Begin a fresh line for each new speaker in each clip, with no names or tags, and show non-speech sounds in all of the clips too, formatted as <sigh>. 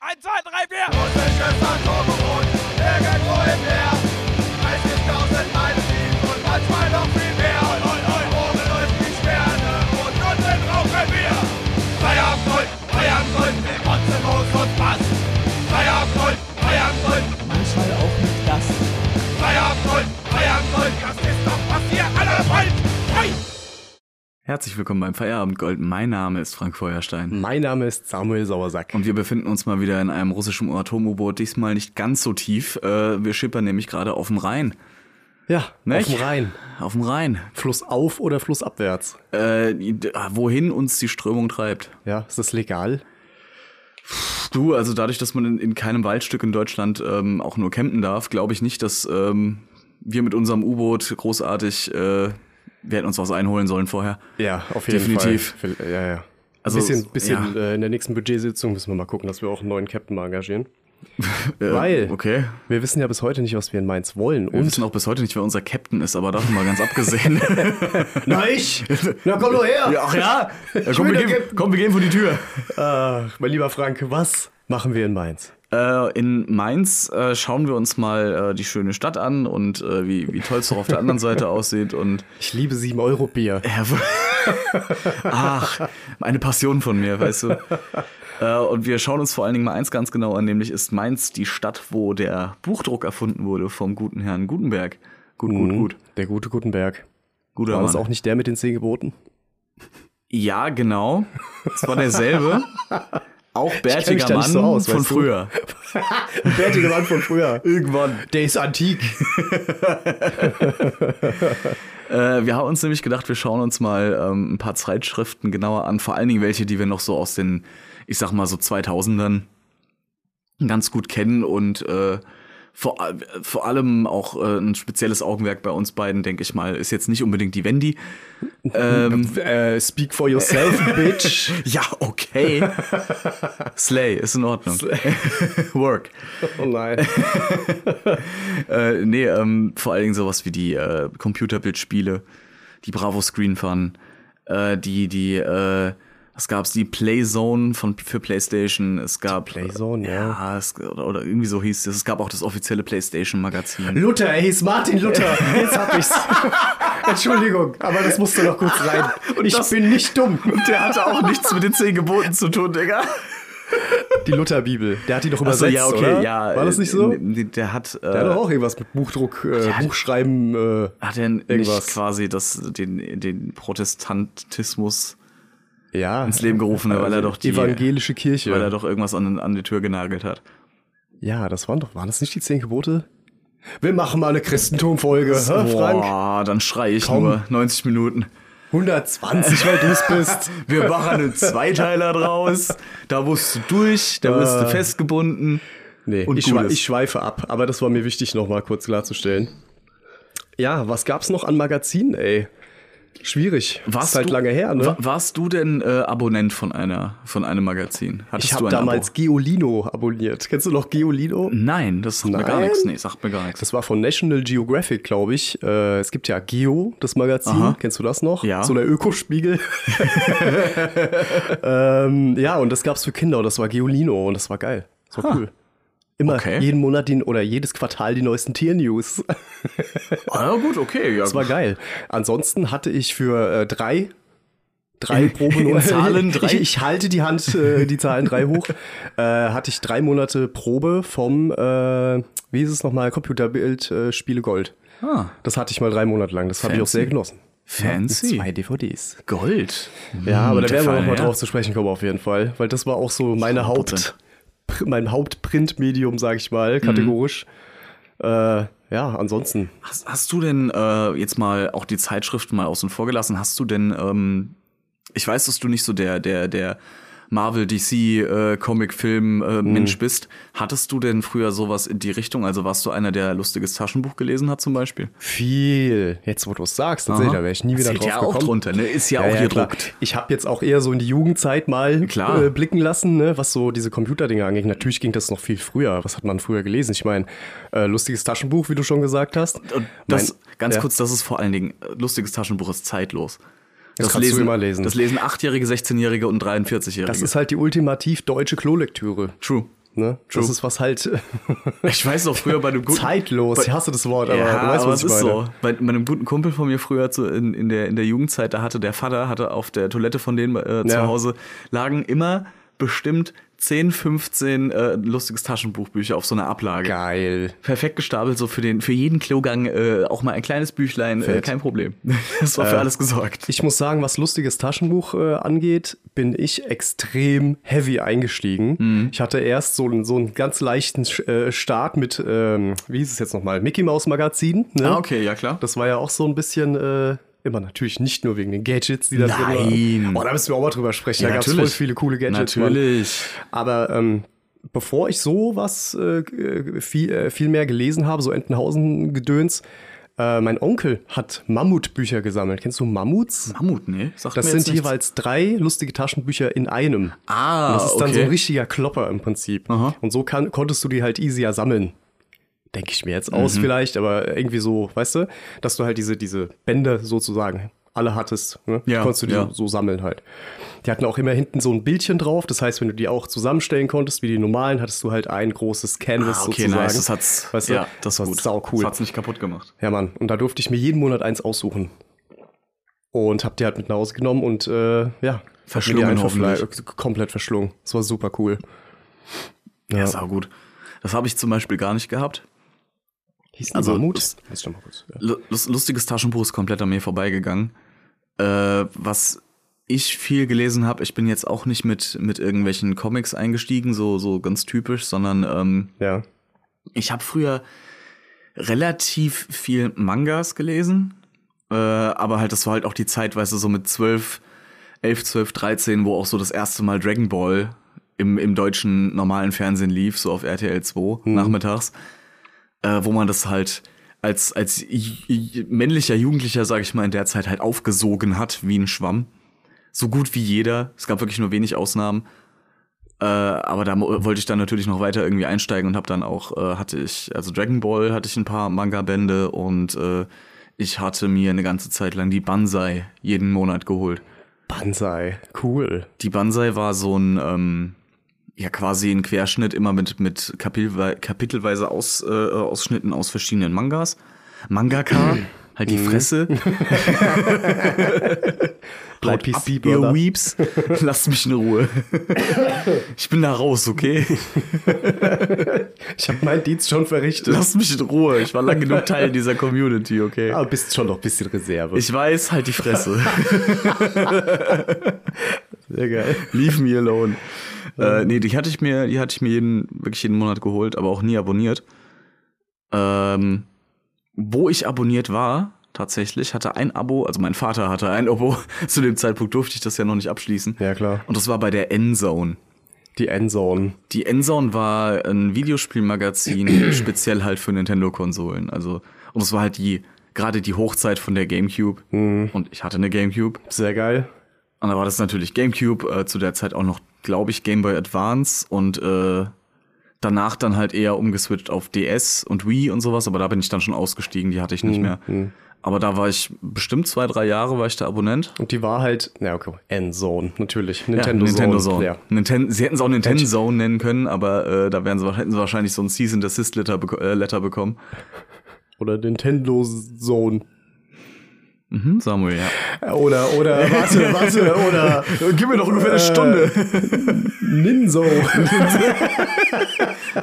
1, 2, 3, 4.
Und ich öfter Turbo-Rot, irgendwo im Meer. 30.000 Meilen und manchmal noch viel mehr. Und, und, und, oben läuft die Sterne und unten rauchen wir. Feierabend, Feierabend, wir kotzen los und Spaß. Feierabend, Feierabend,
Manchmal auch nicht das.
Feierabend, Feierabend, das ist doch was ihr alle wollt. Hey!
Herzlich willkommen beim Feierabendgold. Mein Name ist Frank Feuerstein.
Mein Name ist Samuel Sauersack.
Und wir befinden uns mal wieder in einem russischen Atom-U-Boot, diesmal nicht ganz so tief. Äh, wir schippern nämlich gerade auf dem Rhein.
ja,
Nicht?
auf dem Rhein.
Auf dem Rhein.
Flussauf oder flussabwärts?
Äh, d- wohin uns die Strömung treibt.
Ja, ist das legal?
Du, also dadurch, dass man in, in keinem Waldstück in Deutschland ähm, auch nur campen darf, glaube ich nicht, dass ähm, wir mit unserem U-Boot großartig, äh, wir hätten uns was einholen sollen vorher.
Ja, auf
jeden Definitiv.
Fall. Definitiv. Ja, ja.
Also,
Also, bisschen, bisschen
ja.
Äh, in der nächsten Budgetsitzung müssen wir mal gucken, dass wir auch einen neuen Captain mal engagieren. Weil
Äh, Okay.
wir wissen ja bis heute nicht, was wir in Mainz wollen.
Wir
Und <laughs>
wissen auch bis heute nicht, wer unser Captain ist, aber davon mal ganz abgesehen.
Na ich! Na komm doch her!
ach ja?
Ich
komm,
bin
wir
der
gehen,
Captain.
komm, wir gehen vor die Tür.
Ach, mein lieber Frank, was machen wir in Mainz?
Äh, in Mainz äh, schauen wir uns mal äh, die schöne Stadt an und äh, wie, wie toll es doch auf der anderen Seite aussieht. Und
Ich liebe 7-Euro-Bier.
<laughs> Ja, wo- <laughs> Ach, eine Passion von mir, weißt du. Äh, Und wir schauen uns vor allen Dingen mal eins ganz genau an, nämlich ist Mainz die Stadt, wo der Buchdruck erfunden wurde vom guten Herrn Gutenberg. Gut, gut, gut.
Der gute Gutenberg.
Guter
War das
Mann.
auch nicht der mit den 10 Geboten?
Ja, genau. Es war derselbe. <laughs> Auch bärtiger
da
Mann
nicht so aus,
von
weißt du?
früher.
Bärtiger Mann von früher.
Irgendwann.
Der ist antik.
<laughs> Äh, wir haben uns nämlich gedacht, wir schauen uns mal ähm, ein paar Zeitschriften genauer an, vor allen Dingen welche, die wir noch so aus den, ich sag mal so 2000ern ganz gut kennen und äh, vor, a- vor allem auch äh, ein spezielles Augenmerk bei uns beiden, denke ich mal, ist jetzt nicht unbedingt die Wendy. Ähm,
<laughs> äh, speak for
<laughs>
yourself, bitch.
Ja,
<laughs>
okay. Slay, ist in Ordnung. <laughs> Work.
Oh nein.
Äh, nee, ähm, vor allen Dingen sowas wie die äh, Computerbildspiele, die Bravo Screen Fun, äh, die, die, äh, was gab's, die Playzone von, für PlayStation, es gab.
Playzone, ja.
Ja, es, oder, oder irgendwie so hieß es. Es gab auch das offizielle
<laughs>
PlayStation-Magazin.
Luther, er hieß Martin Luther. Jetzt hab ich's. <laughs> Entschuldigung, aber das musste noch kurz rein. <laughs> Und ich
das-
bin nicht dumm.
Der hatte auch nichts mit den zehn Geboten zu tun, Digga.
Die Lutherbibel, der hat die doch übersetzt,
Also, ja, okay,
oder?
ja.
War das nicht so?
äh, nee, Der hat. Äh,
Der hat doch auch irgendwas mit Buchdruck, äh, Buchschreiben. Äh,
hat er nicht
irgendwas.
quasi das, den, den Protestantismus,
ja. Ins
Leben gerufen, weil er doch die-
Also Evangelische Kirche.
weil er doch irgendwas an, an die Tür genagelt hat?
ja, das waren doch, waren das nicht die zehn Gebote? Wir machen mal eine Christentum-Folge, hä, Frank?
Boah, dann schreie ich
Komm.
nur 90 Minuten.
120, weil du's bist. <laughs>
Wir machen einen Zweiteiler draus. Da musst du durch,
Ah.
da wirst du festgebunden.
Nee,
Und
ich, schwe
Gutes.
ich schweife ab, aber das war mir wichtig, nochmal kurz klarzustellen. Ja, was gab's noch an Magazinen, ey? Schwierig. ist halt
du-
lange her, ne?
wa- Warst du denn äh, Abonnent von einer von einem Magazin? Hattest
ich
du
habe
ein
damals
Abo?
Geolino abonniert. Kennst du noch Geolino?
Nein, das sagt mir gar
Nein?
nichts. Nee, sagt mir gar nichts.
Das war von National Geographic, glaube ich. Äh, es gibt ja Geo, das Magazin.
Aha.
Kennst du das noch?
Ja.
So
<laughs>
der Ökospiegel. ähm, ja, und das gab's für Kinder und das war Geolino und das war geil. Das war cool. Immer
Okay.
jeden Monat den, oder jedes Quartal die neuesten Tiernews.
Ah, gut, okay. Ja.
Das war geil. Ähm, Ansonsten hatte ich für äh, drei, drei <laughs> Proben
in Zahlen drei?
Ich, ich halte die Hand, äh, die Zahlen drei hoch. <laughs> Äh, hatte ich drei Monate Probe vom, äh, wie hieß es nochmal, Computerbild äh, Spiele Gold.
Ah.
Das hatte ich mal drei Monate lang. Das habe ich auch
Fancy.
sehr genossen.
Fancy.
Zwei DVDs.
Gold.
Hm, Ja, aber
Hm,
da
der
werden wir
Fall,
nochmal
ja.
drauf zu sprechen kommen, auf jeden Fall. Weil das war auch so meine Haupt,
100%.
pr- mein Hauptprintmedium, sag ich mal, kategorisch. Äh, ja, ansonsten.
Hast, hast du denn äh, jetzt mal auch die Zeitschriften mal außen vor gelassen? Hast du denn, ähm, ich weiß, dass du nicht so der, der, der Marvel, DC, äh, Comic, Film, äh,
Mhm.
Mensch bist. Hattest du denn früher sowas in die Richtung? Also warst du einer, der lustiges Taschenbuch gelesen hat zum Beispiel?
Viel. Jetzt, wo du es sagst, tatsächlich,
Aha.
da wäre ich nie wieder
Zählt
drauf
ja auch
gekommen.
drunter, ne? Ist ja auch
klar.
gedruckt.
Ich habe jetzt auch eher so in die Jugendzeit mal
Klar.
Äh, blicken lassen, ne? was so diese Computerdinger angeht. Natürlich ging das noch viel früher. Was hat man früher gelesen? Ich meine, äh, lustiges Taschenbuch, wie du schon gesagt hast.
Und das,
Mein-
ganz
ja.
kurz, das ist vor allen Dingen, äh, lustiges Taschenbuch ist zeitlos. Das,
kannst du immer lesen.
Das lesen 8-Jährige, 16-Jährige und 43-Jährige.
Das ist halt die ultimativ deutsche Klolektüre.
true.
Ne? Das ist was halt
Ich weiß noch früher bei einem guten
<laughs> zeitlos.
Bei,
Ich hasse das Wort,
ja,
aber du weißt,
aber
was
es
ich
ist
meine.
so. Bei, bei einem guten Kumpel von mir früher zu, in, in, der, in der Jugendzeit, da hatte der Vater, hatte auf der Toilette von denen äh, zu
Ja.
Hause, lagen immer bestimmt 10, 15 äh, lustiges Taschenbuchbücher auf so einer Ablage.
Geil.
Perfekt gestapelt, so für, den, für jeden Klogang äh, auch mal ein kleines Büchlein, äh,
Fett. Äh.
kein Problem. <laughs> Das war für alles gesorgt.
Ich muss sagen, was lustiges Taschenbuch äh, angeht, bin ich extrem heavy eingestiegen.
Mhm.
Ich hatte erst so, einen- so einen ganz leichten Sch- äh, Start mit, ähm, wie hieß es jetzt nochmal, Mickey Mouse Magazin. Ne?
Ah, okay, ja klar.
Das war ja auch so ein bisschen, äh, immer natürlich nicht nur wegen den Gadgets, die da drin
Nein.
waren. Oh, da müssen wir auch mal drüber sprechen. da gab es voll viele coole Gadgets. Mann.
Natürlich.
Aber ähm, bevor ich sowas äh, viel, äh, viel mehr gelesen habe, so Entenhausen-Gedöns, äh, mein Onkel hat Mammutbücher gesammelt. Kennst du Mammuts?
Mammut, ne? Sagt
Das
mir
sind
jetzt nichts.
jeweils drei lustige Taschenbücher in einem.
Ah,
Und das ist dann
okay.
so ein richtiger Klopper im Prinzip.
Aha.
Und so kann, konntest du die halt easier sammeln. Denke ich mir jetzt
Mhm.
aus vielleicht, aber irgendwie so, weißt du, dass du halt diese, diese Bänder sozusagen alle hattest. Ne?
Ja,
konntest du die
ja.
so, so sammeln halt. Die hatten auch immer hinten so ein Bildchen drauf. Das heißt, wenn du die auch zusammenstellen konntest, wie die normalen, hattest du halt ein großes Canvas
Ah, okay,
sozusagen.
nice. Das hat's.
weißt du?
ja, das war
war
gut.
sau cool.
Das hat's nicht kaputt gemacht.
Ja, Mann. Und da durfte ich mir jeden Monat eins aussuchen. Und hab die halt mit nach Hause genommen und äh, ja.
Verschlungen
mir die einfach
hoffentlich.
verfle- Komplett verschlungen. Das war super cool.
Ja, ist auch gut. Das habe ich zum Beispiel gar nicht gehabt.
Hieß die
Also,
Mammut?
das-
Jetzt schon mal kurz. Ja.
Lu- lus- Lustiges Taschenbuch ist komplett an mir vorbeigegangen. Äh, was ich viel gelesen habe, ich bin jetzt auch nicht mit, mit irgendwelchen Comics eingestiegen, so, so ganz typisch, sondern ähm,
ja.
ich habe früher relativ viel Mangas gelesen, äh, aber halt, das war halt auch die Zeit, weißt du, so mit 12, 11, 12, 13, wo auch so das erste Mal Dragon Ball im, im deutschen normalen Fernsehen lief, so auf RTL 2 nachmittags, äh, wo man das halt als, als j- j- männlicher Jugendlicher, sage ich mal, in der Zeit halt aufgesogen hat wie ein Schwamm. So gut wie jeder. Es gab wirklich nur wenig Ausnahmen. Äh, aber da mo- wollte ich dann natürlich noch weiter irgendwie einsteigen und habe dann auch, äh, hatte ich, also Dragon Ball hatte ich ein paar Manga-Bände und äh, ich hatte mir eine ganze Zeit lang die Banzai jeden Monat geholt.
Banzai. Cool.
Die Banzai war so ein, ähm, ja quasi ein Querschnitt immer mit, mit Kapitelwe kapitelweise aus, äh, Ausschnitten aus verschiedenen Mangas. Mangaka, halt die Fresse. Haut
Bleib
ab,
PC,
ihr
Brother.
Weeps. <laughs> Lasst mich in Ruhe. Ich bin da raus, okay?
Ich habe meinen Dienst schon <laughs> verrichtet.
Lasst mich in Ruhe. Ich war lange genug Teil dieser Community, okay?
Aber Ah, bist schon noch ein bisschen Reserve.
Ich weiß, halt die Fresse.
Sehr geil.
Leave me alone. äh, nee, die hatte ich mir, die hatte ich mir jeden, wirklich jeden Monat geholt, aber auch nie abonniert. Ähm, wo ich abonniert war, tatsächlich, hatte ein Abo, also mein Vater hatte ein Abo. <laughs> Zu dem Zeitpunkt durfte ich das ja noch nicht abschließen.
Ja, klar.
Und das war bei der Endzone.
Die Endzone.
Die Endzone war ein Videospielmagazin, speziell halt für Nintendo-Konsolen. Also, und es war halt die, gerade die Hochzeit von der GameCube. Und ich hatte eine GameCube.
Sehr geil.
Und da war das natürlich GameCube, äh, zu der Zeit auch noch, glaube ich, Game Boy Advance und äh, danach dann halt eher umgeswitcht auf DS und Wii und sowas, aber da bin ich dann schon ausgestiegen, die hatte ich nicht mehr. Aber da war ich bestimmt zwei, drei Jahre, war ich da Abonnent.
Und die war halt, na okay, Endzone, natürlich.
Ja,
Nintendo,
Nintendo Zone.
Ja.
Ninten sie hätten es auch Nintendo Zone nennen können, aber äh, da wären sie, wa- hätten sie wahrscheinlich so ein Season Desist Letter, beko äh, Letter bekommen.
Oder Nintendo Zone.
Mhm, Samuel, ja.
Oder, oder,
<laughs>
warte, warte, oder.
Gib mir doch ungefähr eine
Stunde.
<laughs>
Ninso.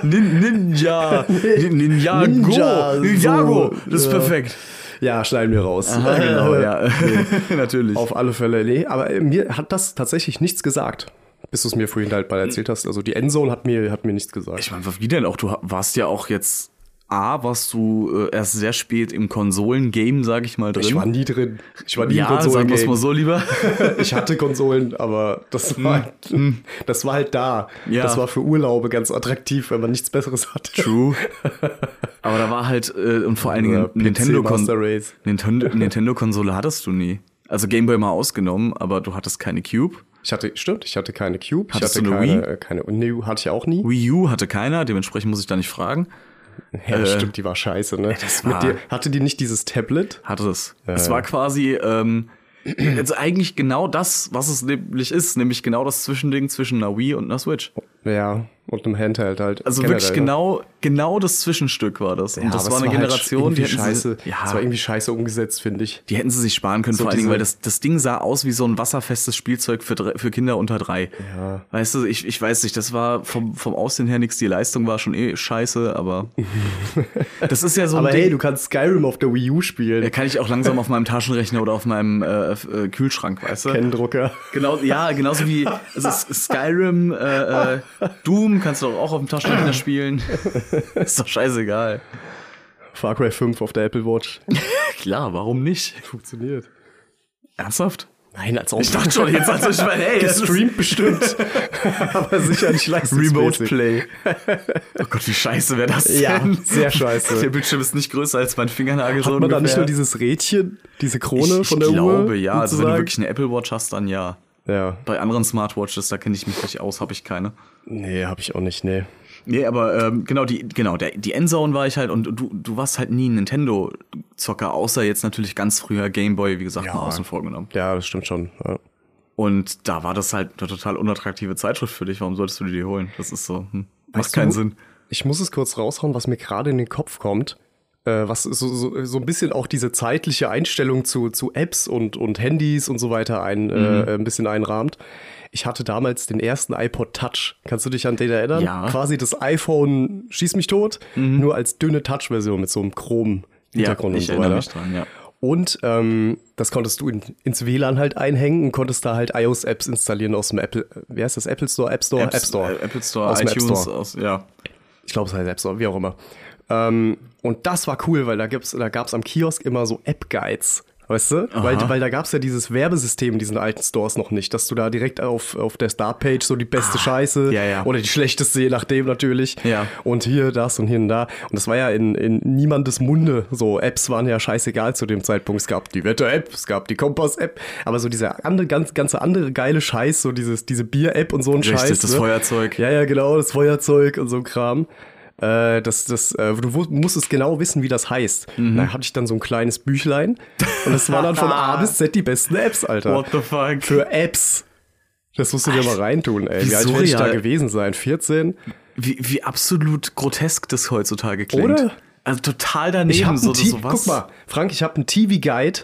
Nin Ninja. <laughs> Nin Ninja.
Ninja,
Go. Ninjago.
so,
Das ist
ja.
perfekt.
Ja, schneiden wir raus. Äh,
Ah, genau, ja. <laughs> Natürlich.
Auf alle Fälle, nee. Aber äh, mir hat das tatsächlich nichts gesagt. Bis du es mir vorhin halt mal erzählt hast. Also die Endzone hat mir, hat mir nichts gesagt.
Ich meine, wie denn auch? Du warst ja auch jetzt A, warst du äh, erst sehr spät im Konsolengame, sag ich mal, drin.
Ich war nie drin. Ich war nie im
ja, sagen wir es
Konsolen.
mal so <laughs> lieber.
<laughs> Ich hatte Konsolen, aber das war, halt, das war halt da.
Mhm. Ja.
Das war für Urlaube ganz attraktiv, wenn man nichts Besseres hatte.
True. <laughs> Aber da war halt, äh, und vor allen Dingen
Oder PC
Nintendo,
Master Race.
Nintendo,
<laughs>
Nintendo Konsole hattest du nie. Also Gameboy mal ausgenommen, aber du hattest keine Cube.
Ich hatte, stimmt, ich hatte keine Cube.
Hattest
ich hatte
du eine
keine, äh, keine, nee, hatte ich auch nie.
Wii U hatte keiner, dementsprechend muss ich da nicht fragen.
Ja, stimmt, die war scheiße, ne?
Äh, war-
Mit dir, hatte die nicht dieses Tablet?
Hatte es. Es war quasi,
<clears throat>
ähm, also eigentlich genau das, was es nämlich ist, nämlich genau das Zwischending zwischen einer Wii und einer Switch.
Ja, Und einem Handheld halt.
Also
generell,
wirklich
ne?
genau, genau das Zwischenstück war das.
Ja,
und das
aber
war
es
eine
halt
Generation, die
irgendwie
hätten
scheiße.
Sie, ja,
Das war irgendwie scheiße umgesetzt, finde ich.
die hätten sie sich sparen können,
So
vor allen Dingen,
diese-
weil das, das Ding sah aus wie so ein wasserfestes Spielzeug für, drei- für Kinder unter drei. Ja. Weißt du, ich, ich weiß nicht, das war vom, vom Aussehen her nichts, die Leistung war schon eh scheiße,
<laughs>
aber das ist ja so ein
Aber
Ding.
hey, du kannst Skyrim auf der Wii U
da
spielen.
kann ich auch langsam auf meinem Taschenrechner oder auf meinem äh, f- äh, Kühlschrank, weißt du?
Kenndrucker.
Genau, ja, genauso wie es ist Skyrim, äh, äh, Doom kannst du doch auch auf dem Taschenrechner
<laughs>
spielen. ist doch scheißegal.
Far Cry 5 auf der
<laughs>
Apple Watch.
Klar, warum nicht?
Funktioniert.
Ernsthaft?
Nein, als auch
Ich dachte
<laughs>
schon jetzt, also ich meine, hey, das ist
Streamt bestimmt. <laughs> aber sicher nicht leistungsmäßig.
Remote Play. Oh Gott, wie scheiße wäre das denn?
Ja, sehr scheiße.
Der Bildschirm ist nicht größer als mein Fingernagel so
Hat man da nicht
ungefähr.
nur dieses Rädchen, diese Krone
ich, ich
von der Uhr?
glaube, ja. Also wenn du
sozusagen?
wirklich eine Apple Watch hast, dann ja.
Ja.
Bei anderen Smartwatches, da kenne ich mich nicht aus, habe ich keine.
Nee, habe ich auch nicht, nee.
Nee, aber ähm, genau, die, genau, der, die Endzone war ich halt und du, du warst halt nie ein Nintendo-Zocker, außer jetzt natürlich ganz früher Gameboy, wie gesagt, mal außen vor genommen.
Ja, das stimmt schon. Ja.
Und da war das halt eine total unattraktive Zeitschrift für dich. Warum solltest du dir die holen? Das ist so, hm, macht
Weißt du,
keinen Sinn.
Ich muss es kurz raushauen, was mir gerade in den Kopf kommt. Äh, was so, so, so ein bisschen auch diese zeitliche Einstellung zu, zu Apps und, und Handys und so weiter ein,
Mhm.
äh, ein bisschen einrahmt. Ich hatte damals den ersten iPod Touch. Kannst du dich an den erinnern?
Ja. Mhm.
Quasi das iPhone Schieß mich tot, nur als dünne Touch-Version mit so einem chromen Hintergrund
ja,
und
ich
so
erinnere
weiter.
mich dran, ja.
Und ähm, das konntest du in, ins WLAN halt einhängen und konntest da halt iOS-Apps installieren aus dem Apple, äh, wie heißt das? Apple Store, App Store, App
Apps-
Store.
äh, Apple Store,
aus dem
iTunes,
App Store.
Aus, ja.
Ich glaube, es heißt App Store, wie auch immer. Ähm, und das war cool, weil da, gibt's, da gab es am Kiosk immer so App-Guides. Weißt du? Weil, weil da gab es ja dieses Werbesystem in diesen alten Stores noch nicht, dass du da direkt auf, auf der Startpage so die beste Scheiße
Ah, ja, ja.
oder die schlechteste, je nachdem natürlich.
Ja.
Und hier das und hier und da. Und das war ja in, in niemandes Munde. So, Apps waren ja scheißegal zu dem Zeitpunkt. Es gab die Wetter-App, es gab die Kompass-App, aber so diese andere, ganz, ganze andere geile Scheiß, so dieses, diese Bier-App und so ein
Richtig,
Scheiß. ne?
das Feuerzeug.
Ja, ja, genau, das Feuerzeug und so ein Kram. Äh, das, das, äh, du wu- musstest genau wissen, wie das heißt.
Mhm.
Da hatte ich dann so ein kleines Büchlein und das war dann von
<laughs>
A bis Z die besten Apps, Alter.
What the fuck?
Für Apps. Das musst du dir mal reintun, ey. Wie,
wie
alt werde ich da
surreal.
gewesen sein? 14?
Wie, wie absolut grotesk das heutzutage klingt.
Oder?
Also total daneben.
Ich habe
so,
so,
so was.
Guck mal, Frank, ich habe einen TV-Guide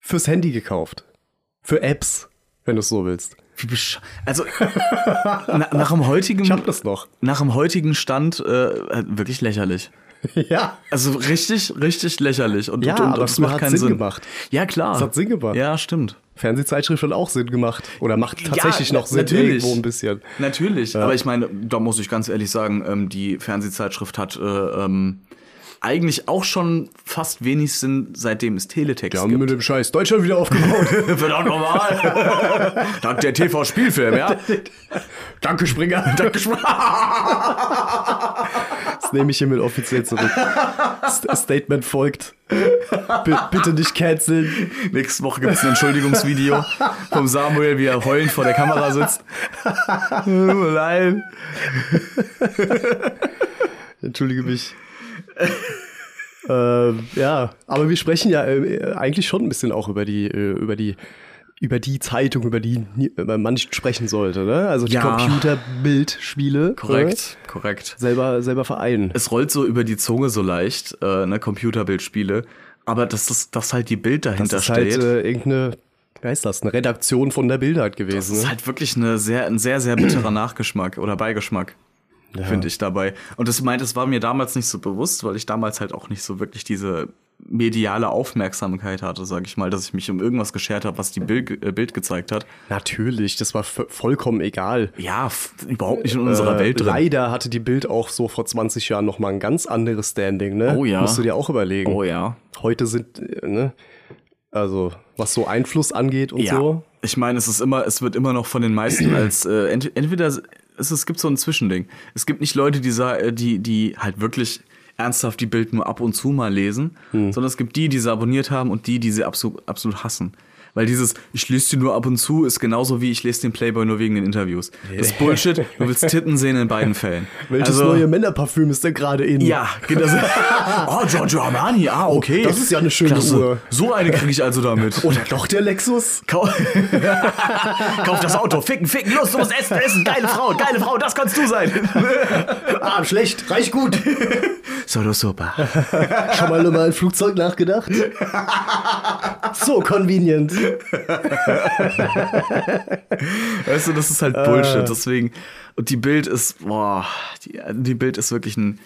fürs Handy gekauft. Für Apps, wenn du es so willst.
Wie besch-
<laughs>
Also na, nach, dem heutigen,
Ich hab das noch. <laughs>
nach dem heutigen Stand äh, wirklich lächerlich.
ja.
Also richtig, richtig lächerlich. Und,
Ja,
und, und
aber
das
früher
macht
hat's
keinen
Sinn
Sinn.
gemacht.
Ja, klar.
Es hat Sinn gemacht.
Ja, stimmt.
Fernsehzeitschrift hat auch Sinn gemacht. Oder macht tatsächlich
Ja,
noch Sinn
natürlich.
irgendwo ein bisschen.
Natürlich. Aber ich meine, da muss ich ganz ehrlich sagen, ähm, die Fernsehzeitschrift hat äh, ähm, eigentlich auch schon fast wenig Sinn, seitdem es Teletext
Wir haben
gibt.
mit dem Scheiß Deutschland wieder aufgebaut.
<laughs> Verdammt
<laughs>
normal. Dank der TV-Spielfilm, ja?
<laughs> Danke, Springer.
Dank <laughs> gesprochen.
Das nehme ich hiermit offiziell zurück. St- Statement folgt. B bitte nicht canceln.
Nächste Woche gibt es ein Entschuldigungsvideo vom Samuel, wie er heulend vor der Kamera sitzt. Nein.
Entschuldige mich. ähm, ja, aber wir sprechen ja äh, eigentlich schon ein bisschen auch über die, äh, über die, über die Zeitung, über die nie- über man nicht sprechen sollte, ne? Also die
Ja.
Computerbildspiele.
Korrekt, korrekt.
Ne? Selber, selber vereinen.
Es rollt so über die Zunge so leicht, äh, ne, Computerbildspiele. Aber dass das, dass halt die Bild dahinter
Das ist halt
steht.
äh, irgendeine, wie heißt das, eine Redaktion von der Bild halt gewesen.
Das ist
ne?
halt wirklich eine sehr, ein sehr, sehr <clears throat> bitterer Nachgeschmack oder Beigeschmack, finde ich dabei. Und das meint, es war mir damals nicht so bewusst, weil ich damals halt auch nicht so wirklich diese mediale Aufmerksamkeit hatte, sage ich mal, dass ich mich um irgendwas geschert habe, was die Bild, äh, Bild gezeigt hat.
Natürlich, das war v- vollkommen egal.
Ja, f- überhaupt nicht in unserer
Äh,
Welt drin.
Leider hatte die Bild auch so vor 20 Jahren nochmal ein ganz anderes Standing, ne?
Oh ja.
Musst du dir auch überlegen.
Oh ja.
Heute sind, äh, ne? Also, was so Einfluss angeht und so.
Ich meine, es ist immer, es wird immer noch von den
<clears throat>
meisten als äh, ent, entweder es, es gibt so ein Zwischending. Es gibt nicht Leute, die sa- äh, die die halt wirklich ernsthaft die
Hm.
Bild nur ab und zu mal lesen, sondern es gibt die, die sie abonniert haben und die, die sie absolut, absolut hassen. Weil dieses, ich lese die nur ab und zu, ist genauso wie ich lese den Playboy nur wegen den Interviews. Das ist Bullshit. Du willst Titten sehen in
<laughs>
beiden Fällen.
Welches
Also-
neue Männerparfüm ist denn gerade in?
Ja, geht
<laughs>
das. oh, Giorgio Armani, ah, okay.
Das ist ja eine schöne Uhr.
So eine kriege ich also
<laughs>
damit.
Oder doch
<laughs>
der Lexus?
Kau Kauf das Auto, ficken, ficken, los, du musst essen, essen, geile Frau, geile Frau, das kannst du sein.
<laughs> Ah, schlecht, reich gut.
Solo super.
Schon mal über ein
<laughs>
Flugzeug nachgedacht? So convenient.
Weißt du, das ist halt Bullshit, deswegen. Und die Bild ist, boah, die, die Bild ist wirklich ein,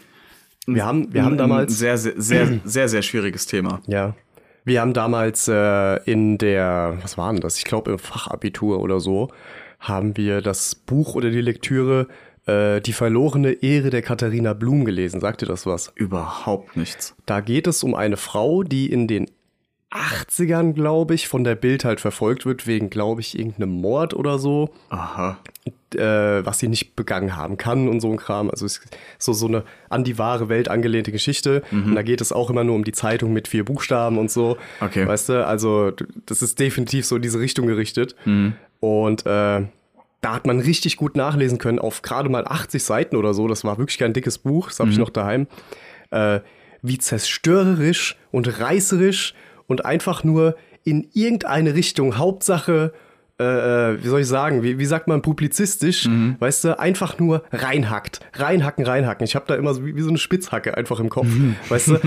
Wir haben, wir haben
ein
damals.
sehr, sehr, sehr, sehr, sehr schwieriges Thema.
Ja. Wir haben damals äh, in der, was war denn das? Ich glaube im Fachabitur oder so, haben wir das Buch oder die Lektüre äh, Die verlorene Ehre der Katharina Blum gelesen. Sagt dir das was?
Überhaupt nichts.
Da geht es um eine Frau, die in den 80ern, glaube ich, von der Bild halt verfolgt wird, wegen, glaube ich, irgendeinem Mord oder so
Aha.
äh, was sie nicht begangen haben kann und so ein Kram. Also es ist so, so eine an die wahre Welt angelehnte Geschichte. Und da geht es auch immer nur um die Zeitung mit vier Buchstaben und so.
Okay.
Weißt du, also d- das ist definitiv so in diese Richtung gerichtet. Und äh, da hat man richtig gut nachlesen können auf gerade mal 80 Seiten oder so. Das war wirklich kein dickes Buch, das habe ich noch daheim. Äh, wie zerstörerisch und reißerisch und einfach nur in irgendeine Richtung, Hauptsache äh, äh, wie soll ich sagen, wie, wie sagt man publizistisch,
Mhm.
weißt du, einfach nur reinhackt. Reinhacken, reinhacken. Ich habe da immer so wie, wie so eine Spitzhacke einfach im Kopf.
Mhm.
Weißt du,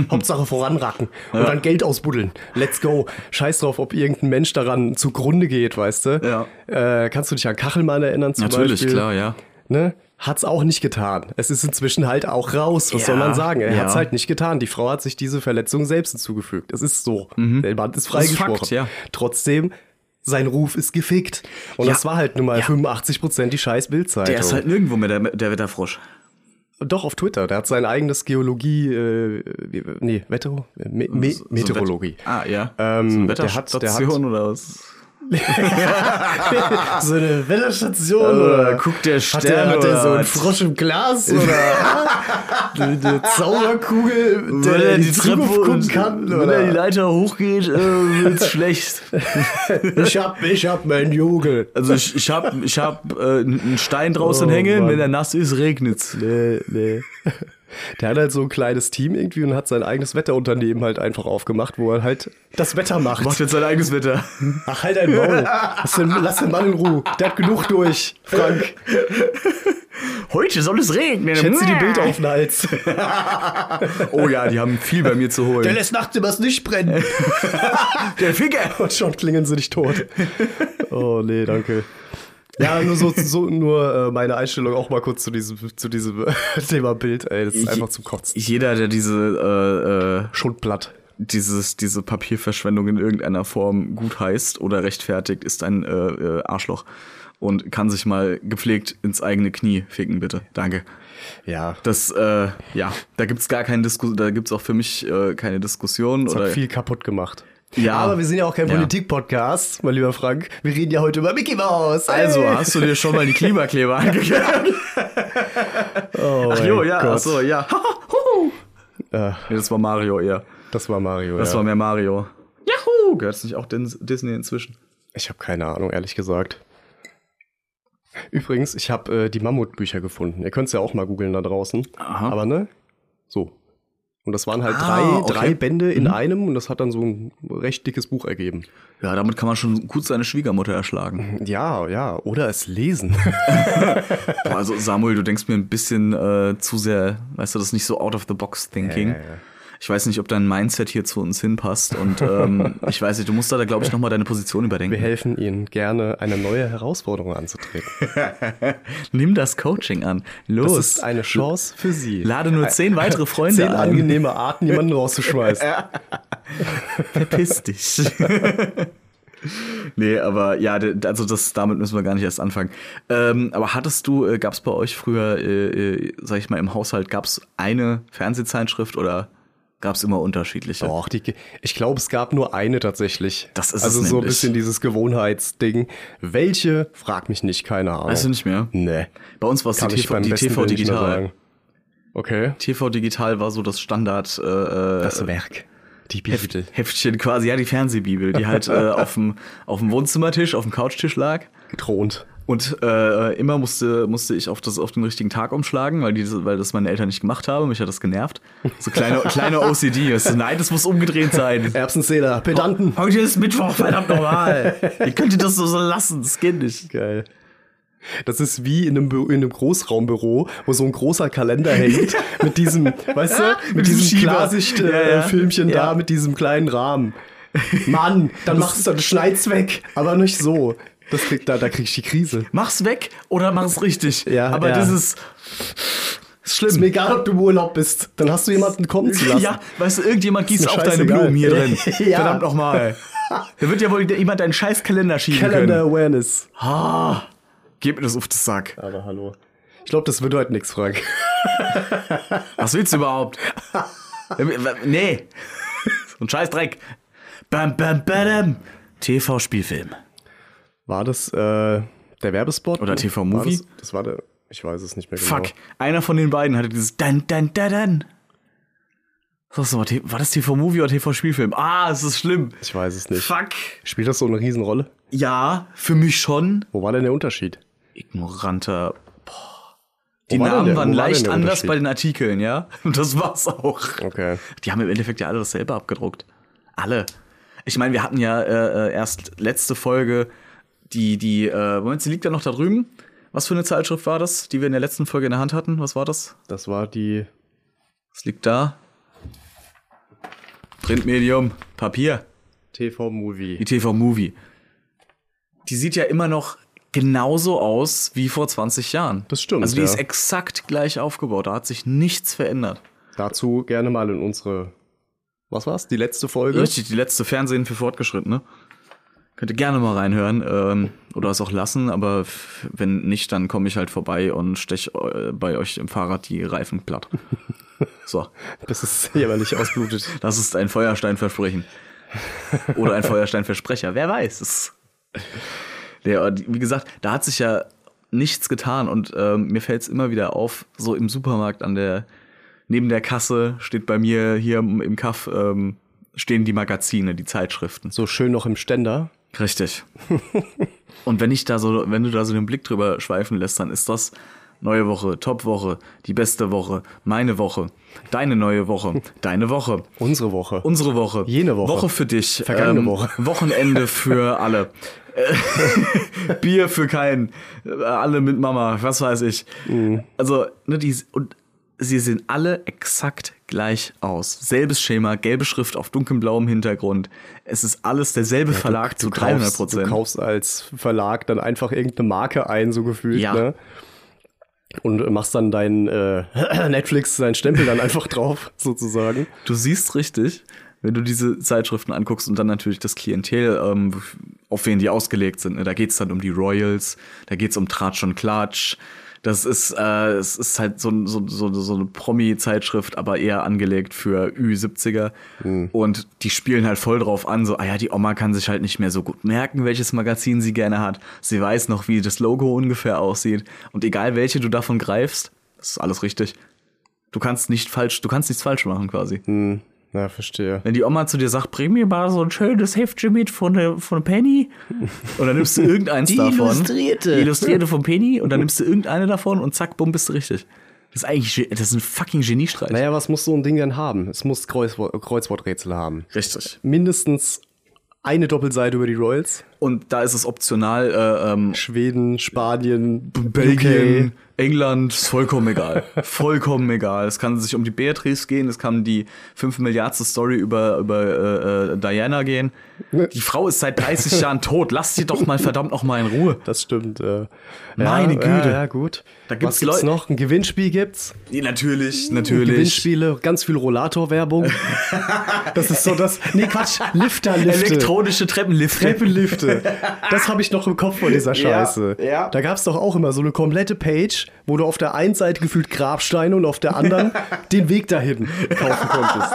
<laughs>
Hauptsache voranracken und dann Geld ausbuddeln. Let's go. Scheiß drauf, ob irgendein Mensch daran zugrunde geht, weißt du. Ja. Äh, kannst du dich an Kachelmann erinnern zum
Natürlich,
Beispiel?
klar, ja.
Ne? Hat's auch nicht getan. Es ist inzwischen halt auch raus. Was
Ja,
soll man sagen? Er
ja.
hat's halt nicht getan. Die Frau hat sich diese Verletzung selbst hinzugefügt. Es ist so. Der Mann ist
Mhm. ist
freigesprochen.
Fakt, ja.
Trotzdem, sein Ruf ist gefickt. Und
Ja.
das war halt nun mal
Ja.
85 Prozent die scheiß Bildzeitung.
Der ist halt nirgendwo mehr der, der Wetterfrosch.
Doch, auf Twitter. Der hat sein eigenes Geologie, äh, wie- nee, Wetter, Me Me
So- so
Meteorologie.
Wett- ah, ja.
Ähm,
so eine
der hat- der hat-
Wetterstation oder was? Ah,
so eine Wetterstation
oder guckt der Stern
Äh, Hat der,
oder
so einen
was?
Frosch im <laughs> Glas oder <laughs> eine, eine Zauberkugel, der
Wenn
in
er die
die,
Treppe
Zukunft gucken kann?
wenn er die
Oder?
Leiter hochgeht, äh, wird's
<laughs>
schlecht.
Ich hab, ich hab meinen Jogel.
Also ich, ich hab, ich hab äh, einen Stein draußen
Oh,
hängen,
Mann.
wenn er nass ist, regnet's.
Nee, nee. Der hat halt so ein kleines Team irgendwie und hat sein eigenes Wetterunternehmen halt einfach aufgemacht, wo er halt das Wetter macht.
Macht jetzt sein eigenes Wetter.
Ach, halt dein Maul. Lass den, lass den Mann in Ruhe. Der hat genug durch, <laughs> Frank.
<laughs> Heute soll es regnen.
Ich hätte sie die Bild auf den Hals.
<laughs> Oh ja, die haben viel bei mir zu holen.
lässt nachts übers Licht brennen.
der Ficker.
Und schon klingen sie dich tot. Oh nee, danke. Ja, nur so, so nur äh, meine Einstellung auch mal kurz zu diesem, zu diesem äh, <laughs> Thema Bild, ey. Das ist einfach zum Kotzen.
Jeder, der diese, äh, äh,
Schundblatt.
dieses, diese Papierverschwendung in irgendeiner Form gut heißt oder rechtfertigt, ist ein äh, äh, Arschloch und kann sich mal gepflegt ins eigene Knie ficken, bitte. Danke.
Ja. Das
Das, äh, ja, da gibt's gar keine Diskussion, da gibt's auch für mich äh, keine Diskussion.
hat
oder
viel kaputt gemacht.
Ja.
Aber wir sind ja auch kein
Ja.
Politik-Podcast, mein lieber Frank. Wir reden ja heute über Mickey Mouse.
Also, hast du dir schon mal die <laughs> Klimakleber angeguckt?
oh,
Ach
mein
jo, ja,
Gott.
ach so, <laughs> ja. Huhu. nee, das war Mario eher.
Das war Mario.
Das
ja.
war mehr Mario. Juhu! Gehört's nicht auch Din- Disney inzwischen?
Ich habe keine Ahnung, ehrlich gesagt. Übrigens, ich habe äh, die Mammutbücher gefunden. Ihr könnt es ja auch mal googeln da draußen.
Aha.
Aber ne? So. Und das waren halt
Ah,
drei,
okay. Mhm.
drei Bände in einem und das hat dann so ein recht dickes Buch ergeben.
Ja, damit kann man schon gut seine Schwiegermutter erschlagen.
Ja, ja. Oder es lesen. <laughs>
Boah, <laughs> also, Samuel, du denkst mir ein bisschen äh, zu sehr, weißt du, das ist nicht so out of the box thinking.
Ja, ja, ja.
Ich weiß nicht, ob dein Mindset hier zu uns hinpasst. Und <laughs> ähm, ich weiß nicht, du musst da, glaube ich, nochmal deine Position
Wir
überdenken.
helfen Ihnen gerne, eine neue Herausforderung anzutreten.
Nimm das Coaching an. Los.
Das ist eine Chance für Sie.
Lade nur zehn <laughs> weitere Freunde
Zehn
ein.
angenehme
<laughs>
Arten, jemanden rauszuschmeißen.
Verpiss dich. <laughs> nee, aber ja, d- also das, damit müssen wir gar nicht erst anfangen. Ähm, aber hattest du, äh, gab es bei euch früher, äh, äh, sag ich mal, im Haushalt, gab es eine Fernsehzeitschrift oder gab es immer unterschiedliche?
Doch, die, ge- ich glaube, es gab nur eine tatsächlich.
Das ist
Also
es
so ein
nämlich.
bisschen dieses Gewohnheitsding. Welche? Frag mich nicht, keine Ahnung.
Weißt du nicht mehr?
Nee.
Bei uns war es die
Kann ich
TV,
beim
die
besten
TV
Willen nicht mehr
Digital.
sagen. Okay.
TV Digital war so das Standard. Äh, äh,
Werk. Die
Heft,
Bibel.
Heftchen quasi, ja, die Fernsehbibel, die
<laughs>
halt äh, auf dem auf dem Wohnzimmertisch, auf dem Couchtisch lag.
Thront.
Und äh, immer musste, musste ich auf, das, auf den richtigen Tag umschlagen, weil, die, weil das meine Eltern nicht gemacht haben. Mich hat das genervt. So
<laughs>
kleine, kleine OCD. Weißt du, nein, das muss umgedreht sein.
Erbsenzähler, Pedanten.
Heute ist Mittwoch, verdammt normal. Wie könnt ihr das so, so lassen? Das geht nicht.
Geil. Das ist wie in einem, Bü- in einem Großraumbüro, wo so ein großer Kalender
<laughs>
hängt mit diesem, weißt du, mit,
Mit diesem
diesem
Schieber.
Klarsicht-Filmchen
Ja,
äh,
ja.
Filmchen
Ja.
da, mit diesem
<laughs>
kleinen Rahmen. Mann, dann machst du, dann schneid's weg, aber nicht so. Das krieg, da, da krieg ich die Krise.
Mach's weg oder mach's richtig.
Ja,
Aber
ja.
das ist. Ist
Ist
schlimm.
mir egal, ob du im Urlaub bist. Dann hast du jemanden kommen zu lassen.
Ja, weißt du, irgendjemand gießt
mir
auch deine
scheißegal.
Blumen hier drin.
<laughs> Ja.
Verdammt nochmal. Da wird ja wohl jemand deinen scheiß Kalender schieben
Calendar
können.
Awareness.
Ah, gib mir das auf den Sack.
Aber hallo. Ich glaube, das wird heute nichts, Frank.
Was willst du überhaupt? nee. So ein scheiß Dreck. Bam, bam, badam. TV-Spielfilm.
War das äh, der Werbespot?
Oder TV
War
Movie?
Das, das war der. Ich weiß es nicht mehr genau.
Fuck. Einer von den beiden hatte dieses Dan, Dan, Dan, Dan. Was war das? War das TV-Movie oder TV-Spielfilm? Ah, es ist schlimm.
Ich weiß es nicht.
Fuck.
Spielt das so eine Riesenrolle?
Ja, für mich schon.
Wo war denn der Unterschied?
Ignoranter. Boah.
Wo
Die
war denn
Namen
der- wo
waren
war
leicht
denn der
anders
Unterschied?
bei den Artikeln, ja? <laughs> Und das war's auch.
Okay.
Die haben im Endeffekt ja alle dasselbe abgedruckt. Alle. Ich meine, wir hatten ja äh, äh, erst letzte Folge die, die, äh, Moment, sie liegt ja noch da drüben. Was für eine Zeitschrift war das, die wir in der letzten Folge in der Hand hatten? Was war das?
Das war die.
Es liegt da. Printmedium, Papier, die
TV-Movie.
TV-Movie. Die sieht ja immer noch genauso aus wie vor 20 Jahren.
Das stimmt,
Also die
ja.
ist exakt gleich aufgebaut. Da hat sich nichts verändert.
Dazu gerne mal in unsere. Was war's? Die letzte Folge?
Richtig, die letzte Fernsehen für Fortgeschrittene. Könnt ihr gerne mal reinhören ähm, oder es auch lassen, aber f- wenn nicht, dann komme ich halt vorbei und stech äh, bei euch im Fahrrad die Reifen platt. So,
<laughs> Bis es jämmerlich ausblutet.
das ist ein Feuersteinversprechen. Oder ein Feuersteinversprecher, wer weiß es. Der, wie gesagt, da hat sich ja nichts getan und ähm, mir fällt es immer wieder auf, so im Supermarkt an der, neben der Kasse steht bei mir hier im im Kaff, ähm, stehen die Magazine, die Zeitschriften.
So schön noch im Ständer.
Richtig. <laughs> Und wenn ich da so, wenn du da so den Blick drüber schweifen lässt, dann ist das neue Woche, Top-Woche, die beste Woche, meine Woche, deine neue Woche, deine Woche,
Unsere Woche.
unsere Woche,
Jene Woche.
Woche für dich, Ähm,
Vergangene Woche.
<laughs> Wochenende für
<laughs>
alle, äh, Bier für keinen, äh, alle mit Mama, was weiß ich.
Mhm.
Also ne, die und sie sehen alle exakt gleich aus. Selbes Schema, gelbe Schrift auf dunkelblauem Hintergrund. Es ist alles derselbe Verlag zu 300
kaufst, du
Prozent.
kaufst als Verlag dann einfach irgendeine Marke ein, so gefühlt,
Ja.
ne? Und machst dann deinen äh, <clears throat> Netflix, seinen Stempel dann einfach <laughs> drauf, sozusagen.
Du siehst richtig, wenn du diese Zeitschriften anguckst und dann natürlich das Klientel, ähm, auf wen die ausgelegt sind. Ne? Da geht's dann um die Royals, da geht's um Tratsch und Klatsch. Das ist, äh, es ist halt so, ein- so, so, so eine Promi-Zeitschrift, aber eher angelegt für Ü70er. Und die spielen halt voll drauf an, so, ah ja, die Oma kann sich halt nicht mehr so gut merken, welches Magazin sie gerne hat. Sie weiß noch, wie das Logo ungefähr aussieht. Und egal welche du davon greifst, das ist alles richtig. Du kannst nicht falsch, du kannst nichts falsch machen quasi.
Na, verstehe.
Wenn die Oma zu dir sagt, bring mir mal so ein schönes Heftchen mit von der von Penny und dann nimmst du irgendeins davon.
Illustrierte.
Die Illustrierte von Penny und dann nimmst du irgendeine davon und zack, bumm, bist du richtig. Das ist eigentlich ge- das ist ein fucking Geniestreich.
Naja, was muss so ein Ding denn haben? Es muss Kreuzwort, Kreuzworträtsel haben.
Richtig.
Mindestens eine Doppelseite über die Royals.
Und da ist es optional, äh, ähm,
Schweden, Spanien,
Belgien,
UK.
England, ist vollkommen egal. vollkommen egal. Es kann sich um die Beatrice gehen, es kann die 5 Milliardste Story über, über äh, äh, Diana gehen. Die Frau ist seit 30 Jahren tot. Lass sie doch mal verdammt noch mal in Ruhe.
Das stimmt. Äh,
Meine
ja,
Güte.
Ja, ja, gut.
Da gibt's
was gibt's
Leute-
noch? Ein Gewinnspiel gibt's.
Nee,
Hm.
natürlich, natürlich.
Gewinnspiele, ganz
<laughs>
viel Rollator-Werbung. das ist so das. Nee, Quatsch. Lifter, Lifte.
Elektronische Treppenlifte.
Treppenlifte. Das habe ich noch im Kopf von dieser Scheiße.
ja.
Da gab es doch auch immer so eine komplette Page, wo du auf der einen Seite gefühlt Grabsteine und auf
<laughs>
der anderen den Weg dahin kaufen konntest.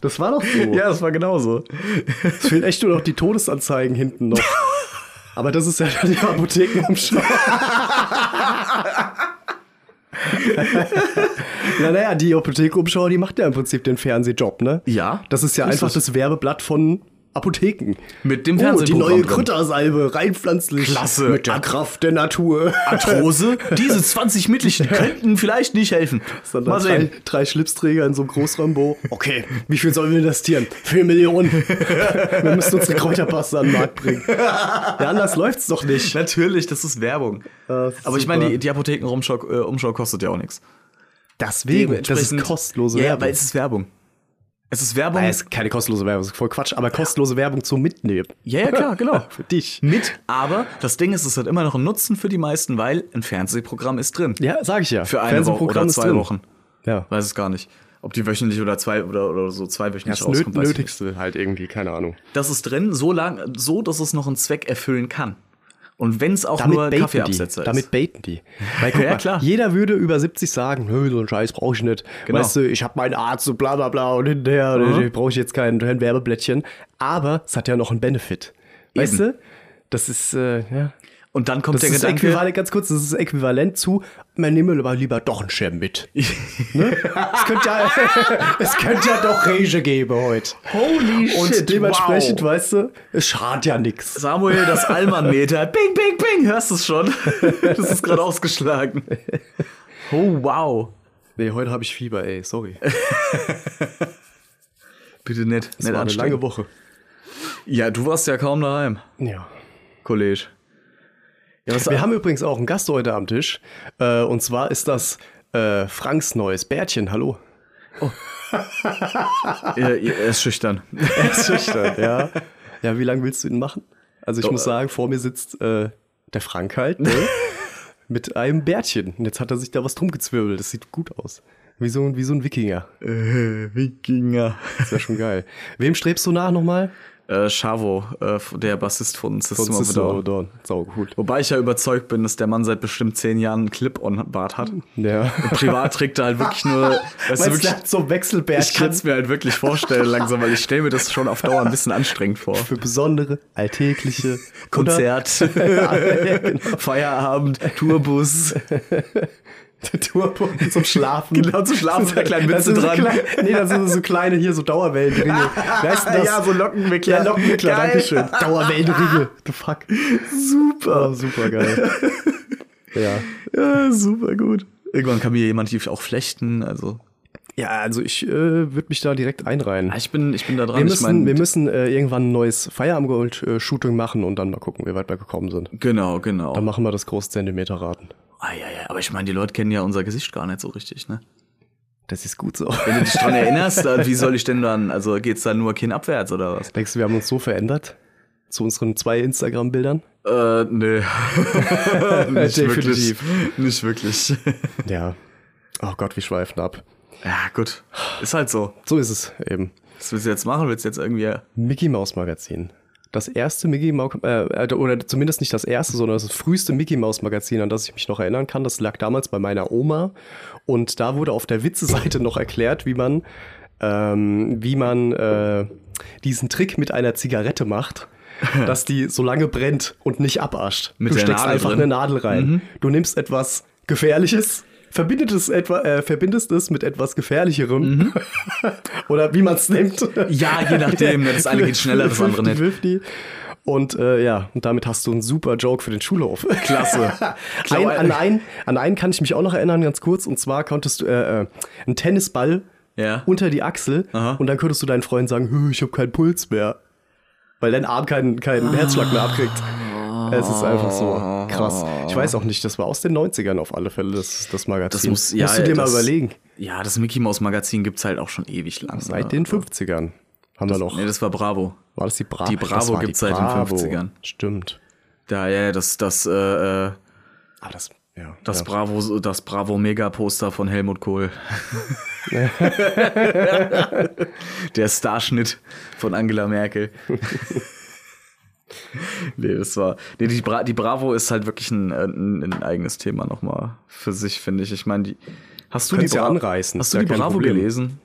Das war doch so.
Ja, das war genauso.
Es fehlen echt nur noch die Todesanzeigen hinten noch.
<laughs>
Aber das ist ja dann die Apotheken am Schluss. Na, naja, die Apothekenumschau, die macht ja im Prinzip den Fernsehjob, ne?
Ja,
Das ist ja
ist
einfach
es.
das Werbeblatt von Apotheken.
Mit dem
Oh, die
Fernsehprogramm
neue
drin.
Krüttersalbe, rein pflanzlich.
Klasse.
Mit der
Ad-
Kraft der Natur. <laughs>
Arthrose? Diese 20 Mittelchen könnten vielleicht nicht helfen.
Sondern
Mal sehen.
Drei, drei Schlipsträger in so einem Großrambo. Okay, wie viel sollen wir investieren? 4 <laughs> Millionen. wir müssen unsere Kräuterpaste an den Markt bringen. Ja, anders läuft's doch nicht.
Natürlich, das ist Werbung.
Ah, Das ist
Aber ich meine,
super.
die, die Apothekenumschau äh, Umschau kostet ja auch nichts.
Deswegen, das ist
Dementsprechend-
kostenlose
ja,
Werbung.
Ja, weil es ist Werbung. Es ist Werbung.
Ah, ist keine kostenlose Werbung, ist voll Quatsch, aber kostenlose Werbung zum Mitnehmen.
ja, ja,
<laughs>
klar, genau.
Für dich.
Mit, aber das Ding ist, es hat immer noch einen Nutzen für die meisten, weil ein Fernsehprogramm ist drin.
Ja, sag ich ja.
Für eine Woche
Fernsehprogramm
oder
ist
zwei
drin.
Wochen.
Ja.
Weiß es gar nicht. Ob die wöchentlich oder zwei oder, oder so zweiwöchentlich
Das
rauskommt. weiß ich nicht.
Nötigste halt irgendwie, keine Ahnung.
Das ist drin, so lang, so, dass es noch einen Zweck erfüllen kann. Und wenn es auch nur
die.
Kaffeeabsetzer ist.
Damit baiten die. Weil guck
Ja,
mal,
klar.
jeder würde über 70 sagen, "Nö, so einen Scheiß brauche ich nicht.
Genau.
Weißt du, ich habe meinen Arzt und bla bla bla und hinterher
Mhm.
mhm. brauche ich jetzt kein, kein Werbeblättchen. Aber es hat ja noch einen Benefit. Weißt
Eben.
du? Das ist, äh, ja.
Und dann kommt
Das
der
ist
Gedanke.
äquivalent, ganz kurz, das ist äquivalent zu, man nehme aber lieber doch einen
<laughs>
Schirm mit. ne? es, könnte ja, <laughs> es könnte ja doch Rege geben heute.
Holy
Und dementsprechend,
wow.
weißt du, es schadet ja nichts.
Samuel,
<laughs>
das Almanmeter. Bing, bing, bing. Hörst du es schon? <laughs> Das ist gerade
<laughs>
ausgeschlagen. Oh, wow.
Nee, heute habe ich Fieber, ey, sorry.
<laughs> Bitte nett.
Das war eine lange Woche.
Ja, du warst ja kaum daheim,
Ja.
Kollege.
<laughs>
Ja, was
Wir haben übrigens auch einen Gast heute am Tisch. Äh, und zwar ist das äh, Franks neues Bärtchen. Hallo.
äh, er ist
<laughs>
schüchtern.
Er ist schüchtern, ja. <laughs> Ja, wie lange willst du ihn machen? Also ich
Oh,
muss
äh.
sagen, vor mir sitzt äh, der Frank halt ne? mit einem Bärtchen. Und jetzt hat er sich da was drum gezwirbelt. Das sieht gut aus. Wie so, ein- wie so ein Wikinger.
Äh, Wikinger.
Das wäre schon geil. Wem strebst du nach nochmal?
<laughs> Äh, Chavo, äh, der Bassist von System of a Down.
Down. Sau gut.
Wobei ich ja überzeugt bin, dass der Mann seit bestimmt zehn Jahren einen Clip-on-Bart hat.
Ja.
Privat trägt er halt wirklich <laughs> nur. Weißt du,
Weißt du,
wirklich,
der hat so
ich kann
Wechselbärtchen
es mir halt wirklich vorstellen langsam, weil ich stelle mir das schon auf Dauer ein bisschen anstrengend vor.
für besondere, alltägliche genau. oder-
Konzert, <laughs>
<laughs>
Genau. Feierabend, Tourbus.
<laughs> Der Turbo zum Schlafen.
Genau, zum Schlafen mit der kleinen
Das
Mütze
sind so
dran.
klein- nee, das sind so kleine hier, so <laughs> Dauerwellenringe. Weißt du das?
Ja, so Lockenwickler.
Ja, Lockenwickler,
Geil.
dankeschön. <laughs> Dauerwellenringe, the fuck. Super. Oh, super <laughs> geil. Ja.
Ja, super gut. Irgendwann kann mir jemand die auch flechten, also.
ja, also ich äh, würde mich da direkt einreihen.
Ah, Ich bin, ich bin da dran.
Wir
ich
müssen,
mein,
wir müssen äh, irgendwann ein neues Feierabend-Shooting machen und dann mal gucken, wie weit wir gekommen sind.
genau, genau.
Dann machen wir das große Zentimeterraten.
Ah, ja, ja. Aber ich meine, die Leute kennen ja unser Gesicht gar nicht so richtig, ne?
Das ist gut so.
Wenn du dich dran erinnerst, dann, wie soll ich denn dann, also geht's dann nur kinnabwärts oder was?
<laughs> Denkst du, wir haben uns so verändert? Zu unseren zwei Instagram-Bildern?
Äh, <laughs> nee. nicht
Definitiv.
wirklich. Nicht wirklich.
Ja. Oh Gott, wir schweifen ab.
ja, gut. Ist halt so.
So ist es eben.
Was willst du jetzt machen? Willst du jetzt irgendwie.
Mickey Mouse Magazin. Das erste Mickey Mouse, äh, oder zumindest nicht das erste, sondern das früheste Mickey Mouse Magazin, an das ich mich noch erinnern kann, das lag damals bei meiner Oma. Und da wurde auf der Witze-Seite noch erklärt, wie man, ähm, wie man äh, diesen Trick mit einer Zigarette macht, dass die so lange brennt und nicht abascht.
Mit
du
der
steckst
Nadel
einfach
drin. Mhm.
eine Nadel rein. Du nimmst etwas Gefährliches, verbindest es, etwa, äh, verbindest es mit etwas Gefährlicherem <laughs> oder wie man es nimmt.
Mhm. Ja, je nachdem, ne? Das eine geht schneller, das andere nicht.
50-50. Und äh, ja, und damit hast du einen super Joke für den Schulhof.
<laughs> Klasse.
ein,
Klau-
an, einen, an einen kann ich mich auch noch erinnern, ganz kurz. Und zwar konntest du äh, äh, einen Tennisball
Ja.
unter die Achsel
Aha.
und dann könntest du deinen Freunden sagen, "Hö, ich habe keinen Puls mehr. Weil dein Arm keinen,
Ah.
keinen Herzschlag mehr abkriegt. Es ist einfach so krass. Ich weiß auch nicht, das war aus den 90ern auf alle Fälle, das, das Magazin.
Das muss, ja,
Musst du dir
das,
mal überlegen.
Ja, das Mickey Mouse Magazin gibt's halt auch schon ewig lang.
Seit den 50ern haben wir noch.
Nee, das war Bravo.
War das die Bravo?
Die Bravo gibt's seit den 50ern.
Stimmt.
Da, ja, ja, das, das, äh, äh,
Ah, das, ja.
das
ja.
Bravo, das Bravo Mega Poster von Helmut
<laughs>
Kohl. Der Starschnitt von Angela Merkel. nee, das war. Nee, die, Bra die Bravo ist halt wirklich ein, äh, ein, ein eigenes Thema nochmal für sich, finde ich. Ich meine, die. Hast du
Könntest
die
ja
Bra-
anreißen,
Hast
ist
du
ja
die
kein
Bravo
Problem.
gelesen?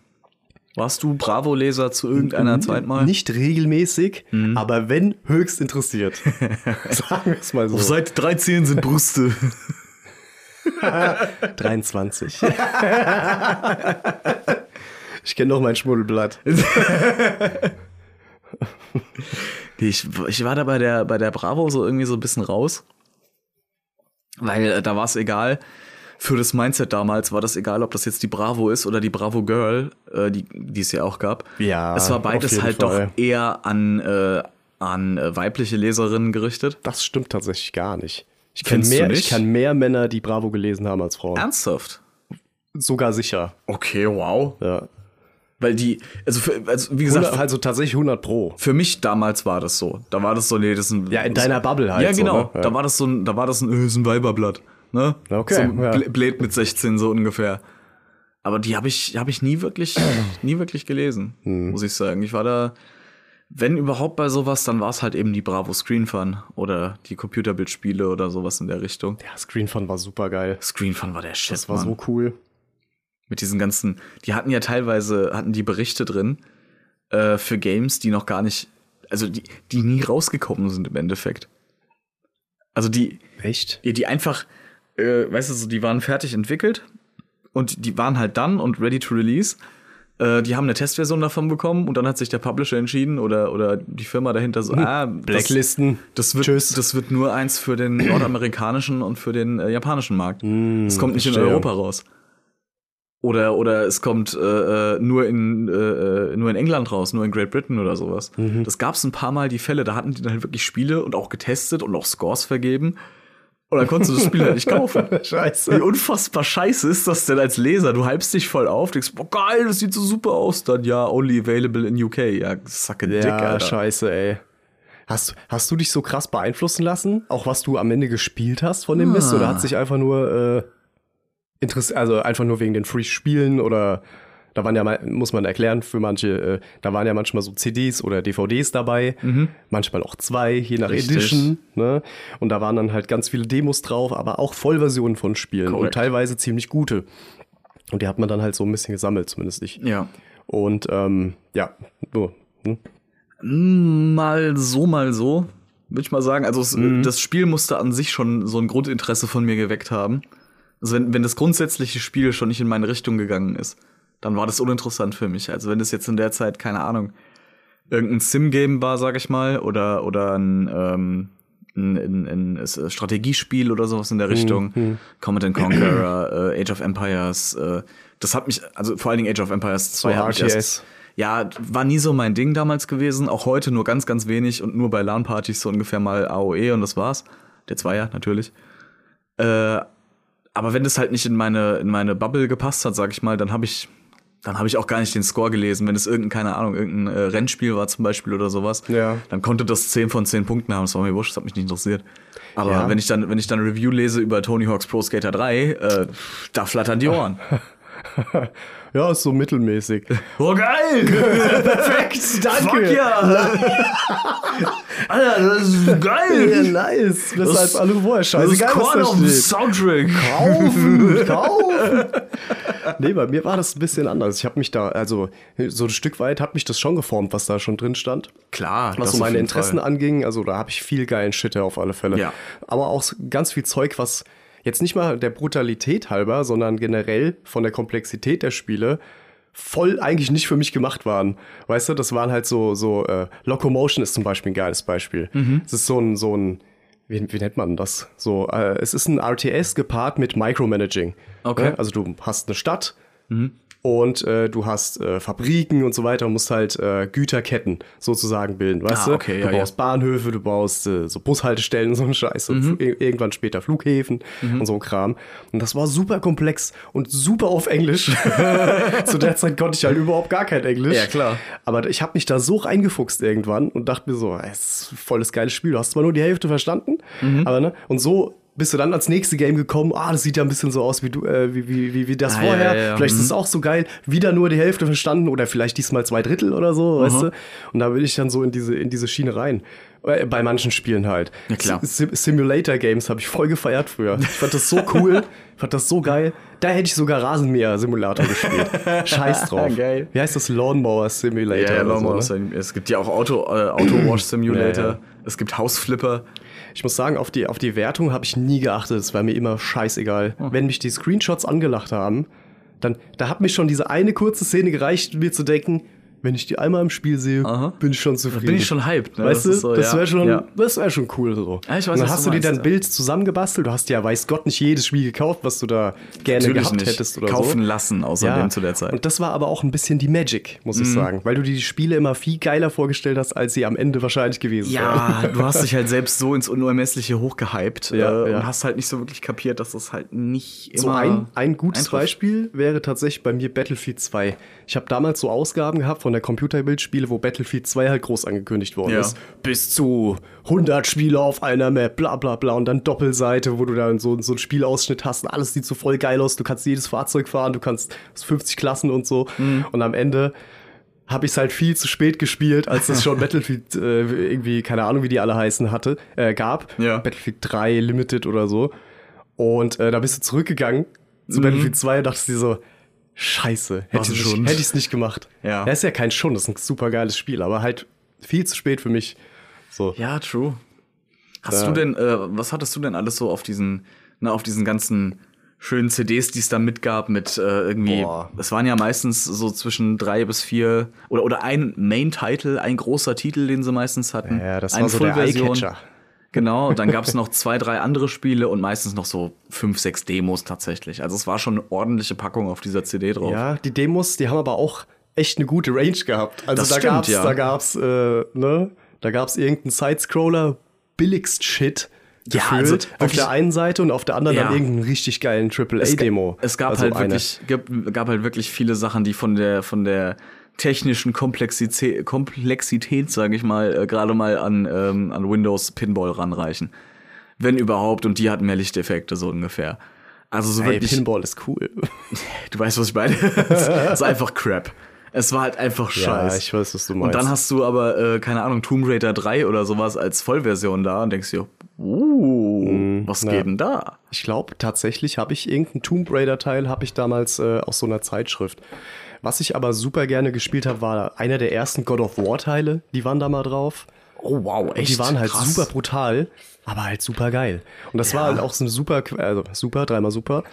Warst du Bravo-Leser zu irgendeiner Zeitmal?
Nicht regelmäßig,
Mhm.
aber wenn,
<laughs>
höchst interessiert. Sagen wir es mal so.
Seit 13 sind Brüste.
23.
<laughs>
ich kenne doch mein Schmuddelblatt.
Nee, Ich, ich war da bei der, bei der Bravo so irgendwie so ein bisschen raus. Weil äh, da war es egal. Für das Mindset damals war das egal, ob das jetzt die Bravo ist oder die Bravo Girl, äh, die, die es ja auch gab.
Ja,
Es war
auf
beides
jeden
halt
Fall.
doch eher an, äh, an äh, weibliche Leserinnen gerichtet.
Das stimmt tatsächlich gar nicht. Ich kenne
Findest du
mehr,
nicht? Ah.
ich kenn mehr Männer, die Bravo gelesen haben als Frauen.
Ernsthaft?
Sogar sicher.
Okay, wow.
Ja.
Weil die, also, für, also wie gesagt,
100, also tatsächlich 100 pro.
für mich damals war das so. Da war das so, nee, das ist ein.
Ja, in deiner Bubble halt
Ja,
so,
genau.
ne? Ja.
Da war das so ein, da war das ein, äh, ist ein Weiberblatt. Ne?
Okay,
So
ja.
Bl- Blät mit 16 so ungefähr. Aber die habe ich, habe ich nie
<clears throat>
wirklich, nie wirklich gelesen,
Hm.
muss ich sagen. Ich war da, wenn überhaupt bei sowas, dann war es halt eben die Bravo Screen Fun oder die Computerbildspiele oder sowas in der Richtung.
Ja, Screen Fun war super geil.
Screen Fun war der Shit,
Das war
Mann.
so cool.
Mit diesen ganzen, die hatten ja teilweise, hatten die Berichte drin äh, für Games, die noch gar nicht, also die, die nie rausgekommen sind im Endeffekt. Also die,
Echt?
ja, die einfach, äh, weißt du, so, die waren fertig entwickelt und die waren halt dann und ready to release. Äh, die haben eine Testversion davon bekommen und dann hat sich der Publisher entschieden oder, oder die Firma dahinter so, ah, das,
Blacklisten.
das, wird,
Tschüss.
das wird nur eins für
<clears throat>
den nordamerikanischen und für den äh, japanischen Markt. es kommt nicht in
Hm, verstehe.
Europa raus. Oder, oder es kommt äh, äh, nur, in, äh, äh, nur in England raus, nur in Great Britain oder sowas.
Mhm.
Das gab es ein paar Mal die Fälle, da hatten die dann halt wirklich Spiele und auch getestet und auch Scores vergeben. Und dann konntest du das Spiel halt nicht kaufen. Wie
<laughs> Scheiße.
unfassbar scheiße ist das denn als Leser? Du hypst dich voll auf, denkst, boah, geil, das sieht so super aus. Dann ja, only available in UK. Ja, suck a dick,
Ja,
Alter.
scheiße, ey. Hast, hast du dich so krass beeinflussen lassen? Auch was du am Ende gespielt hast von dem Mist?
Ah.
Oder hat sich einfach nur äh, Interess- also einfach nur wegen den Free-Spielen oder da waren ja, mal- muss man erklären, für manche, äh, da waren ja manchmal so CDs oder DVDs dabei, manchmal auch zwei, je nach
Mhm. Richtig.
Edition. Ne? Und da waren dann halt ganz viele Demos drauf, aber auch Vollversionen von Spielen und
Korrekt.
teilweise ziemlich gute. Und die hat man dann halt so ein bisschen gesammelt, zumindest ich.
Ja.
Und ähm, ja, so. Hm?
Hm, mal so, mal so, würde ich mal sagen. Also es, das Spiel musste an sich schon so ein Grundinteresse von mir geweckt haben. Also wenn, wenn das grundsätzliche Spiel schon nicht in meine Richtung gegangen ist, dann war das uninteressant für mich. Also wenn es jetzt in der Zeit, keine Ahnung, irgendein Sim-Game war, sag ich mal, oder, oder ein, ähm, ein, ein, ein, ein Strategiespiel oder sowas in der Richtung. Command and Conqueror, äh, Age of Empires, äh, das hat mich, also vor allen Dingen Age of Empires 2
So
hat mich
RTS.
erst, ja, war nie so mein Ding damals gewesen, auch heute nur ganz, ganz wenig und nur bei LAN-Partys so ungefähr mal AOE und das war's. Der Zweier, natürlich. Äh, aber wenn das halt nicht in meine, in meine Bubble gepasst hat, sag ich mal, dann habe ich, dann habe ich auch gar nicht den Score gelesen. Wenn es irgendein, keine Ahnung, irgendein äh, Rennspiel war zum Beispiel oder sowas,
Ja.
dann konnte das 10 von 10 Punkten haben. Das war mir wurscht, das hat mich nicht interessiert. Aber
Ja.
wenn ich dann, wenn ich dann Review lese über Tony Hawk's Pro Skater 3, äh, da flattern die
<laughs>
Ohren.
Ja, ist
<laughs>
so mittelmäßig.
Oh geil!
<laughs> Perfekt,
Fuck ja!
<laughs>
Alter, das ist geil!
nice. Besser als alle vorher.
Das ist
Scheißegal,
Korn auf dem
was da steht.
Soundtrack.
<laughs> Kaufen, kaufen. nee, bei mir war das ein bisschen anders. Ich habe mich da, also so ein Stück weit hat mich das schon geformt, was da schon drin stand.
Klar,
Was
das
so
auf
meine
jeden
Interessen
Fall.
anging, also da habe ich viel geilen Shit auf alle Fälle.
Ja.
Aber auch ganz viel Zeug, was jetzt nicht mal der Brutalität halber, sondern generell von der Komplexität der Spiele voll eigentlich nicht für mich gemacht waren. Weißt du, das waren halt so, so äh, Locomotion ist zum Beispiel ein geiles Beispiel.
Mhm.
Es ist so ein, so ein, wie, wie nennt man das? So, äh, es ist ein RTS gepaart mit Micromanaging.
Okay. Mhm.
Ne? Also du hast eine Stadt, und äh, du hast äh, Fabriken und so weiter und musst halt äh, Güterketten sozusagen bilden, weißt
Ah,
du?
okay,
du
ja, ja.
baust Bahnhöfe, du baust äh, so Bushaltestellen und so ein Scheiß und
Mhm.
fl- ir- irgendwann später Flughäfen und so ein Kram. Und das war super komplex und super auf
<laughs>
Englisch. Zu der Zeit konnte ich halt überhaupt gar kein Englisch.
Ja, klar.
Aber ich habe mich da so reingefuchst irgendwann und dachte mir so, ey, es ist voll das geile Spiel. Du hast zwar nur die Hälfte verstanden,
Mhm.
aber ne? Und so bist du dann ans nächste Game gekommen. Ah, das sieht ja ein bisschen so aus wie du, äh, wie, wie, wie, wie das
Ah,
vorher.
ja, ja, ja.
Vielleicht ist
Mhm.
es auch so geil. Wieder nur die Hälfte verstanden oder vielleicht diesmal zwei Drittel oder so, weißt du? Und da bin ich dann so in diese, in diese Schiene rein. Äh, Bei manchen Spielen halt.
Ja, klar.
Sim Simulator Games habe ich voll gefeiert früher. Ich fand das so cool. Ich fand das so geil. Da hätte ich sogar Rasenmäher-Simulator
<laughs>
gespielt. Scheiß drauf.
Geil.
Wie heißt das? Lawnmower Simulator.
Ja, ja,
oder
Lawnmower
so, ne?
<clears throat> Simulator. Es gibt ja auch Auto, äh, Auto Wash Simulator.
Ja, ja.
Es gibt Hausflipper.
Ich muss sagen, auf die, auf die Wertung habe ich nie geachtet. Es war mir immer scheißegal.
Hm.
Wenn mich die Screenshots angelacht haben, dann da hat mich schon diese eine kurze Szene gereicht, mir zu denken, wenn ich die einmal im Spiel sehe,
Aha.
bin ich schon zufrieden.
bin ich schon hyped, ne?
Weißt
Das
du,
ist so,
das
ja.
wäre schon,
Ja.
das wär schon cool. So.
Ja, ich weiß,
Und dann
was
hast
du
du
meinst,
dir dann
ja.
Bild zusammengebastelt. Du hast ja, weiß Gott, nicht jedes Spiel gekauft, was du da gerne gehabt hättest oder so
Kaufen lassen, außerdem
ja.
zu der Zeit. Mhm.
Und das war aber auch ein bisschen die Magic, muss ich sagen, weil du dir die Spiele immer viel geiler vorgestellt hast, als sie am Ende wahrscheinlich gewesen wären.
ja, <laughs> du hast dich halt selbst so ins Unermessliche hochgehypt
Ja,
äh,
ja.
und hast halt nicht so wirklich kapiert, dass das halt nicht immer.
So ein, ein gutes
eintrifft.
Beispiel wäre tatsächlich bei mir Battlefield 2. Ich habe damals so Ausgaben gehabt von der Computerbildspiele, wo Battlefield 2 halt groß angekündigt worden
Ja.
ist. Bis zu 100 Spiele auf einer Map, bla bla bla. Und dann Doppelseite, wo du dann so, so einen Spielausschnitt hast und alles sieht so voll geil aus. Du kannst jedes Fahrzeug fahren, du kannst 50 Klassen und so. Und am Ende habe ich es halt viel zu spät gespielt, als es <laughs> schon Battlefield äh, irgendwie, keine Ahnung, wie die alle heißen hatte, äh, gab.
Ja.
Battlefield 3 Limited oder so. Und äh, da bist du zurückgegangen zu
Mhm.
Battlefield 2 und dachtest dir so, scheiße, hätte
Was ein
ich
Schund.
hätt ich's nicht gemacht.
Ja.
ist ja kein Schund, das ist ein super geiles Spiel, aber halt viel zu spät für mich. So.
Ja, true. Hast
Da-
du denn, äh, was hattest du denn alles so auf diesen, na, auf diesen ganzen schönen CDs, die es da mitgab, mit äh, irgendwie,
Boah.
es waren ja meistens so zwischen drei bis vier oder, oder ein Main-Title, ein großer Titel, den sie meistens hatten.
Ja, das
eine
war so der
Full-Version.
Eyecatcher.
Genau, dann gab
<laughs>
es noch zwei, drei andere Spiele und meistens noch so fünf, sechs Demos tatsächlich. Also es war schon eine ordentliche Packung auf dieser CD drauf.
Ja, die Demos, die haben aber auch echt eine gute Range gehabt. Also
Das
da
stimmt,
gab's,
ja.
da gab's, äh, ne, da gab's irgendeinen Sidescroller, billigst Shit.
Ja,
gefühlt,
also
auf
wirklich-
der einen Seite und auf der anderen
Ja.
dann irgendeinen richtig geilen
Es ga-
AAA-Demo.
Es gab halt wirklich, gab, gab halt wirklich viele Sachen, die von der von der technischen Komplexität, Komplexität sage ich mal, äh, gerade mal an ähm, an Windows Pinball ranreichen, wenn überhaupt. Und die hatten mehr Lichteffekte so ungefähr. Also so
Ey,
wirklich,
Pinball ist cool.
du weißt, was ich meine. <laughs> es ist einfach Crap. Es war halt einfach Scheiß.
Ja, ich weiß, was du
und
meinst.
dann hast du aber, äh, keine Ahnung, Tomb Raider 3 oder sowas als Vollversion da und denkst dir, uh, was
na.
geht denn da?
Ich glaube, tatsächlich habe ich irgendeinen Tomb Raider-Teil, habe ich damals äh, aus so einer Zeitschrift. Was ich aber super gerne gespielt habe, war einer der ersten God of War-Teile. Die waren da mal drauf.
Oh wow,
Und die waren halt super brutal, aber halt super geil. Und das war halt auch so ein super, Qu- also super, dreimal super.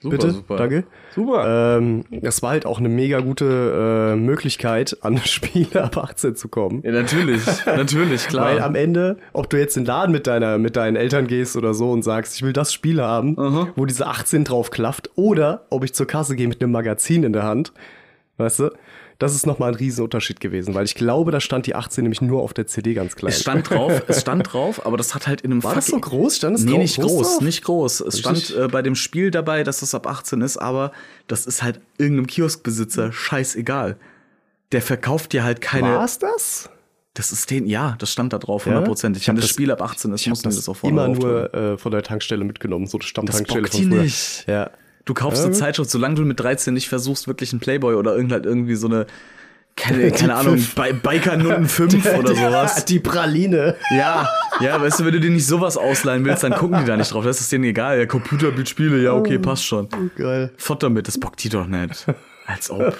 Super, Bitte,
super.
danke. Super. Ähm, das war halt auch eine mega gute äh, Möglichkeit, an Spiele ab 18 zu kommen.
Ja, natürlich,
<laughs>
natürlich, klar.
Weil am Ende, ob du jetzt in den Laden mit, deiner, mit deinen Eltern gehst oder so und sagst, ich will das Spiel haben, wo diese 18 drauf klafft, oder ob ich zur Kasse gehe mit einem Magazin in der Hand, weißt du, das ist nochmal ein Riesenunterschied gewesen, weil ich glaube, da stand die 18 nämlich nur auf der CD ganz klein.
Es stand drauf, es stand drauf, aber das hat halt in einem
War das
fucking-
so groß? Stand es
Nee,
grau-
nicht
groß
groß,
drauf?
nicht groß. Es stand äh, bei dem Spiel dabei, dass das ab 18 ist, aber das ist halt irgendeinem Kioskbesitzer
Hm.
scheißegal. Der verkauft dir halt keine.
War es das?
Das ist den, ja, das stand da drauf,
Ja?
hundertprozentig.
Ich hab
Wenn das
das-
Spiel ab 18 ist, mussten die das auch vorne
immer
drauf tun.
nur äh, von der Tankstelle mitgenommen, so eine Stammtankstelle
bockt
von
die
früher.
nicht.
Ja.
Du kaufst eine Zeitschrift, solange du mit 13 nicht versuchst, wirklich einen Playboy oder irgendein, irgendwie so eine,
<laughs>
keine, keine Ahnung,
fünf.
Bi Biker Nutten
<laughs>
5 oder sowas.
Die Praline.
Ja, ja, weißt du, wenn du dir nicht sowas ausleihen willst, dann gucken die da nicht drauf. Das ist denen egal. Ja, Computerbildspiele, ja, okay, passt schon.
Geil.
Fott damit, das bockt die doch nicht. Als ob.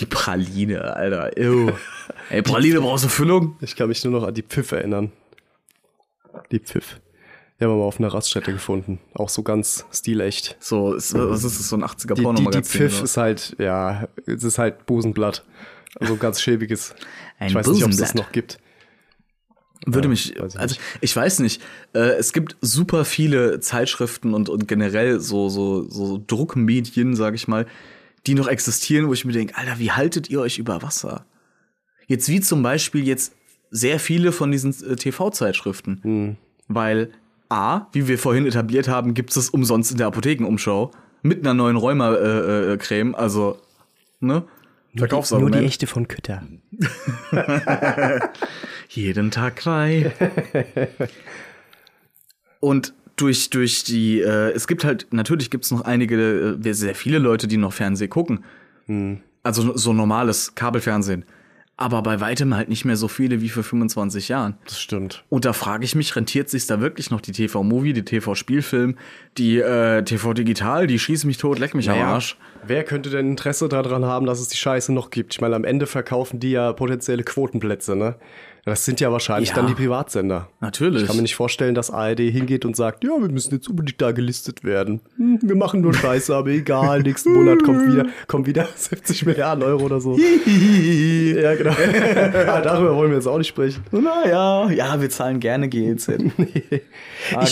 Die Praline, Alter. Ew. Ey, Praline brauchst du Füllung?
Ich kann mich nur noch an die Pfiff erinnern. Die Pfiff. Die haben wir mal auf einer Raststätte gefunden. Auch so ganz stilecht.
So, ist, was ist das, so ein 80er
Die, die, die
Pornomagazin? ne?
Pfiff
oder?
ist halt, ja, es ist halt Busenblatt. Also ein ganz schäbiges.
Ein
ich weiß nicht, ob es das
Busenblatt.
noch gibt.
Würde mich,
weiß ich
also
nicht.
ich weiß nicht. Äh, es gibt super viele Zeitschriften und, und generell so, so, so Druckmedien, sag ich mal, die noch existieren, wo ich mir denke, Alter, wie haltet ihr euch über Wasser? Jetzt wie zum Beispiel jetzt sehr viele von diesen äh, TV-Zeitschriften.
Mhm.
Weil A, wie wir vorhin etabliert haben, gibt es umsonst in der Apothekenumschau mit einer neuen Rheuma-Creme, äh, äh, Creme, also, ne? Verkaufsargument.
echte von Kütter.
Jeden Tag drei. <laughs> Und durch, durch die, äh, es gibt halt, natürlich gibt es noch einige, äh, sehr viele Leute, die noch Fernsehen gucken. Also so normales Kabelfernsehen. Aber bei weitem halt nicht mehr so viele wie vor 25 Jahren.
Das stimmt.
Und da frage ich mich, rentiert sich da wirklich noch die TV-Movie, die TV-Spielfilm, die äh, TV-Digital, die schieß mich tot, leck mich am Arsch. <laughs>
Wer könnte denn Interesse daran haben, dass es die Scheiße noch gibt? Ich meine, am Ende verkaufen die ja potenzielle Quotenplätze, ne? Das sind ja wahrscheinlich
Ja.
dann die Privatsender.
Natürlich.
Ich kann mir nicht vorstellen, dass ARD hingeht und sagt, ja, wir müssen jetzt unbedingt da gelistet werden. Hm, Wir machen nur Scheiße, aber egal, nächsten Monat kommt wieder, kommt wieder <laughs> 70 Milliarden Euro oder so. ja, genau. <laughs> ja, darüber wollen wir jetzt auch nicht sprechen.
Naja, ja, wir zahlen gerne GEZ. Ah,
ich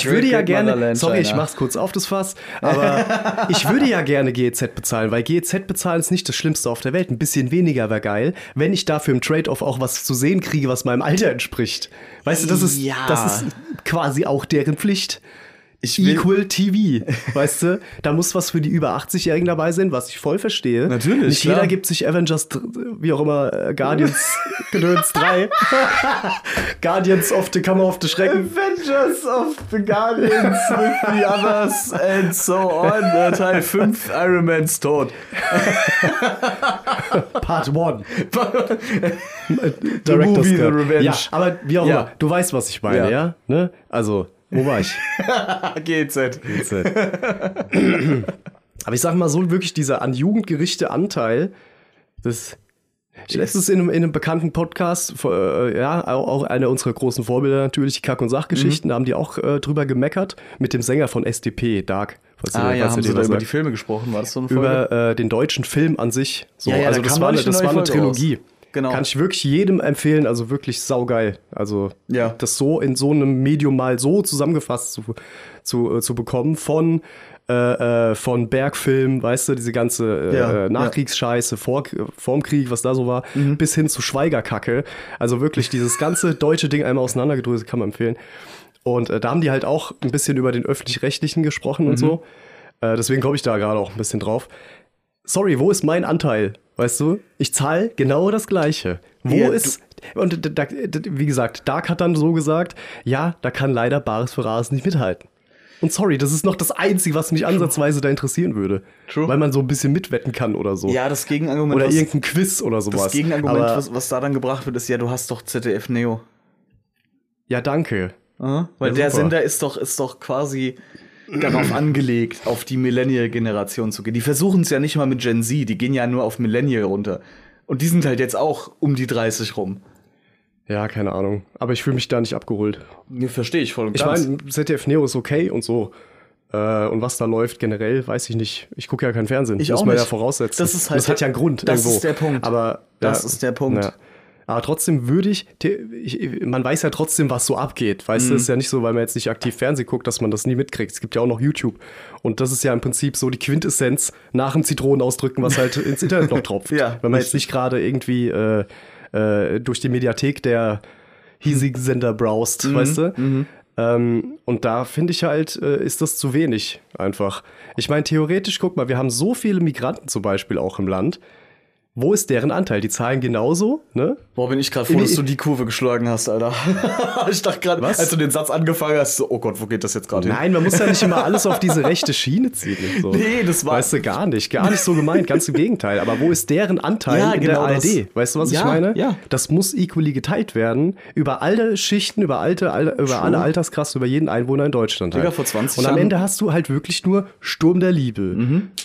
Great
würde ja
Great
gerne,
Motherland
sorry, ich
China.
mach's kurz auf das Fass,
<laughs>
aber ich würde ja gerne GEZ bezahlen, weil GEZ bezahlen ist nicht das Schlimmste auf der Welt. Ein bisschen weniger wäre geil, wenn ich dafür im Trade-off auch was zu sehen kriege, was meinem Alter entspricht. Weißt du, das ist,
Ja.
das ist quasi auch deren Pflicht.
Ich will-
Equal
<laughs>
TV, weißt du? Da muss was für die über 80-Jährigen dabei sein, was ich voll verstehe.
Natürlich,
Nicht
klar.
jeder gibt sich Avengers, dr- wie auch immer, äh,
<laughs>
Guardians, Gedöns 3. Guardians of the Kammer of the Schrecken.
Avengers of the Guardians with the others and so on. Ne, Teil 5, Iron Man's Tod.
Part 1.
The movie, the revenge.
Ja, aber wie auch
Ja.
immer, du weißt, was ich meine, ja?
Ja.
Ne? Also, wo
<laughs>
war ich?
GEZ.
aber ich sag mal so, wirklich dieser an Jugendgerichte Anteil, das. Ich letztens in einem, in einem bekannten Podcast, vor- äh, ja, au- auch einer unserer großen Vorbilder natürlich, die Kack- und
Mhm.
Sachgeschichten, da haben die auch äh, drüber gemeckert mit dem Sänger von SDP, Dark. Falls
Ah
du-
ja,
falls
haben
du dir
sie da
was
über
sagt.
die Filme gesprochen? War das so eine Folge?
über äh, den deutschen Film an sich. So,
Ja, ja,
also
da
das
kam
war, eine,
neulich eine
das war
neue
eine
Folge raus.
Trilogie.
Genau.
Kann ich wirklich jedem empfehlen, also wirklich saugeil. Also
Ja.
das so in so einem Medium mal so zusammengefasst zu, zu, äh, zu bekommen von, äh, äh, von Bergfilm, weißt du, diese ganze äh,
Ja, Mhm.
äh, Nachkriegsscheiße, vor, vorm Krieg, was da so war, bis hin zu Schweigerkacke. Also wirklich dieses ganze deutsche Ding einmal auseinandergedröselt, kann man empfehlen. Und äh, da haben die halt auch ein bisschen über den öffentlich-rechtlichen gesprochen
Mhm.
und so. Äh, deswegen komme ich da gerade auch ein bisschen drauf. Sorry, wo ist mein Anteil? Weißt du, ich zahle genau das Gleiche. Wo
Ja, du-
ist. Und da, da, da- wie gesagt, Dark hat dann so gesagt: Ja, da kann leider Bares für Rares nicht mithalten. Und sorry, das ist noch das Einzige, was mich ansatzweise da interessieren würde.
True.
Weil man so ein bisschen mitwetten kann oder so.
ja, das Gegenargument.
oder
was,
irgendein Quiz oder sowas.
das Gegenargument,
Aber,
was, was da dann gebracht wird, ist ja, du hast doch ZDF Neo.
ja, danke.
Aha, Weil
Ja,
der
super.
Sender ist doch, ist doch quasi darauf angelegt, auf die Millennial-Generation zu gehen. Die versuchen es ja nicht mal mit Gen Z, die gehen ja nur auf Millennial runter. Und die sind halt jetzt auch um die 30 rum.
Ja, keine Ahnung. Aber ich fühle mich da nicht abgeholt.
Verstehe ich voll und
Ich meine, ZDF Neo ist okay und so. Äh, und was da läuft generell, weiß ich nicht. Ich gucke ja keinen Fernsehen.
Ich
Muss
auch
man ja
nicht.
voraussetzen.
Das ist halt-
Und das hat ja einen Grund.
das
irgendwo.
ist der Punkt.
Aber
Das
ja,
ist der Punkt.
ja. Aber trotzdem würde ich, te- ich, ich- man weiß ja trotzdem, was so abgeht. Weißt du, es ist ja nicht so, weil man jetzt nicht aktiv Fernsehen guckt, dass man das nie mitkriegt. Es gibt ja auch noch YouTube. Und das ist ja im Prinzip so die Quintessenz nach dem Zitronenausdrücken, was halt ins Internet noch tropft.
Ja,
Wenn man
richtig.
jetzt nicht gerade irgendwie äh, äh, durch die Mediathek der hiesigen Sender browst, weißt du? Ähm, und da finde ich halt, äh, ist das zu wenig einfach. Ich meine, theoretisch, guck mal, wir haben so viele Migranten zum Beispiel auch im Land. Wo ist deren Anteil? Die zahlen genauso, ne?
Boah, bin ich gerade froh,
In-
dass du die Kurve geschlagen hast, Alter. <laughs> ich dachte gerade,
Was?
als du den Satz angefangen hast, so, oh Gott, wo geht das jetzt gerade hin?
Nein, man muss ja nicht immer alles auf diese rechte Schiene ziehen. und So.
Nee, das war-
Weißt du, gar nicht. Gar nicht so gemeint. Ganz im Gegenteil. Aber wo ist deren Anteil
Ja,
in
genau
der
das.
ARD? Weißt du, was ich
Ja,
meine?
ja.
Das muss equally geteilt werden. Über alle Schichten, über, alte, alle, über alle Alterskrassen, über jeden Einwohner in Deutschland.
Digga,
halt.
vor 20
Und am
Jahren- Mhm.
Ende hast du halt wirklich nur Sturm der Liebe.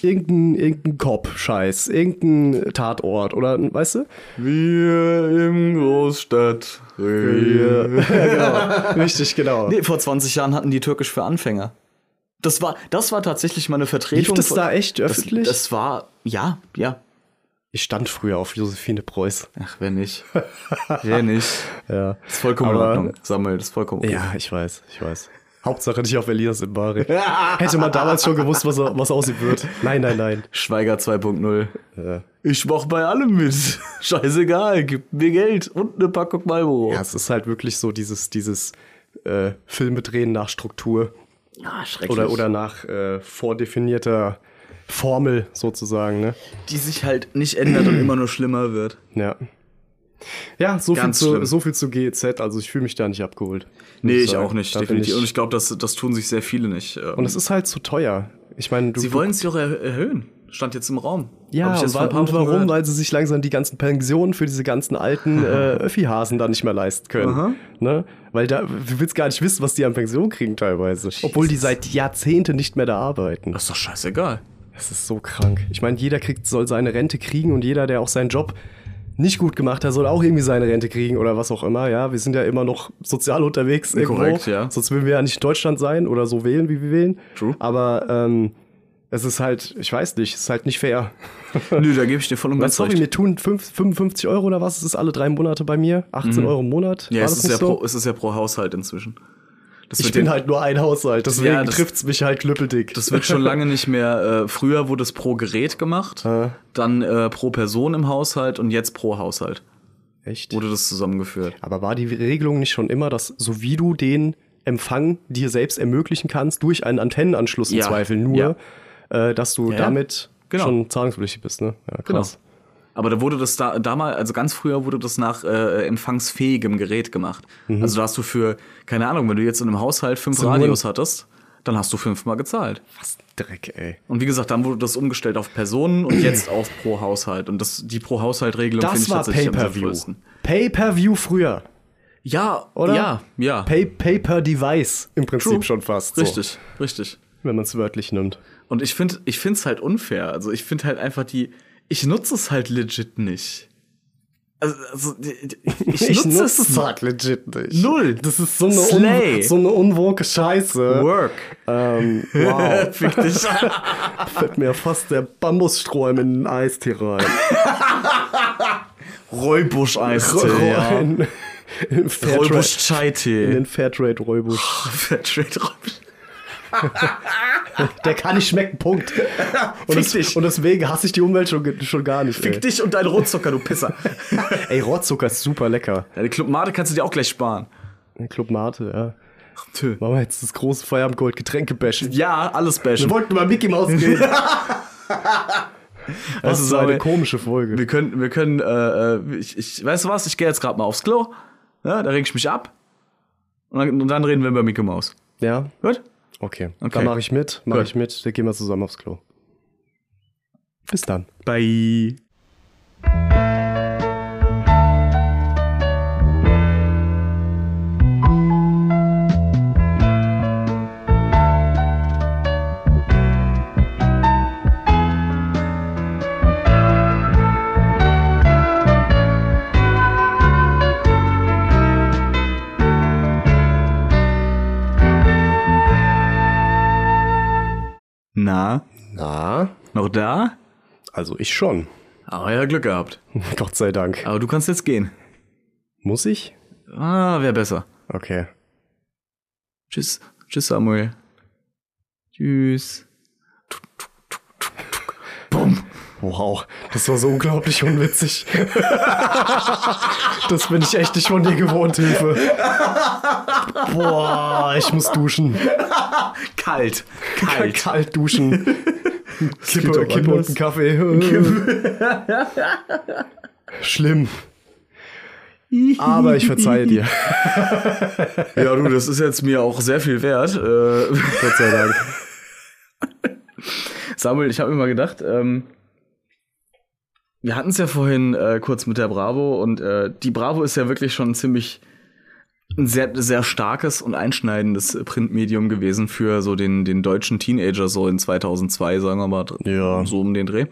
Irgendein, irgendein Cop-Scheiß. Irgendein Tatort. Oder,
<laughs>
weißt du?
Wir im Großstadt.
Ja, genau. Richtig, genau.
Nee, vor 20 Jahren hatten die Türkisch für Anfänger. Das war, das war tatsächlich mal eine Vertretung.
Lief das
von-
da echt
Das-
öffentlich?
Das war, ja, ja.
ich stand früher auf Josephine Preuß.
Ach, wer
<laughs>
nicht. wer nicht.
Ja.
Ist vollkommen
Aber-
in Ordnung. Samuel, das ist vollkommen okay.
Ja, ich weiß, ich weiß. Hauptsache nicht auf Elias
<laughs>
im Bari. Hätte man damals schon gewusst, was, er- was aus ihm wird. Nein, nein, nein.
Schweiger 2.0. Ich mach bei allem mit. <laughs> Scheißegal, gib mir Geld und eine Packung Marlboro.
Ja, es ist halt wirklich so dieses, dieses äh, Filme drehen nach Struktur
Ah, schrecklich.
oder, oder nach äh, vordefinierter Formel sozusagen. Ne?
die sich halt nicht ändert und immer nur schlimmer wird.
Ja. Ja, so viel,
Ganz
zu,
schlimm.
so viel zu GEZ. Also ich fühle mich da nicht abgeholt.
Nee,
muss
ich
sagen.
auch nicht,
Da bin
definitiv.
Ich,
Und ich glaube, das, das tun sich sehr viele nicht. ähm.
und es ist halt zu teuer. Ich meine, du,
Sie wollen es ja auch er erhöhen. Stand jetzt im Raum. Hab
Ja,
ich jetzt ne? vor
und,
ein
wa
paar
und
Wochen
warum?
gehört.
Weil sie sich langsam die ganzen Pensionen für diese ganzen alten äh, Öffi-Hasen da nicht mehr leisten können. Ne? Weil da, du willst gar nicht wissen, was die an Pension kriegen teilweise. Obwohl die seit Jahrzehnten nicht mehr da arbeiten.
Das ist doch
<laughs>
scheißegal.
Das ist so krank. Ich meine, jeder kriegt, soll seine Rente kriegen und jeder, der auch seinen Job nicht gut gemacht, der soll auch irgendwie seine Rente kriegen oder was auch immer. Ja, wir sind ja immer noch sozial unterwegs. Irgendwo.
Korrekt, ja.
Sonst würden wir ja nicht in Deutschland sein oder so wählen, wie wir wählen.
True.
Aber ähm, es ist halt, ich weiß nicht, es ist halt nicht fair.
Nö, da gebe ich dir voll und
Weil,
ganz
sorry,
recht.
mir tun fünf- 55 Euro oder was, es ist alle drei Monate bei mir, 18 Euro im Monat.
Mhm. Ja,
War
es
das
ist ja,
nicht so?
pro, es ist ja pro Haushalt inzwischen. Das
Ich
wird
bin
ja-
halt nur ein Haushalt, deswegen
Ja, das-
trifft's mich halt
<laughs>
knüppeldick.
Das wird schon lange nicht mehr. Äh, früher wurde es pro Gerät gemacht,
Äh.
dann äh, pro Person im Haushalt und jetzt pro Haushalt
<laughs> Echt?
wurde das zusammengeführt.
Aber war die Regelung nicht schon immer, dass so wie du den Empfang dir selbst ermöglichen kannst, durch einen Antennenanschluss im
Ja,
Zweifel nur, äh, dass du
ja.
damit
Genau.
schon zahlungspflichtig bist, ne? Ja, krass.
Aber da wurde das da, damals, also ganz früher wurde das nach äh, empfangsfähigem Gerät gemacht.
Mhm.
Also da hast du für, keine Ahnung, wenn du jetzt in einem Haushalt fünf
Zum
Radios hattest, dann hast du fünfmal gezahlt.
Was ein Dreck, ey.
Und wie gesagt, dann wurde das umgestellt auf Personen und jetzt
<clears throat>
auf pro Haushalt. Und das, die pro Haushalt-Regelung finde
Das
ich
war
tatsächlich am
Pay-Per-View.
sinnvollsten.
Pay-Per-View früher,
Ja,
oder?
Ja, ja.
Pay- Pay-Per-Device im Prinzip
True.
schon fast. so,
Richtig, richtig.
Wenn man es wörtlich nimmt.
Und ich finde, ich finde es halt unfair. Also ich finde halt einfach die, ich nutze es halt legit nicht. Also, also die-
<laughs>
die- ich, nutze es nicht.
halt legit nicht.
Null.
Das ist so eine,
Slay.
un so eine unwoke Scheiße.
Work.
Ähm, wow.
<laughs>
<laughs>
Fick dich.
fällt mir fast der Bambusstrohhalm in den Eistee rein.
Räubusch-Eistee. ja.
In, in Fairtrade.
<laughs>
In
Räubusch-Chai-Tee.
den Fairtrade Räubusch.
Fairtrade Räubusch.
Der kann nicht
<laughs>
schmecken, Punkt. Und, das,
dich.
und deswegen hasse ich die Umwelt schon, schon gar nicht.
Fick
ey.
dich und deinen Rotzucker, du
<laughs>
Pisser.
ey, Rohrzucker ist super lecker.
Deine Clubmate kannst du dir auch gleich sparen.
Club Mate, ja.
Tö.
Machen wir jetzt das große Feierabendgold Getränke bashen.
Ja, alles
Wir
bashen.
wollten über Mickey Mouse reden. das ist
so
eine
eine-
komische Folge.
Wir können, wir können, äh, äh, ich, ich, weißt du was, ich gehe jetzt gerade mal aufs Klo. Ja, da reg ich mich ab. Und dann, und dann reden wir über Mickey Mouse.
Ja,
Gut?
okay.
Okay.
Dann mache ich mit, mache
Gut.
ich mit. Dann gehen wir zusammen aufs Klo. Bis dann.
Bye. Na,
Na,
noch da?
also ich schon. <laughs>
Aber ja, Glück gehabt.
Gott sei Dank.
Aber du kannst jetzt gehen.
Muss ich?
Ah, wäre besser.
Okay.
Tschüss. Tschüss, Samuel. Tschüss.
Wow, das war so unglaublich unwitzig. <laughs> das bin ich echt nicht von dir gewohnt, Hilfe. Boah, ich muss duschen.
Kalt. Kalt.
Kalt
<laughs>
duschen.
geht
Kippe,
doch
Kippe und
anders.
ein Kaffee.
<laughs>
Schlimm. Aber ich verzeihe dir.
Ja, du, das ist jetzt mir auch sehr viel wert. Äh,
Gott sei Dank.
Samuel, ich habe mir mal gedacht, ähm, wir hatten es ja vorhin äh, kurz mit der Bravo und äh, die Bravo ist ja wirklich schon ziemlich ein sehr, sehr starkes und einschneidendes äh, Printmedium gewesen für so den, den deutschen Teenager, so in 2002, sagen wir mal, dr-
Ja.
so um den Dreh.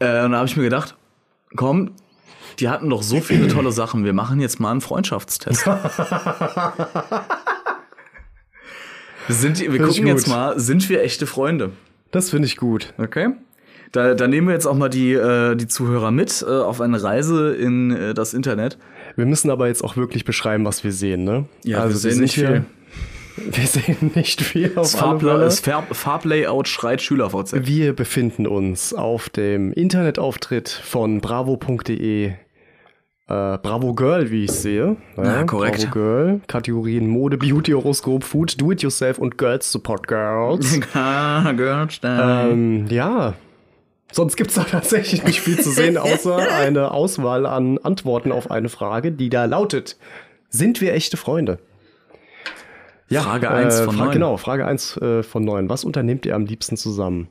Äh, und da habe ich mir gedacht, komm, die hatten doch so viele tolle Sachen, wir machen jetzt mal einen
<laughs>
Freundschaftstest. sind, die- wir
Find ich
gucken jetzt
gut.
mal, sind wir echte Freunde?
Das finde ich gut.
Okay. Da, da nehmen wir jetzt auch mal die, äh, die Zuhörer mit äh, auf eine Reise in äh, das Internet.
Wir müssen aber jetzt auch wirklich beschreiben, was wir sehen, ne?
Also
wir sind hier- <laughs> Wir sehen nicht viel auf
Das,
alle
Farbla
Fälle.
das Farb Farblayout schreit SchülerVZ.
Wir befinden uns auf dem Internetauftritt von bravo.de. Äh, Bravo Girl, wie ich sehe.
Ja, korrekt.
Bravo Girl. Kategorien Mode, Beauty, Horoskop, Food, Do-It-Yourself und Girls Support
<laughs>
Girls.
Ah, Girlstein.
ähm, ja. Sonst gibt es da tatsächlich nicht viel zu
<laughs>
sehen, außer eine Auswahl an Antworten auf eine Frage, die da lautet: Sind wir echte Freunde? Ja,
Frage eins von
Fra-
neun.
Genau, Frage 1 äh, von 9. Was unternehmt ihr am liebsten zusammen?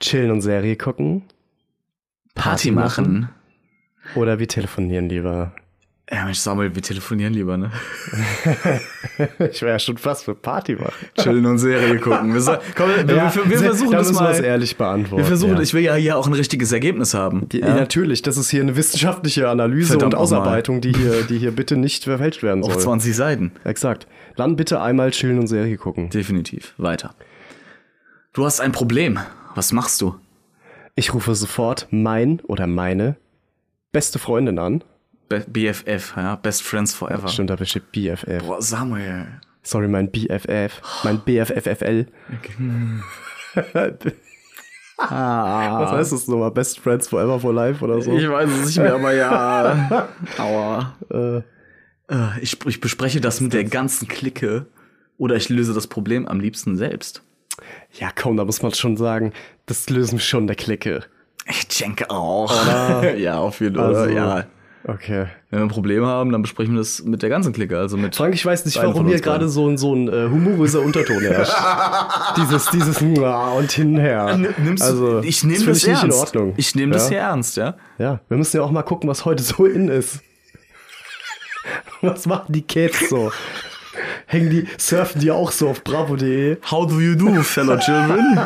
Chillen und Serie gucken?
Party machen.
Oder wir telefonieren lieber? <laughs>
Ja, Mensch, Samuel, wir telefonieren lieber, ne?
Ich wäre ja schon fast für Party machen.
Chillen und
<laughs>
Serie gucken. Wir, sa- komm, wir,
Ja,
wir, wir
sehr-
versuchen
da
das
müssen wir
mal.
es ehrlich beantworten,
Wir versuchen,
ja.
ich will ja hier auch ein richtiges Ergebnis haben.
Ja. Natürlich, das ist hier eine wissenschaftliche Analyse
Verdammt
und
nochmal.
Ausarbeitung, die hier, die hier bitte nicht verfälscht werden
Auf
soll.
20 Seiten.
Exakt. Dann bitte einmal chillen und Serie gucken.
Definitiv. Weiter. Du hast ein Problem. Was machst du?
Ich rufe sofort mein oder meine beste Freundin an.
Be BFF, ja? Best Friends Forever.
Stimmt, da besteht BFF.
Ah. Boah, Samuel.
Sorry, mein BFF. Mein BFFFL. Was heißt das nochmal? Best Friends Forever for Life oder so?
weiß es nicht mehr, aber ja. <laughs> Aua. Äh, Ich, ich bespreche das mit der ganzen Clique oder ich löse das Problem am liebsten selbst.
Ja, komm, da muss man schon sagen, das lösen wir schon der Clique.
Ich denke auch. Oder? <laughs> ja, auf jeden Fall.
Also-
ja.
Okay.
Wenn wir ein Problem haben, dann besprechen wir das mit der ganzen Clique. Also mit
Frank, ich weiß nicht,
Einer
warum
von
hier
uns
gerade
beiden.
so ein, so ein äh, humoröser
<laughs>
Unterton herrscht. dieses, dieses Mua und hin und her.
N- Nimmst
also,
du, ich nehme
finde
das,
ich nicht
ernst.
in Ordnung.
Ich nehme das
ja?
hier ernst, ja.
Ja, wir müssen ja auch mal gucken, was heute so in ist. <laughs> Was machen die Kids so? Hängen die, surfen die auch so auf bravo.de?
How do you do, fellow <laughs> children?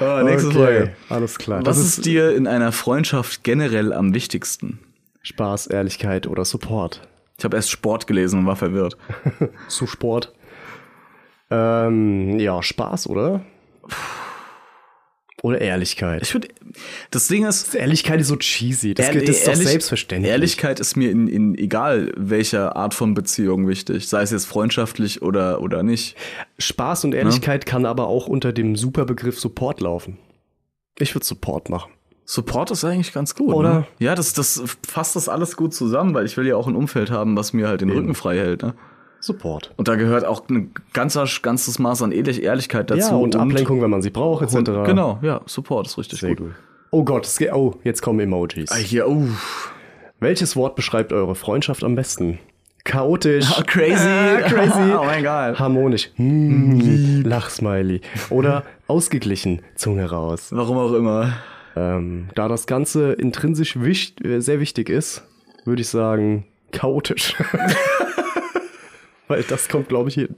Ah, nächste
Okay,
Frage.
Alles klar.
Was ist dir in einer Freundschaft generell am wichtigsten?
Spaß, Ehrlichkeit oder Support?
Ich habe erst Sport gelesen und war verwirrt.
Zu Sport. Ähm, ja, Spaß, oder? Oder Ehrlichkeit.
Ich würde, das Ding ist,
Ehrlichkeit ist so cheesy. Das,
ehrlich-
geht, das ist doch
ehrlich-
selbstverständlich.
Ehrlichkeit ist mir in, in egal welcher Art von Beziehung wichtig, sei es jetzt freundschaftlich oder oder nicht.
Spaß und Ehrlichkeit kann aber auch unter dem Superbegriff Support laufen. Ich würde Support machen.
Support ist eigentlich ganz gut,
Oder?
Ne? Ja, das, das fasst das alles gut zusammen, weil ich will ja auch ein Umfeld haben, was mir halt den Rücken frei hält. Ne?
Support.
Und da gehört auch ein ganzer, ganzes Maß an Ehrlich Ehrlichkeit dazu.
Ja, und, Ablenkung, wenn man sie braucht, etc.
<laughs> Und, genau, ja, Support ist richtig
Sehr
gut.
gut. Oh Gott, es geht, oh, jetzt kommen Emojis.
Ah, hier, oh,
Welches Wort beschreibt eure Freundschaft am besten? Chaotisch.
Ah, <laughs> crazy.
Ah, <laughs> crazy.
Oh mein Gott.
Harmonisch. Hm, Lachsmiley. Oder ausgeglichen. Zunge raus.
warum auch immer.
Ähm, da das Ganze intrinsisch wicht, äh, sehr wichtig ist, würde ich sagen, chaotisch. <laughs> Weil das kommt, glaube ich, hin.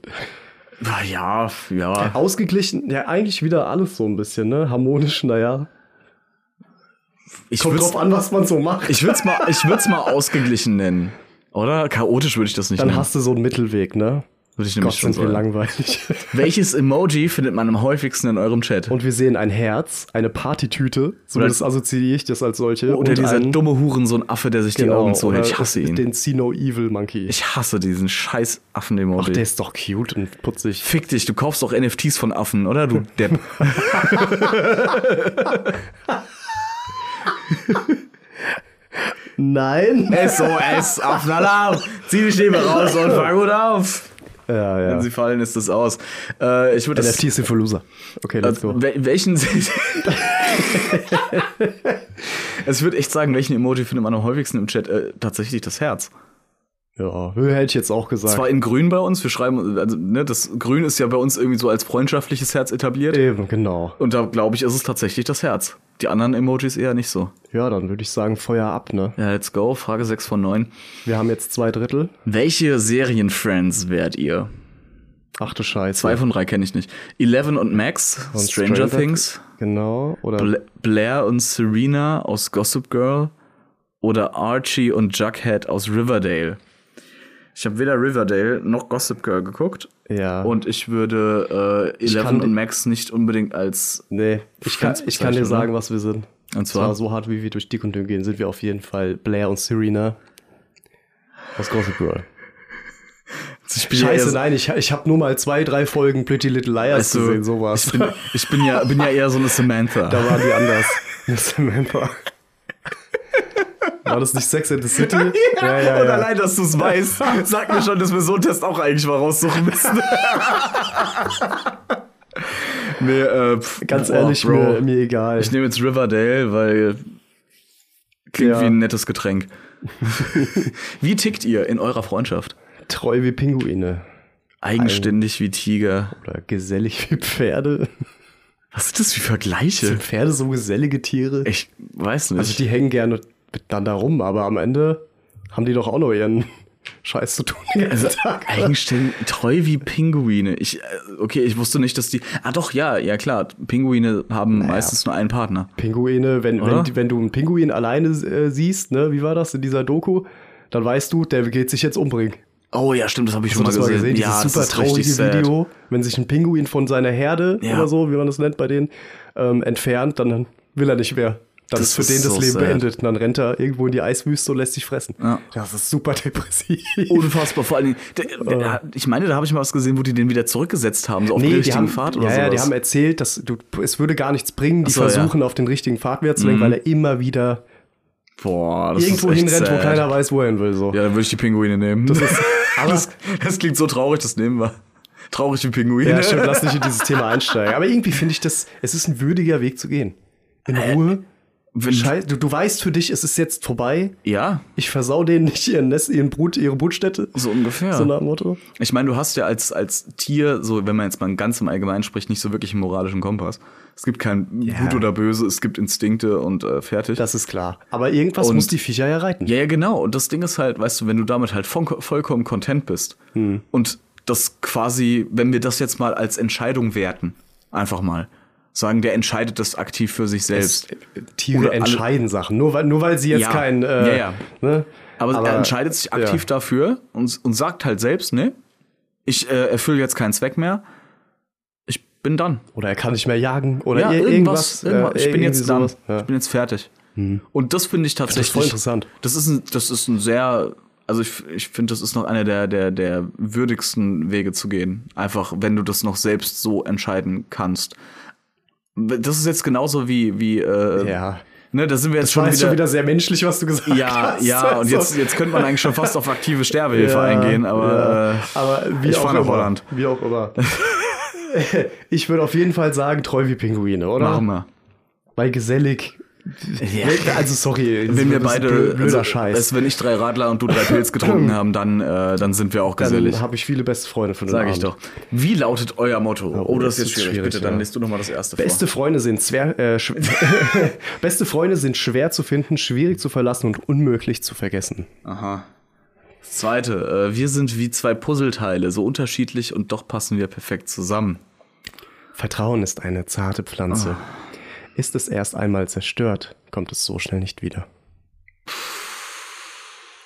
Ah, Ja, f- ja.
Ausgeglichen, ja, eigentlich wieder alles so ein bisschen, ne? Harmonisch, naja.
Ich
Kommt
würd's-
drauf an, was man so macht.
Ich würde es mal, ich würd's mal ausgeglichen nennen. Oder? Chaotisch würde ich das nicht
Dann
nennen.
hast du so einen Mittelweg, ne?
Würde ich
Gott,
nämlich schon
sind wir
sagen. <laughs>
langweilig.
Welches Emoji findet man am häufigsten in eurem Chat?
Und wir sehen ein Herz, eine Partytüte, zumindest
Oder-
assoziiere ich das als solche.
Oder
und
dieser
einen,
dumme Hurensohn-Affe, der sich die
genau,
Augen zuhält.
oder
Ich hasse ihn.
Den Sino Evil Monkey.
Ich hasse diesen scheiß
Ach, der
Affen-Emoji.
ist doch cute und putzig.
Fick dich, du kaufst doch NFTs von Affen, oder
<laughs>
du Depp? <laughs>
Nein.
SOS, Affenalarm! Zieh die Stäbe raus und fang gut auf!
Ja, ja.
Wenn sie fallen, ist das aus. Äh, ich würde das.
NFTs sind für Loser. Okay, let's
Also,
go.
wel- welchen. <laughs> es würde Also, echt sagen, welchen Emoji findet man am häufigsten im Chat? Äh, tatsächlich das Herz.
Ja, hätte ich jetzt auch gesagt.
Zwar in Grün bei uns, wir schreiben, also, ne, das Grün ist ja bei uns irgendwie so als freundschaftliches Herz etabliert.
Eben, genau.
Und da glaube ich, ist es tatsächlich das Herz. Die anderen Emojis eher nicht so.
Ja, dann würde ich sagen, Feuer ab, ne?
Ja, let's go. Frage 6 von 9.
Wir haben jetzt zwei Drittel.
Welche Serienfriends wärt ihr?
Ach du Scheiße.
Zwei von drei kenne ich nicht. Eleven und Max,
Und
Stranger, Things,
Genau. Oder
Bla Blair und Serena aus Gossip Girl oder Archie und Jughead aus Riverdale. Ich habe weder Riverdale noch Gossip Girl geguckt.
Ja.
Und ich würde äh,
kann
Eleven
die-
und Max nicht unbedingt als.
Nee, ich kann,
Friends
ich kann dir
bezeichnen,
sagen, was wir sind.
Und zwar?
so hart, wie wir durch dick und dünn gehen, sind wir auf jeden Fall Blair und Serena. Das große Girl.
Ich bin ja eher
Scheiße,
so-
nein, ich, ich habe nur mal zwei, drei Folgen Pretty Little Liars
weißt du,
gesehen, sowas.
Ich, bin, ich bin, ja, bin ja eher so eine Samantha.
da waren die anders. <laughs> Samantha. War das nicht Sex and the
<laughs>
City? Ja, ja,
Und
ja.
allein, dass du es
<laughs>
weißt, sagt mir schon, dass wir so einen Test auch eigentlich mal raussuchen müssen. nee, äh, pf,
Ganz
boah,
ehrlich, mir, mir egal.
Ich nehme jetzt Riverdale, weil klingt
Ja.
wie ein nettes <laughs> Getränk. wie tickt ihr in eurer Freundschaft?
Treu wie Pinguine.
Eigenständig wie Tiger.
Oder gesellig wie Pferde.
Was sind das für Vergleiche?
Sind Pferde so gesellige Tiere?
Ich weiß nicht.
Also die hängen gerne miteinander rum, aber am Ende haben die doch auch noch ihren <laughs> Scheiß zu tun. den ganzen
Also
Tag.
eigenständig, treu wie Pinguine. Ich, äh, okay, ich wusste nicht, dass die. Ah, doch, ja, ja, klar. Pinguine haben meistens nur einen Partner.
Pinguine, wenn,
Oder?
wenn, wenn du einen Pinguin alleine äh, siehst, ne, wie war das in dieser Doku, dann weißt du, der geht sich jetzt umbringen.
Oh ja, stimmt, das habe ich schon
Hast du
mal
das
gesehen.
mal gesehen?
ja,
Dieses super
das ist richtig
traurige
sad.
Video, wenn sich ein Pinguin von seiner Herde
Ja.
oder so, wie man das nennt bei denen, ähm, entfernt, dann will er nicht mehr.
Das
Dann ist für
ist
den das
so
Leben
sad.
beendet. Und dann rennt er irgendwo in die Eiswüste und lässt sich fressen.
Ja.
Das ist super depressiv.
Unfassbar, vor allen Dingen. <laughs> Der, der, der, ich meine, da habe ich mal was gesehen, wo die den wieder zurückgesetzt haben, so auf die richtige
haben,
Fahrt oder
ja, ja,
sowas.
die haben erzählt, dass du, es würde gar nichts bringen, die
Ach so,
versuchen auf den richtigen Pfad wieder zu lenken, weil er immer wieder
Boah, das
irgendwo
ist echt
hinrennt, wo
sad.
keiner weiß, wo er hin will. So.
Ja, dann würde ich die Pinguine nehmen. Das, <laughs>
ist- aber-
das, klingt so traurig, das nehmen wir. Traurig wie Pinguine.
Ja, stimmt, lass nicht in dieses Thema einsteigen. Aber irgendwie finde ich das, es ist ein würdiger Weg zu gehen. In
Äh.
Ruhe.
Wenn-
Scheiß, du, du weißt für dich, es ist jetzt vorbei.
ja,
Ich versau denen nicht ihren Nest, ihren Brut, ihre Brutstätte.
so ungefähr.
So nach dem Motto.
Ich meine, du hast ja als, als Tier, so wenn man jetzt mal ganz im Allgemeinen spricht, nicht so wirklich einen moralischen Kompass. Es gibt kein Gut oder Böse, es gibt Instinkte und äh, fertig.
Das ist klar. Aber irgendwas
Und-
muss die Viecher ja reiten.
ja, ja, genau. Und das Ding ist halt, weißt du, wenn du damit halt von, vollkommen content bist
Hm.
und das quasi, wenn wir das jetzt mal als Entscheidung werten, einfach mal sagen, der entscheidet das aktiv für sich
Es-
selbst.
Tiere
Oder alle-
entscheiden Sachen. Nur weil, nur weil sie jetzt
Ja.
kein. Äh,
Ja, ja.
Ne?
Aber, er entscheidet sich aktiv
ja.
dafür und, und sagt halt selbst, ne, ich äh, erfülle jetzt keinen Zweck mehr. Ich bin dann.
Oder er kann nicht mehr jagen. Oder
ja,
ir-
irgendwas.
irgendwas.
irgendwas.
äh,
ich bin
irgendwie
jetzt dann.
sowas. Ja. Mhm.
Ich bin jetzt fertig. Und das finde ich tatsächlich.
voll interessant.
Das ist ein, das ist ein sehr, also ich, ich finde, das ist noch einer der, der, der würdigsten Wege zu gehen. Einfach, wenn du das noch selbst so entscheiden kannst. Das ist jetzt genauso wie, wie, äh,
Ja.
ne, da sind wir jetzt schon
War jetzt
wieder,
schon wieder sehr menschlich, was du gesagt
ja,
<laughs> hast.
ja, und
Also-
jetzt, jetzt könnte man eigentlich schon fast auf aktive Sterbehilfe eingehen, aber,
ja.
äh,
aber wie
ich
auch
fahr nach
immer.
Holland.
Wie
<laughs>
auch immer. ich würde auf jeden Fall sagen, treu wie Pinguine, oder?
machen wir.
Weil gesellig. Also sorry, das
Wenn wir
ist
beide,
blö- blöder
also,
Scheiß.
als wenn ich drei Radler und du drei Pilz
<clears throat>
getrunken haben, dann, äh, dann sind wir auch gesellig.
Dann habe ich viele beste Freunde von
Sag ich doch. Wie lautet euer Motto? oh, das ist jetzt
das ist
schwierig.
schwierig,
Bitte, dann
ja.
lest du nochmal das erste
Beste Freunde sind schwer, äh,
<laughs>
schw beste Freunde sind schwer zu finden, schwierig zu verlassen und unmöglich zu vergessen.
vor. Aha. Das zweite. Äh, wir sind wie zwei Puzzleteile, so unterschiedlich und doch passen wir perfekt zusammen.
Vertrauen ist eine zarte Pflanze.
Ah.
Ist es erst einmal zerstört, kommt es so schnell nicht wieder.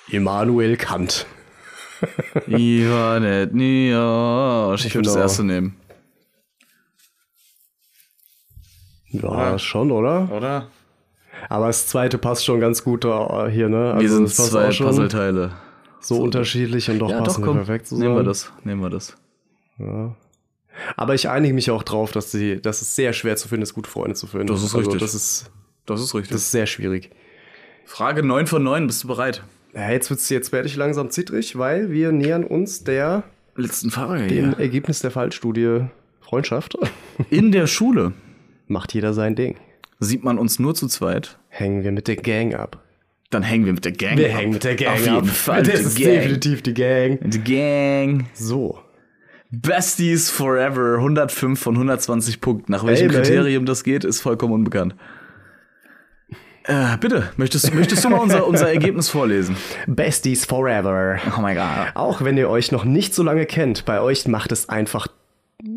Immanuel Kant.
Ich war nicht niosch. Ich würde das
Genau.
erste nehmen.
Ja, schon, oder?
Oder?
Aber das zweite passt schon ganz gut da, äh, hier,
Wir
ne? Also
sind
das passt
zwei
auch schon
Puzzleteile.
So unterschiedlich und doch
Ja, doch,
passen wir
komm.
perfekt zusammen.
Nehmen wir das. Nehmen wir das.
Aber ich einige mich auch drauf, dass, sie, dass es sehr schwer zu finden ist, gute Freunde zu finden. Also,
Das ist richtig.
Das ist,
Das ist richtig.
das ist sehr schwierig.
Frage 9 von 9. Bist du bereit?
Ja, jetzt, wird's, jetzt werde ich langsam zittrig, weil wir nähern uns der,
Letzten Frage
dem
hier.
<laughs> Ergebnis der Fallstudie Freundschaft. <laughs>
In der Schule
Macht jeder sein Ding.
sieht man uns nur zu zweit.
Hängen wir mit der Gang ab.
Dann hängen wir mit der Gang. ab. Auf
ab.
jeden Fall.
Das
die
ist
Gang.
definitiv die Gang.
Die Gang.
So.
Besties Forever, 105 von 120 Punkten. Nach welchem
Ey, man.
Kriterium das geht, ist vollkommen unbekannt. Äh, bitte, möchtest, möchtest du mal unser, unser Ergebnis vorlesen?
Besties forever.
Oh mein Gott.
<laughs> Auch wenn ihr euch noch nicht so lange kennt, bei euch macht es einfach.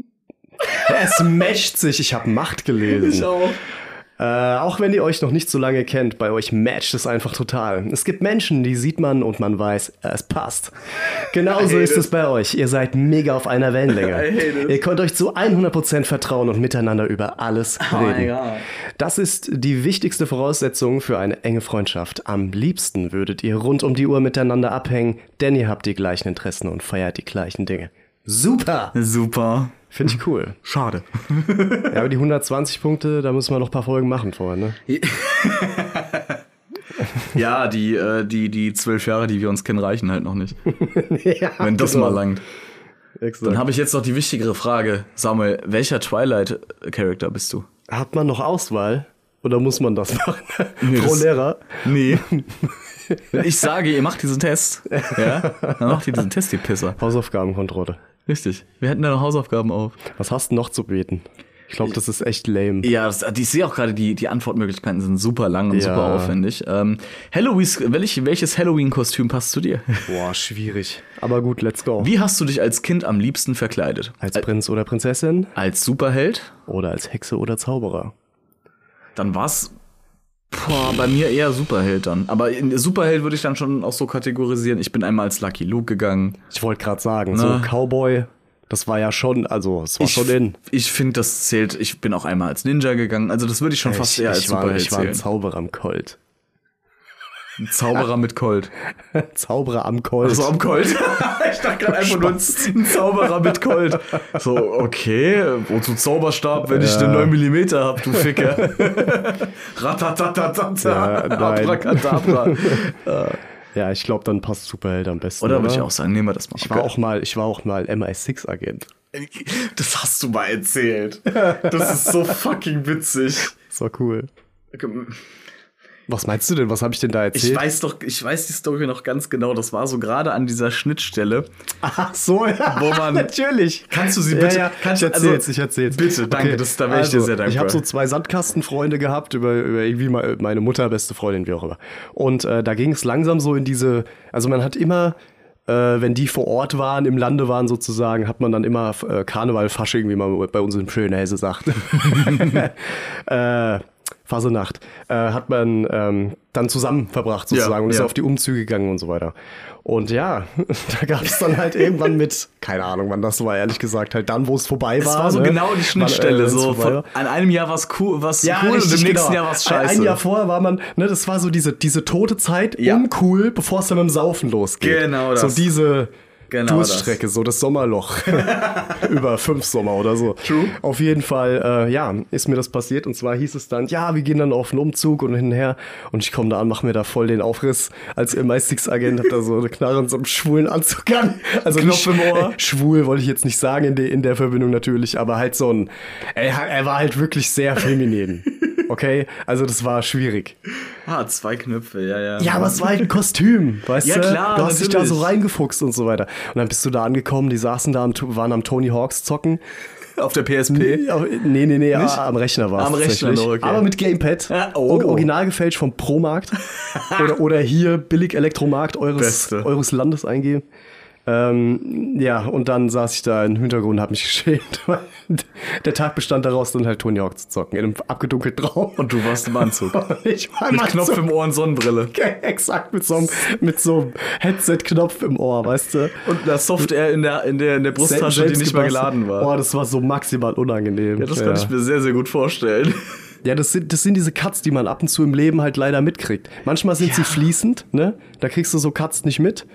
<laughs> es matcht sich. Ich habe Macht gelesen. Äh, auch wenn ihr euch noch nicht so lange kennt, bei euch matcht es einfach total. Es gibt Menschen, die sieht man und man weiß, äh, es passt. Genauso ist es bei euch. Ihr seid mega auf einer Wellenlänge. Ihr könnt euch zu 100% vertrauen und miteinander über alles
Oh
reden. das ist die wichtigste Voraussetzung für eine enge Freundschaft. Am liebsten würdet ihr rund um die Uhr miteinander abhängen, denn ihr habt die gleichen Interessen und feiert die gleichen Dinge. Super!
Super.
Finde ich cool.
Schade.
Ja, aber die 120 Punkte, da müssen wir noch ein paar Folgen machen vorher, ne?
Ja, die, äh, die, die zwölf Jahre, die wir uns kennen, reichen halt noch nicht. Wenn
<laughs>
das
Genau.
mal langt. Dann
Exakt.
habe ich jetzt noch die wichtigere Frage. Samuel, welcher Twilight-Charakter bist du?
Hat man noch Auswahl? Oder muss man das <laughs> machen? Pro
das-
Lehrer.
Nee. Wenn ich sage, ihr macht diesen Test, ja, dann macht ihr diesen Test, ihr Pisser.
Hausaufgabenkontrolle.
Richtig. Wir hätten da noch Hausaufgaben auf.
Was hast du noch zu beten? Ich glaube, das ist echt lame.
Ja, das, ich sehe auch gerade, die, die Antwortmöglichkeiten sind super lang und
Ja.
super aufwendig. Ähm, Halloween, welch, welches Halloween-Kostüm passt zu dir? <laughs>
Boah, schwierig. Aber gut, let's go.
Wie hast du dich als Kind am liebsten verkleidet?
Als Prinz oder Prinzessin
Als Superheld?
oder als Hexe oder Zauberer.
Dann war's. Boah, bei mir eher Superheld dann. Aber in Superheld würde ich dann schon auch so kategorisieren. Ich bin einmal als Lucky Luke gegangen.
Ich wollte gerade sagen,
Na.
so Cowboy, das war ja schon, also es war schon in.
Ich finde, das zählt. Ich bin auch einmal als Ninja gegangen. Also das würde ich schon fast
ich,
eher als
ich, war,
Superheld
ich war ein
zählen.
Zauberer am Colt. <laughs>
Ein Zauberer mit Colt.
Zauberer am Colt.
Also am Colt. <laughs> ich dachte gerade einfach nur ein ein Zauberer mit Colt. So, okay, wozu Zauberstab, wenn ich eine 9 mm habe, du Ficker? Ratatatata.
Ja, nein.
Abracadabra.
ja, ich glaube, dann passt Superheld am besten.
Oder würde ich auch sagen, nehmen wir das mal.
Ich war auch mal, ich war auch mal MI6-Agent.
Das hast du mal erzählt. Das ist so fucking witzig.
Das war cool. Was meinst du denn? Was habe ich denn da erzählt?
Ich weiß doch, ich weiß die Story noch ganz genau. Das war so gerade an dieser Schnittstelle.
Ach so, ja.
Wo <laughs> man-
Natürlich.
Kannst du sie bitte-
Ja, ja.
kannst-
ich erzähl's,
also-
ich erzähl's.
Bitte, danke, das- da wär Also, ich dir sehr dankbar.
Ich habe so zwei Sandkastenfreunde gehabt, über, über irgendwie me- meine Mutter, beste Freundin, wie auch immer. Und äh, da ging es langsam so in diese, also man hat immer. Äh, wenn die vor Ort waren, im Lande waren sozusagen, hat man dann immer äh, Karneval, Fasching, wie man bei uns im schönen
<laughs>
Hesse sagt. <laughs> äh, Fasenacht, äh, hat man ähm, dann zusammen verbracht sozusagen
Ja,
und ist
ja.
auf die Umzüge gegangen und so weiter. Und ja, <laughs> da gab es dann halt irgendwann mit, keine Ahnung, wann das war, ehrlich gesagt, halt dann, wo es vorbei
Es
war.
war so
ne?
genau die
Wann,
Schnittstelle.
äh, wenn's
so
vorbei
von,
war.
an einem Jahr war es cool, war's cool und im
richtig,
nächsten
genau.
Jahr war es scheiße.
Ein Jahr vorher war man, ne, das war so diese, diese tote Zeit,
Ja.
uncool, bevor es dann mit dem Saufen losgeht.
Genau das.
So diese
Genau
Durststrecke, so
<laughs>
das Sommerloch. Über fünf Sommer oder so.
True.
Auf jeden Fall, äh, ja, ist mir das passiert. Und zwar hieß es dann, ja, wir gehen dann auf einen Umzug und hin und her. Und ich komme da an, mache mir da voll den Aufriss. Als MI6-Agent hab da so eine Knarre in so einem schwulen Anzug an. Also
Knopf im Ohr.
<laughs> schwul wollte ich jetzt nicht sagen in, de, in der Verbindung natürlich, aber halt so ein. Er, er war halt wirklich sehr feminin. Okay? Also das war schwierig.
Ah, zwei Knöpfe, ja, ja.
Ja, aber es war halt ein Kostüm, weißt
Ja,
du?
klar,
du hast dich da
natürlich.
so reingefuchst und so weiter. Und dann bist du da angekommen, die saßen da, am, waren am Tony Hawks zocken.
auf der PSP.
Nee, auf- nee, nee, nee ah, am Rechner war es.
Am Rechner
tatsächlich.
noch, okay.
Aber mit Gamepad.
Ah, oh.
Or- Original gefälscht vom
<laughs>
Promarkt. oder, oder hier billig Elektromarkt eures,
Beste.
eures Landes eingeben. Ähm, ja, und dann saß ich da im Hintergrund und hab mich <laughs> geschämt. weil Der Tag bestand daraus, dann halt Tony Hawk zu zocken, in einem abgedunkelten Raum.
Und du warst im Anzug.
<laughs> ich war
Mit
mal
Knopf
so-
im Ohr und Sonnenbrille.
<laughs> Exakt, mit so einem, mit so einem Headset-Knopf im Ohr, weißt du?
Und einer Software in der, in der, in der Brusttasche, die
Selbst
nicht mal
gebastelt.
geladen war.
Boah, das war so maximal unangenehm.
ja, das kann ich mir sehr, sehr gut vorstellen.
Ja, das sind, das sind diese Cuts, die man ab und zu im Leben halt leider mitkriegt. Manchmal sind sie fließend, ne? Da kriegst du so Cuts nicht mit.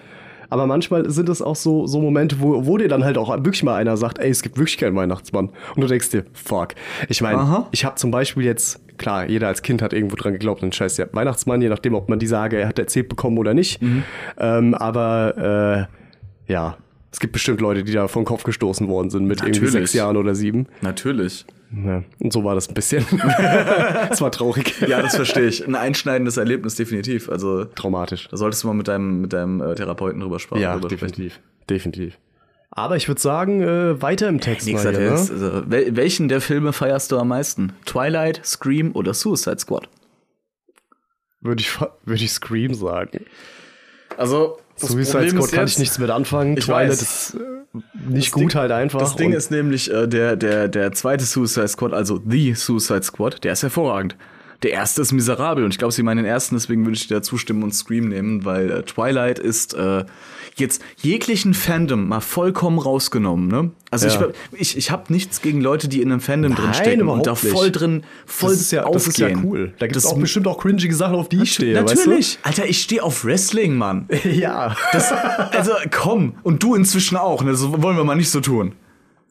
Aber manchmal sind es auch so, so Momente, wo, wo dir dann halt auch wirklich mal einer sagt, ey, es gibt wirklich keinen Weihnachtsmann. Und du denkst dir, fuck. Ich meine,
Aha.
ich habe zum Beispiel jetzt, klar, jeder als Kind hat irgendwo dran geglaubt, dann scheiß ja Weihnachtsmann, je nachdem, ob man die Sage, er hat erzählt bekommen oder nicht.
Mhm.
Ähm, aber äh, ja, es gibt bestimmt Leute, die da vom Kopf gestoßen worden sind mit irgendwie
Natürlich.
sechs Jahren oder sieben.
Natürlich.
Ja. Und so war das ein <laughs> bisschen. Es war traurig.
Ja, das verstehe ich. Ein einschneidendes Erlebnis, definitiv. Also, da
Traumatisch.
solltest du mal mit deinem, mit deinem äh, Therapeuten drüber sprechen. drüber sprechen.
Definitiv. Aber ich würde sagen, äh, weiter im Text.
Nächster
mal hier,
Test.
ne?
Also, wel welchen der Filme feierst du am meisten? Twilight, Scream oder Suicide Squad?
Würde ich, fa- würde ich Scream sagen.
Also, das
Suicide Squad kann ich nichts mit anfangen.
Ich
Twilight
weiß.
ist äh, nicht gut
Ding-
halt einfach.
Das Ding
und-
ist nämlich, äh, der, der, der zweite Suicide Squad, also The Suicide Squad, der ist hervorragend. Der erste ist miserabel und ich glaube, sie meinen den ersten, deswegen würde ich dir da zustimmen und Scream nehmen, weil äh, Twilight ist äh, jetzt jeglichen Fandom mal vollkommen rausgenommen, ne? Also
Ja.
ich, ich, ich habe nichts gegen Leute, die in einem Fandom drinstecken und
überhaupt
da
nicht.
voll drin, voll
das ist ja, das ist ja
aufgehen.
cool. Da gibt es
Das-
auch bestimmt auch cringige Sachen, auf die ich stehe.
Natürlich. Alter, ich stehe auf Wrestling, Mann.
Weißt du? <laughs> Ja.
Das, also komm, und du inzwischen auch, ne? So wollen wir mal nicht so tun.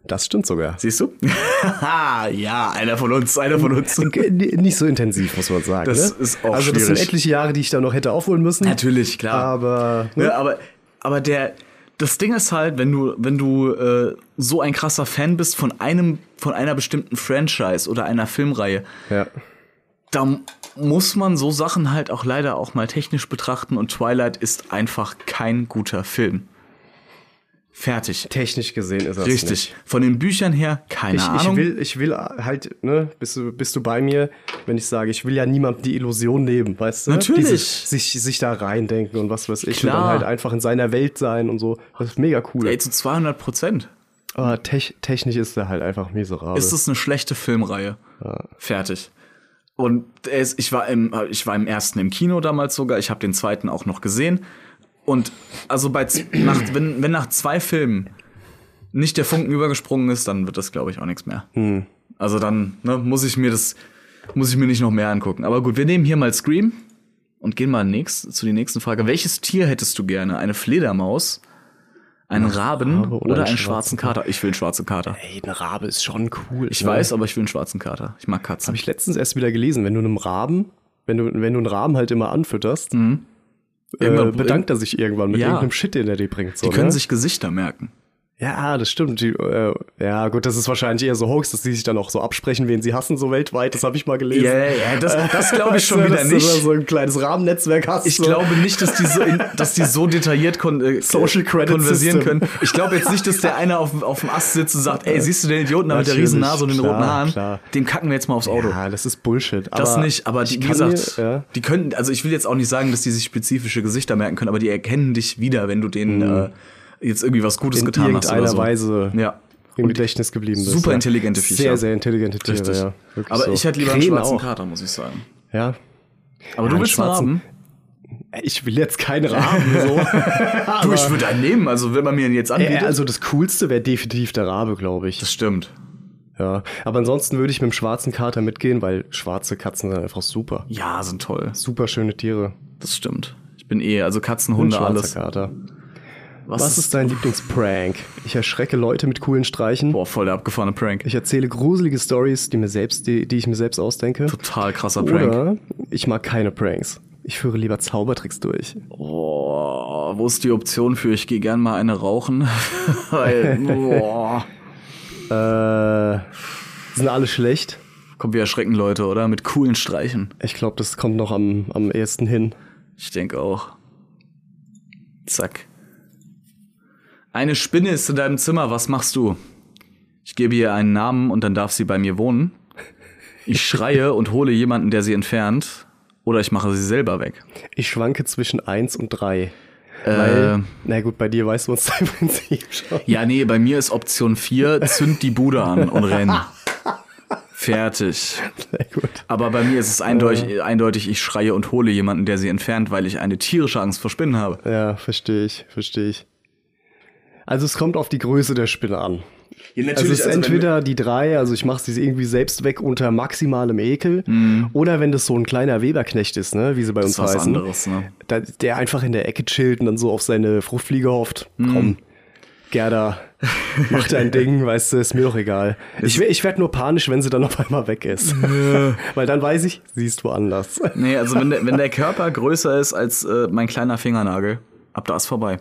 Das stimmt sogar.
Siehst du? <laughs> Haha, ja, einer von uns, einer von uns.
N- Nicht so intensiv, muss man sagen.
Das
ne?
ist auch
Also, das sind
schwierig.
etliche Jahre, die ich da noch hätte aufholen müssen.
Natürlich, klar.
Aber.
ne, aber, aber der, das Ding ist halt, wenn du, wenn du äh, so ein krasser Fan bist von einem, von einer bestimmten Franchise oder einer Filmreihe,
Ja.
da m- muss man so Sachen halt auch leider auch mal technisch betrachten und Twilight ist einfach kein guter Film. Fertig.
Technisch gesehen ist das
Richtig. Von den Büchern her, keine
Ich,
Ahnung.
ich, will, ich will halt, ne, bist du, bist du bei mir, wenn ich sage, ich will ja niemandem die Illusion nehmen, weißt du?
Natürlich.
Die sich, sich, sich da reindenken und was weiß ich. Und
Klar.
dann halt einfach in seiner Welt sein und so. Das ist mega cool.
Ey, zu 200 Prozent.
Aber tech, technisch ist er halt einfach miserabel.
ist es eine schlechte Filmreihe. Fertig. Und es, ich, war im, ich war im ersten im Kino damals sogar, ich habe den zweiten auch noch gesehen. Und also bei z- nach, wenn, wenn nach zwei Filmen nicht der Funken übergesprungen ist, dann wird das, glaube ich, auch nichts mehr.
Hm.
Also dann ne, muss ich mir das, muss ich mir nicht noch mehr angucken. Aber gut, wir nehmen hier mal Scream und gehen mal nächst, zu der nächsten Frage. Welches Tier hättest du gerne? Eine Fledermaus, einen Raben
Rabe oder
oder
einen
einen schwarzen
schwarzen
Kater? Ich will einen schwarzen Kater.
Ey, ein Rabe ist schon cool.
Ich weiß, aber ich will einen schwarzen Kater. Ich mag Katzen.
Habe ich letztens erst wieder gelesen, wenn du einem Raben, wenn du, wenn du einen Raben halt immer anfütterst, äh,
Mhm. Irgendwann-
bedankt er sich irgendwann mit
Ja.
irgendeinem Shit, den er dir bringt. So,
die können
ne?
sich Gesichter merken.
Ja, das stimmt. Die, äh, ja, gut, das ist wahrscheinlich eher so Hoax, dass die sich dann auch so absprechen, wen sie hassen, so weltweit. Das habe ich mal gelesen.
ja, das, das
<laughs> Weißt du, dass Du da so ein kleines Rahmennetzwerk hast.
Ich
so.
glaube nicht, dass die so, in, dass die so detailliert kon äh,
Social Credit
konversieren
System.
können. Ich glaube jetzt nicht, dass der eine auf, auf dem Ast sitzt und sagt, ey, siehst du den Idioten da mit der
Natürlich,
riesen Nase und den
klar,
roten Haaren?
klar.
Dem kacken wir jetzt mal aufs Auto.
Ja, das ist Bullshit. Aber
das nicht, aber
ich
die, wie
kann
gesagt,
Mir, ja.
die können, also ich will jetzt auch nicht sagen, dass die sich spezifische Gesichter merken können, aber die erkennen dich wieder, wenn du denen äh, jetzt irgendwie was Gutes
In
getan hast oder
irgendeiner
so.
Weise.
Ja.
im Gedächtnis geblieben bist.
super
ja.
intelligente Viecher.
Sehr, sehr intelligente Tiere,
Richtig.
ja. Wirklich
aber
so.
ich hätte lieber einen
Krähen
schwarzen
auch.
Kater, muss ich sagen.
Ja.
Aber du
einen
willst einen
schwarzen-
Raben?
Ich will jetzt keinen Raben
<laughs>
so.
Du, ich würde einen nehmen, also wenn man mir den jetzt
Äh,
anbietet.
also das Coolste wäre definitiv der Rabe, glaube ich.
das stimmt.
Ja. Aber ansonsten würde ich mit dem schwarzen Kater mitgehen, weil schwarze Katzen sind einfach super.
Ja, sind toll.
Super schöne Tiere.
Das stimmt. Ich bin eh, also Katzen,
Ein
Hunde,
schwarzer
alles.
Kater.
Was,
Was ist dein Lieblingsprank? Ich erschrecke Leute mit coolen Streichen.
Boah, voll der abgefahrene Prank.
Ich erzähle gruselige Stories, die mir selbst, die, die ich mir selbst ausdenke.
Total krasser Prank.
Oder ich mag keine Pranks. Ich führe lieber Zaubertricks durch.
Boah, wo ist die Option für, ich gehe gern mal eine rauchen? <laughs>
<laughs>
Weil, boah.
Äh, sind alle schlecht?
Komm, wir erschrecken Leute, oder? Mit coolen Streichen.
Ich glaube, das kommt noch am, am ehesten hin.
Ich denke auch. Zack. Eine Spinne ist in deinem Zimmer, was machst du? Ich gebe ihr einen Namen und dann darf sie bei mir wohnen. Ich schreie und hole jemanden, der sie entfernt. Oder ich mache sie selber weg.
Ich schwanke zwischen 1 und 3.
Äh.
Weil, na gut, bei dir weißt du uns <laughs> im Prinzip schon.
Ja, nee, bei mir ist Option 4, zünd die Bude an und renn. Fertig.
Sehr gut.
Aber bei mir ist es eindeutig, eindeutig, ich schreie und hole jemanden, der sie entfernt, weil ich eine tierische Angst vor Spinnen habe.
Ja, verstehe ich, verstehe ich. Also es kommt auf die Größe der Spinne an. Also es ist entweder die drei, also ich mache sie irgendwie selbst weg unter maximalem Ekel, oder wenn das so ein kleiner Weberknecht ist, ne, wie sie bei uns
Mhm. ist was
heißen,
anderes, ne?
da, der einfach in der Ecke chillt und dann so auf seine Fruchtfliege hofft.
Mhm.
Komm, Gerda, mach
<laughs>
dein Ding, weißt du, ist mir doch egal. Ich, we- ich werde nur panisch, wenn sie dann auf einmal weg ist, <laughs> weil dann weiß ich, sie ist woanders.
Nee, also wenn der, wenn der Körper größer ist als äh, mein kleiner Fingernagel, ab da ist vorbei.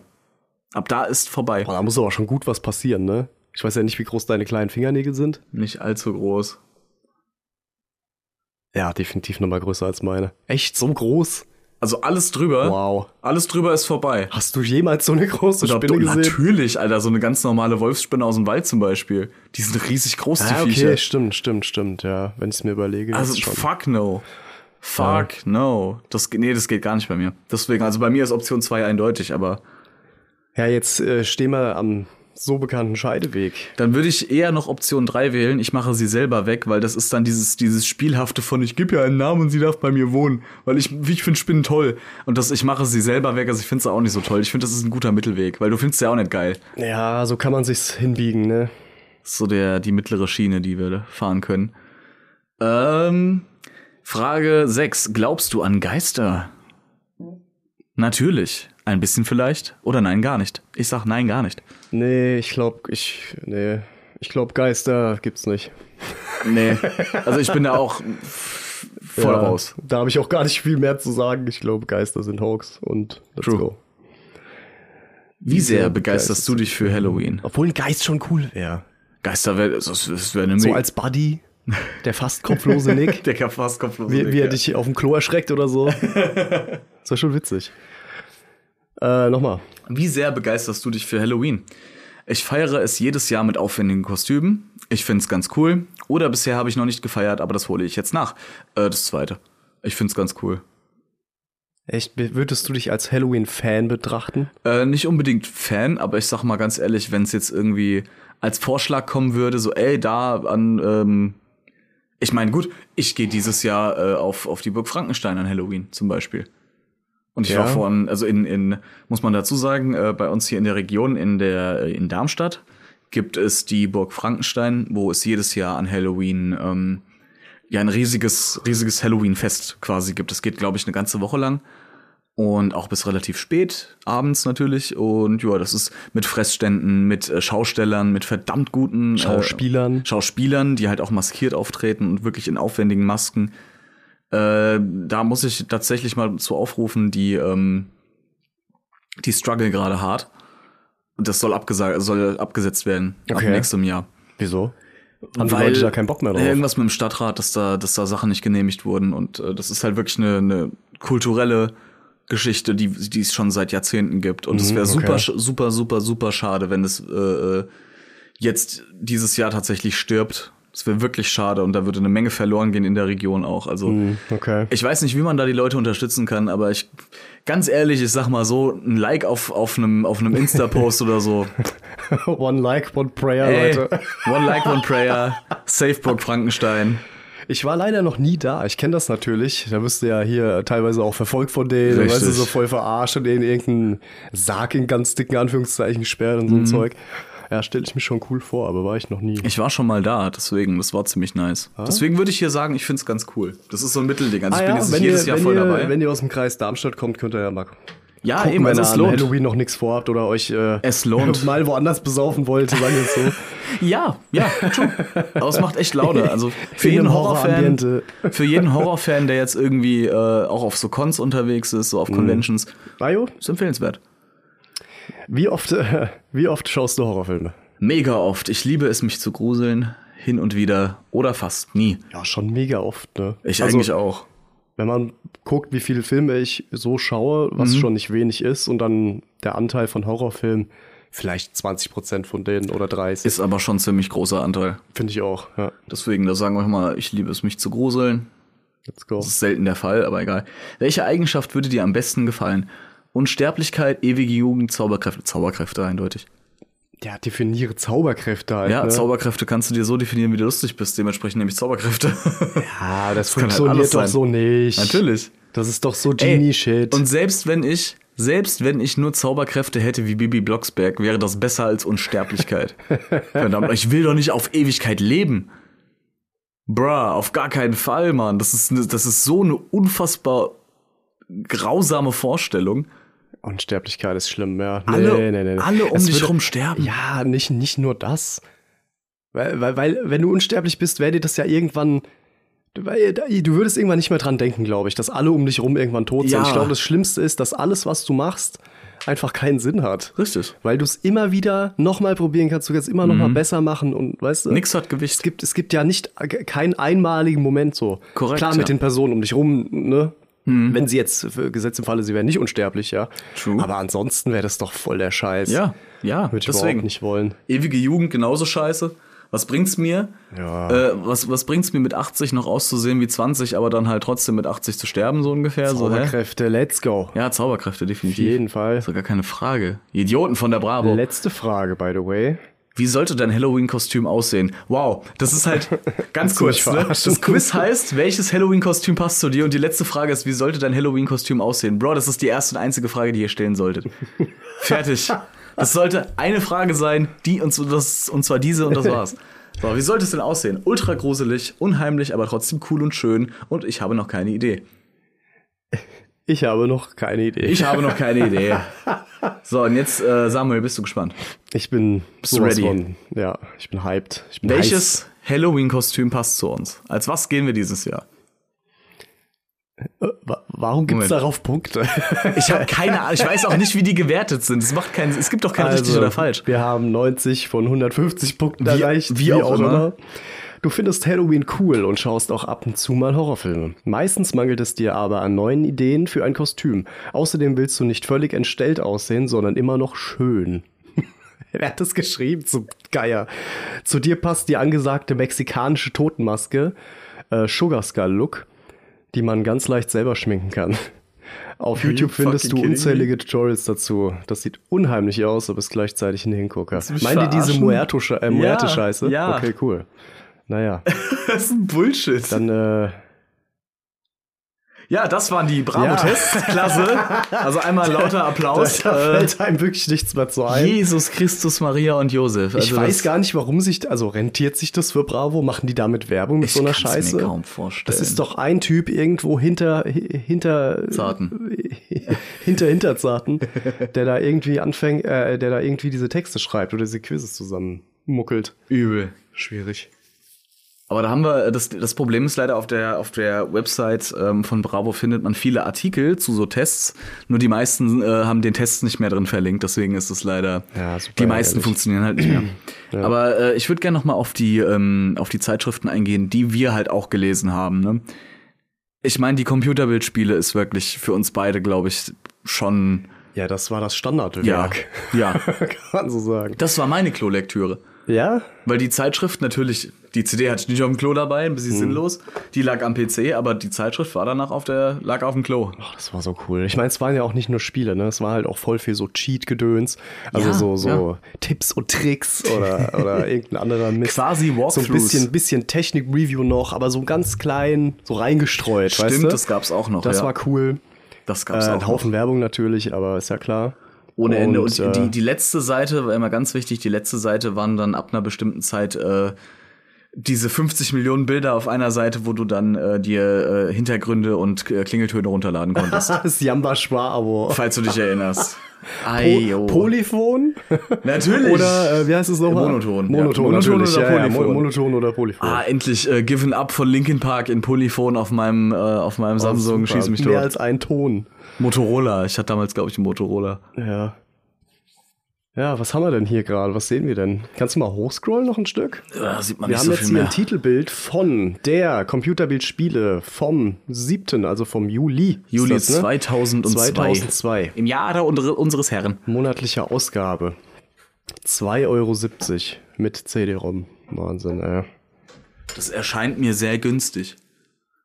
Ab da ist vorbei.
Boah, da muss aber schon gut was passieren, ne? Ich weiß ja nicht, wie groß deine kleinen Fingernägel sind.
Nicht allzu groß.
Ja, definitiv nochmal größer als meine. Echt, so groß?
Also alles drüber,
Wow.
alles drüber ist vorbei.
Hast du jemals so eine große
Oder
Spinne
du-
gesehen?
natürlich, Alter, so eine ganz normale Wolfsspinne aus dem Wald zum Beispiel. Die sind riesig groß, die
Ah, okay,
Viecher.
stimmt, stimmt, stimmt, ja. Wenn ich es mir überlege,
Also
ist schon.
fuck no. Fuck no. Das, ge- nee, das geht gar nicht bei mir. Deswegen, also bei mir ist Option 2 eindeutig, aber
Ja, jetzt äh, stehen wir am so bekannten Scheideweg.
Dann würde ich eher noch Option 3 wählen. Ich mache sie selber weg, weil das ist dann dieses, dieses Spielhafte von ich gebe ihr einen Namen und sie darf bei mir wohnen. Weil ich, ich finde Spinnen toll. Und das ich mache sie selber weg, also ich finde es auch nicht so toll. Ich finde, das ist ein guter Mittelweg, weil du findest ja auch nicht geil.
Ja, so kann man sich's hinbiegen, ne?
Das ist so der, die mittlere Schiene, die wir fahren können. Ähm, Frage 6. Glaubst du an Geister? Natürlich. Ein bisschen vielleicht. Oder nein, gar nicht. Ich sag nein, gar nicht.
Nee, ich glaub, ich. Nee. Ich glaub, Geister gibt's nicht.
Nee. Also ich bin da auch voll
ja,
raus.
Da habe ich auch gar nicht viel mehr zu sagen. Ich glaube, Geister sind Hoax und let's
True.
go.
Wie sehr
sehr
begeisterst du dich für Halloween?
Obwohl ein Geist schon cool wäre.
Geisterwelt, das, das wäre eine
So
Mega-
als Buddy, der fast kopflose Nick.
<laughs> der kann fast kopflos.
wie, wie er
ja.
dich auf dem Klo erschreckt
<laughs>
oder so. Das war schon witzig. Äh, nochmal.
Wie sehr begeisterst du dich für Halloween? Ich feiere es jedes Jahr mit aufwendigen Kostümen. Ich finde es ganz cool. Oder bisher habe ich noch nicht gefeiert, aber das hole ich jetzt nach. Äh, das zweite. Ich finde es ganz cool.
Echt, würdest du dich als Halloween-Fan betrachten?
Äh, nicht unbedingt Fan, aber ich sag mal ganz ehrlich, wenn es jetzt irgendwie als Vorschlag kommen würde, so, ey, da an, ähm, ich meine, gut, ich gehe dieses Jahr äh, auf, auf die Burg Frankenstein an Halloween zum Beispiel. Und ich
Ja.
war vorhin, also in, in, muss man dazu sagen, äh, bei uns hier in der Region, in der, äh, in Darmstadt, gibt es die Burg Frankenstein, wo es jedes Jahr an Halloween, ähm, ja, ein riesiges, riesiges Halloween-Fest quasi gibt. Es geht, glaube ich, eine ganze Woche lang. Und auch bis relativ spät, abends natürlich. Und ja, das ist mit Fressständen, mit äh, Schaustellern, mit verdammt guten äh,
Schauspielern.
Schauspielern, die halt auch maskiert auftreten und wirklich in aufwendigen Masken. Äh, da muss ich tatsächlich mal zu aufrufen, die, ähm, die struggle gerade hart. Und das soll, abgesagt, soll abgesetzt werden
Okay.
ab nächstem Jahr.
Wieso? Haben die Leute da keinen Bock mehr drauf?
äh, Irgendwas mit dem Stadtrat, dass da, dass da Sachen nicht genehmigt wurden. Und äh, das ist halt wirklich eine, eine kulturelle Geschichte, die, die es schon seit Jahrzehnten gibt. Und es wäre
Mhm, okay.
super, sch- super, super, super schade, wenn es äh, äh, jetzt dieses Jahr tatsächlich stirbt. Es wäre wirklich schade und da würde eine Menge verloren gehen in der Region auch. Also
Hm,
<laughs>
okay. <laughs>
ich weiß nicht, wie man da die Leute unterstützen kann, aber ich, ganz ehrlich, ich sag mal so, ein Like auf, auf einem, auf einem Insta-Post oder
<laughs>
so.
one like, one prayer,
Ey,
Leute.
one like, one prayer. Safeburg Frankenstein.
Ich war leider noch nie da. Ich kenne das natürlich. Da wirst du ja hier teilweise auch verfolgt von denen.
Richtig.
Weißt du, so voll verarscht und in irgendeinen Sarg in ganz dicken Anführungszeichen gesperrt und so
Mhm.
ein Zeug. Ja, stelle ich mir schon cool vor, aber war ich noch nie.
Ich war schon mal da, deswegen, das war ziemlich nice.
Ah.
Deswegen würde ich hier sagen, ich find's ganz cool. Das ist so ein Mittelding. Also ich bin jetzt nicht jedes Jahr
wenn
voll
ihr,
dabei.
Wenn ihr aus dem Kreis Darmstadt kommt, könnt ihr ja mal
ja,
gucken,
eben,
wenn
also
ihr
es
an
lohnt.
Halloween noch nichts vorhabt oder euch äh,
Es lohnt.
<laughs> mal woanders besaufen wollt, sagen wir es so.
Ja, ja, true. Aber es macht echt
<laughs>
Laune. Also für
In
jeden
einem
Horrorfan,
Horrorambiente.
für jeden Horrorfan, der jetzt irgendwie äh, auch auf so Cons unterwegs ist,
Mhm.
so auf Conventions,
Mario,
ist empfehlenswert.
wie oft, <laughs> äh, wie oft schaust du Horrorfilme?
Mega oft. Ich liebe es, mich zu gruseln, hin und wieder oder fast nie.
Ja, schon mega oft, ne?
Ich
Also,
eigentlich auch.
wenn man guckt, wie viele Filme ich so schaue, was
Mhm.
schon nicht wenig ist, und dann der Anteil von Horrorfilmen, vielleicht 20% von denen oder 30,
Ist aber schon ein ziemlich großer Anteil.
finde ich auch. Ja,
Deswegen, da sagen wir mal, ich liebe es, mich zu gruseln.
let's go.
Das ist selten der Fall, aber egal. Welche Eigenschaft würde dir am besten gefallen? Unsterblichkeit, ewige Jugend, Zauberkräfte. Zauberkräfte eindeutig.
Ja, definiere Zauberkräfte halt.
Ja,
ne?
Zauberkräfte kannst du dir so definieren, wie du lustig bist. Dementsprechend nehme ich Zauberkräfte. <laughs>
Ja, das,
kann halt
funktioniert
alles
doch
sein.
so nicht.
Natürlich.
Das ist doch so
Ey,
Genie-Shit.
Und selbst wenn ich, selbst wenn ich nur Zauberkräfte hätte wie Bibi Blocksberg, wäre das besser als <laughs> Unsterblichkeit. Verdammt, ich will doch nicht auf Ewigkeit leben. Bruh, auf gar keinen Fall, Mann. Das ist, ne- das ist so eine unfassbar grausame Vorstellung.
Unsterblichkeit ist schlimm, ja.
Alle- alle um
Es
dich
würde-
rum sterben.
Ja, nicht, nicht nur das. Weil, weil, weil, wenn du unsterblich bist, wäre dir das ja irgendwann. Weil, da- du würdest irgendwann nicht mehr dran denken, glaube ich, dass alle um dich rum irgendwann tot sind.
Ja.
Ich glaube, das Schlimmste ist, dass alles, was du machst, einfach keinen Sinn hat.
Richtig.
Weil du es immer wieder nochmal probieren kannst, du kannst immer nochmal besser machen und weißt du.
Mhm. Nix hat Gewicht.
Es gibt, es gibt ja nicht äh, keinen einmaligen Moment so.
Korrekt,
Klar, mit
ja. Hm.
den Personen um dich rum, ne? Wenn sie jetzt, für Gesetz im Falle, sie wären nicht unsterblich, ja.
True.
Aber ansonsten wäre das doch voll der Scheiß.
Ja, ja,
Würde ich
deswegen.
überhaupt nicht wollen.
Ewige Jugend genauso scheiße. Was bringt's mir?
Ja.
Äh, was, was bringt's mir mit 80 noch auszusehen wie 20, aber dann halt trotzdem mit 80 zu sterben, so ungefähr? So, Also, hä?
Zauberkräfte, let's go.
Ja, Zauberkräfte, definitiv.
Auf jeden Fall.
Ist doch gar keine Frage. Die Idioten von der Bravo.
Letzte Frage, by the way.
Wie sollte dein Halloween-Kostüm aussehen? Wow, das ist halt ganz
Hast du mich
kurz. Ne?
verarscht?
Das Quiz heißt, welches Halloween-Kostüm passt zu dir? Und die letzte Frage ist, wie sollte dein Halloween-Kostüm aussehen? Bro, das ist die erste und einzige Frage, die ihr stellen solltet. Fertig. Das sollte eine Frage sein, die und, so- das, und zwar diese und das war's. So, wie sollte es denn aussehen? Ultra gruselig, unheimlich, aber trotzdem cool und schön. Und ich habe noch keine Idee.
Ich habe noch keine Idee.
Ich habe noch keine Idee. So, und jetzt, äh, Samuel, bist du gespannt?
Ich bin
du
sowas
ready?
Von, ja, ich bin hyped. Ich bin heiß.
Welches Halloween-Kostüm passt zu uns? Als was gehen wir dieses Jahr?
Wa- Warum gibt
Moment.
es darauf Punkte?
Ich habe keine Ahnung. Ich weiß auch nicht, wie die gewertet sind. Es macht keinen. Es gibt doch kein
Also.
richtig oder falsch.
Wir haben 90 von 150 Punkten
Wie-
erreicht.
wie auch immer.
Du findest Halloween cool und schaust auch ab und zu mal Horrorfilme. Meistens mangelt es dir aber an neuen Ideen für ein Kostüm. Außerdem willst du nicht völlig entstellt aussehen, sondern immer noch schön. <laughs> Wer hat das geschrieben? Zum Geier. Zu dir passt die angesagte mexikanische Totenmaske, äh, Sugar Skull Look, die man ganz leicht selber schminken kann. Auf
you
YouTube findest
fucking
du
kidding me?
unzählige Tutorials dazu. Das sieht unheimlich aus, aber ist gleichzeitig ein Hingucker.
mich
Meint ihr diese
verarschen?
Muerto-Sche- äh, Muerte-Scheiße?
ja.
Okay, cool. Naja,
Das ist ein Bullshit.
dann <laughs> äh,
ja, das waren die
Ja.
Bravo-Tests-Klasse. Also einmal lauter Applaus.
<laughs> da
Äh,
fällt einem wirklich nichts mehr zu ein.
Jesus Christus, Maria und Josef.
Ich
Also
weiß
das-
gar nicht, warum sich, also rentiert sich das für Bravo? Machen die damit Werbung mit
Ich
so einer
kann's
Scheiße?
mir kaum vorstellen.
Das ist doch ein Typ irgendwo hinter, hi- hinter,
Zarten.
<laughs> hinter Hinterzarten, der da irgendwie anfängt, äh, der da irgendwie diese Texte schreibt oder diese Quizzes zusammen muckelt.
übel.
Schwierig.
Aber da haben wir, das, das Problem ist leider, auf der, auf der Website ähm, von Bravo findet man viele Artikel zu so Tests, nur die meisten äh, haben den Test nicht mehr drin verlinkt, deswegen ist es leider,
Ja, super
die meisten
ärgerlich.
funktionieren halt
<clears throat>
nicht mehr. Aber äh, ich würde gerne nochmal auf, die, ähm, auf die Zeitschriften eingehen, die wir halt auch gelesen haben. Ne? Ich meine, die Computerbildspiele ist wirklich für uns beide, glaube ich, schon,
Ja, das war das
ja,
Standardwerk.
ja.
<laughs> Kann man so sagen.
Das war meine Klolektüre.
Ja?
Weil die Zeitschrift natürlich, die CD hatte ich nicht auf dem Klo dabei, ein
Mhm.
bisschen sinnlos. Die lag am PC, aber die Zeitschrift war danach auf der, lag auf dem Klo.
Ach, das war so cool. Ich meine, es waren ja auch nicht nur Spiele, ne? Es war halt auch voll viel so Cheat-Gedöns. Also
Ja,
so, so Tipps und Tricks
<laughs>
oder, oder irgendein anderer Mist.
Quasi
So
Walkthroughs.
ein bisschen, bisschen Technik-Review noch, aber so ganz klein, so reingestreut,
Stimmt,
weißt du?
das gab's auch noch,
Das
ja.
war cool.
Das
Äh,
gab's auch.
ein
noch.
Haufen Werbung natürlich, aber ist ja klar.
Ohne Ende. Und,
äh,
die, die letzte Seite war immer ganz wichtig. Die letzte Seite waren dann ab einer bestimmten Zeit äh, diese 50 Millionen Bilder auf einer Seite, wo du dann äh, dir äh, Hintergründe und äh, Klingeltöne runterladen konntest.
äh, <laughs> das Jamba Schwa-Abo.
falls du dich erinnerst. Ei,
<laughs> Po
oh.
Polyphon?
Natürlich.
Oder äh, wie heißt es nochmal?
Monoton.
Monoton,
Ja, Monoton
natürlich.
oder
ja, ja,
Polyphon.
Mon- Monoton oder Polyphon.
Ah, endlich äh, Given Up von Linkin Park in Polyphon auf meinem, äh, auf meinem Samsung.
Oh, Super.
Schieß mich
Mehr
tot.
als ein Ton.
Motorola. Ich hatte damals, glaube ich, einen Motorola.
Ja. Ja, was haben wir denn hier gerade? Was sehen wir denn? Kannst du mal hochscrollen noch ein Stück?
Da sieht man
Wir
nicht
haben
so
jetzt
viel
hier
mehr.
ein Titelbild von der Computerbildspiele vom 7., also vom Juli. ist
Juli
das, ne?
2002.
2002.
Im Jahre unsere- unseres Herren.
Monatliche Ausgabe. 2,70 Euro mit CD-ROM. Wahnsinn, ey.
Das erscheint mir sehr günstig.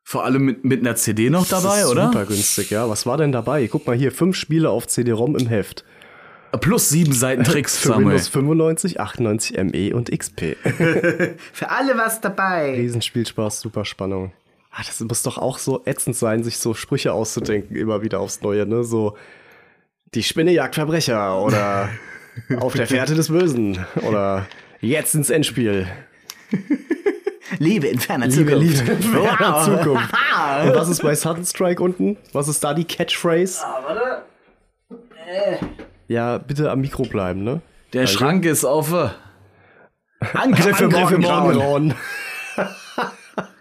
Vor allem mit, mit einer CD noch dabei,
das ist
oder?
Super günstig, ja. Was war denn dabei? Guck mal hier, fünf Spiele auf CD-ROM im Heft.
Plus sieben Seiten Tricks,
Für
Samuel.
Windows 95, 98 ME E und XP.
Für alle was
<laughs>
dabei.
Riesenspielspaß, super Spannung. Ah, das muss doch auch so ätzend sein, sich so Sprüche auszudenken, immer wieder aufs Neue, ne? So, die Spinne jagt
<laughs>
Verbrecher oder auf der Fährte des Bösen oder jetzt ins Endspiel.
Liebe in ferner
Liebe,
Zukunft. <laughs>
Liebe, wow. Zukunft. Und was ist bei Sudden Strike unten? Was ist da die Catchphrase? Äh. Ja, bitte am Mikro bleiben, ne?
Der Schrank ist offen. Angriffe,
Angriffe
morgen, morgen.
Morgengrauen. <laughs>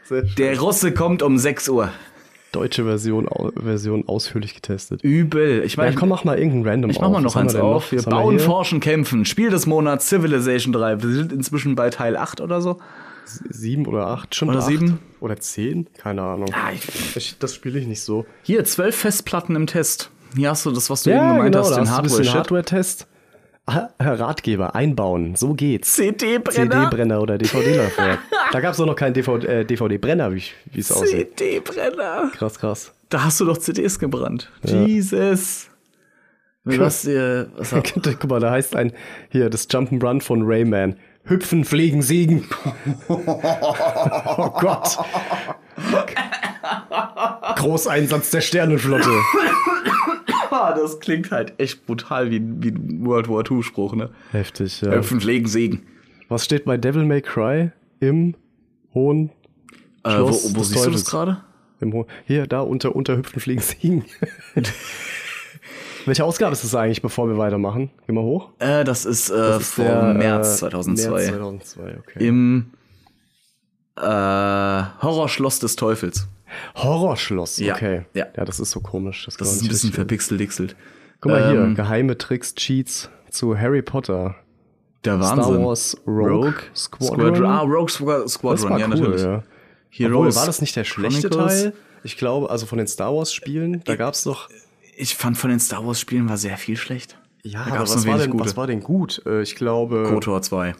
Sehr schön.
Der Russe kommt um 6 Uhr.
Deutsche Version, au- Version ausführlich getestet.
Übel. Ich meine,
Ja, komm, mach mal irgendeinen Random
Ich mach mal
auf.
noch
Was haben
eins
wir denn
auf. Wir
Was haben
bauen,
hier?
forschen, kämpfen. Spiel des Monats Civilization 3. Wir sind inzwischen bei Teil 8 oder so.
Sieben oder acht, schon
Oder
acht.
sieben?
Oder zehn? Keine Ahnung.
Ah, ich-
Ich, das spiele ich nicht so.
Hier, zwölf Festplatten im Test. Hier hast du das, was du eben gemeint genau,
genau,
hast, den
Hardware-Test.
Hardware-Shit.
Ah, Ratgeber, einbauen, so geht's.
CD-Brenner.
CD-Brenner oder DVD-Laufwerk. da gab es auch noch keinen DVD, äh, DVD-Brenner, wie wie es aussieht.
CD-Brenner.
Krass, krass.
Da hast du doch CDs gebrannt. Jesus. Du hast dir, was hab,
<laughs> Guck mal, da heißt ein, hier, das Jump'n'Run von Rayman. Hüpfen,
<laughs>
fliegen, siegen. oh Gott. Großeinsatz der Sternenflotte.
Ah, das klingt halt echt brutal wie, wie ein World War II-Spruch, ne?
Heftig, ja.
Öpfen, pflegen, segen.
Was steht bei Devil May Cry im hohen,
Äh, wo
Schloss
wo
des
siehst du das
Teufels.
gerade?
im hohen, hier, da, unter, unter Hüpfen,
<laughs>
Fliegen, Siegen. Welche Ausgabe ist das eigentlich, bevor wir weitermachen? Geh mal hoch.
Äh, das ist, äh, vom März
äh,
2002.
März 2002, okay.
im äh, Horrorschloss des Teufels.
Horrorschloss,
Ja,
okay.
ja.
das ist so komisch. Das, kann
Das
man
ist ein
nicht
bisschen
richtig-
verpixel-dixelt.
Guck mal
Ähm,
hier, geheime Tricks, Cheats zu Harry Potter.
Der Wahnsinn.
Star Wars Rogue, Squadron.
Ah, Rogue Squadron,
Das
Squadron.
war
ja,
cool,
natürlich.
ja.
Heroes
Obwohl, war das nicht der schlechte
Chronicles?
Teil? Ich glaube, also von den Star Wars Spielen, da gab es doch
Ich fand von den Star Wars Spielen war sehr viel schlecht.
Ja,
Da
aber
gab's
was
nur
war,
wenig
denn,
gute.
was war denn gut? Äh, Ich glaube.
KOTOR 2.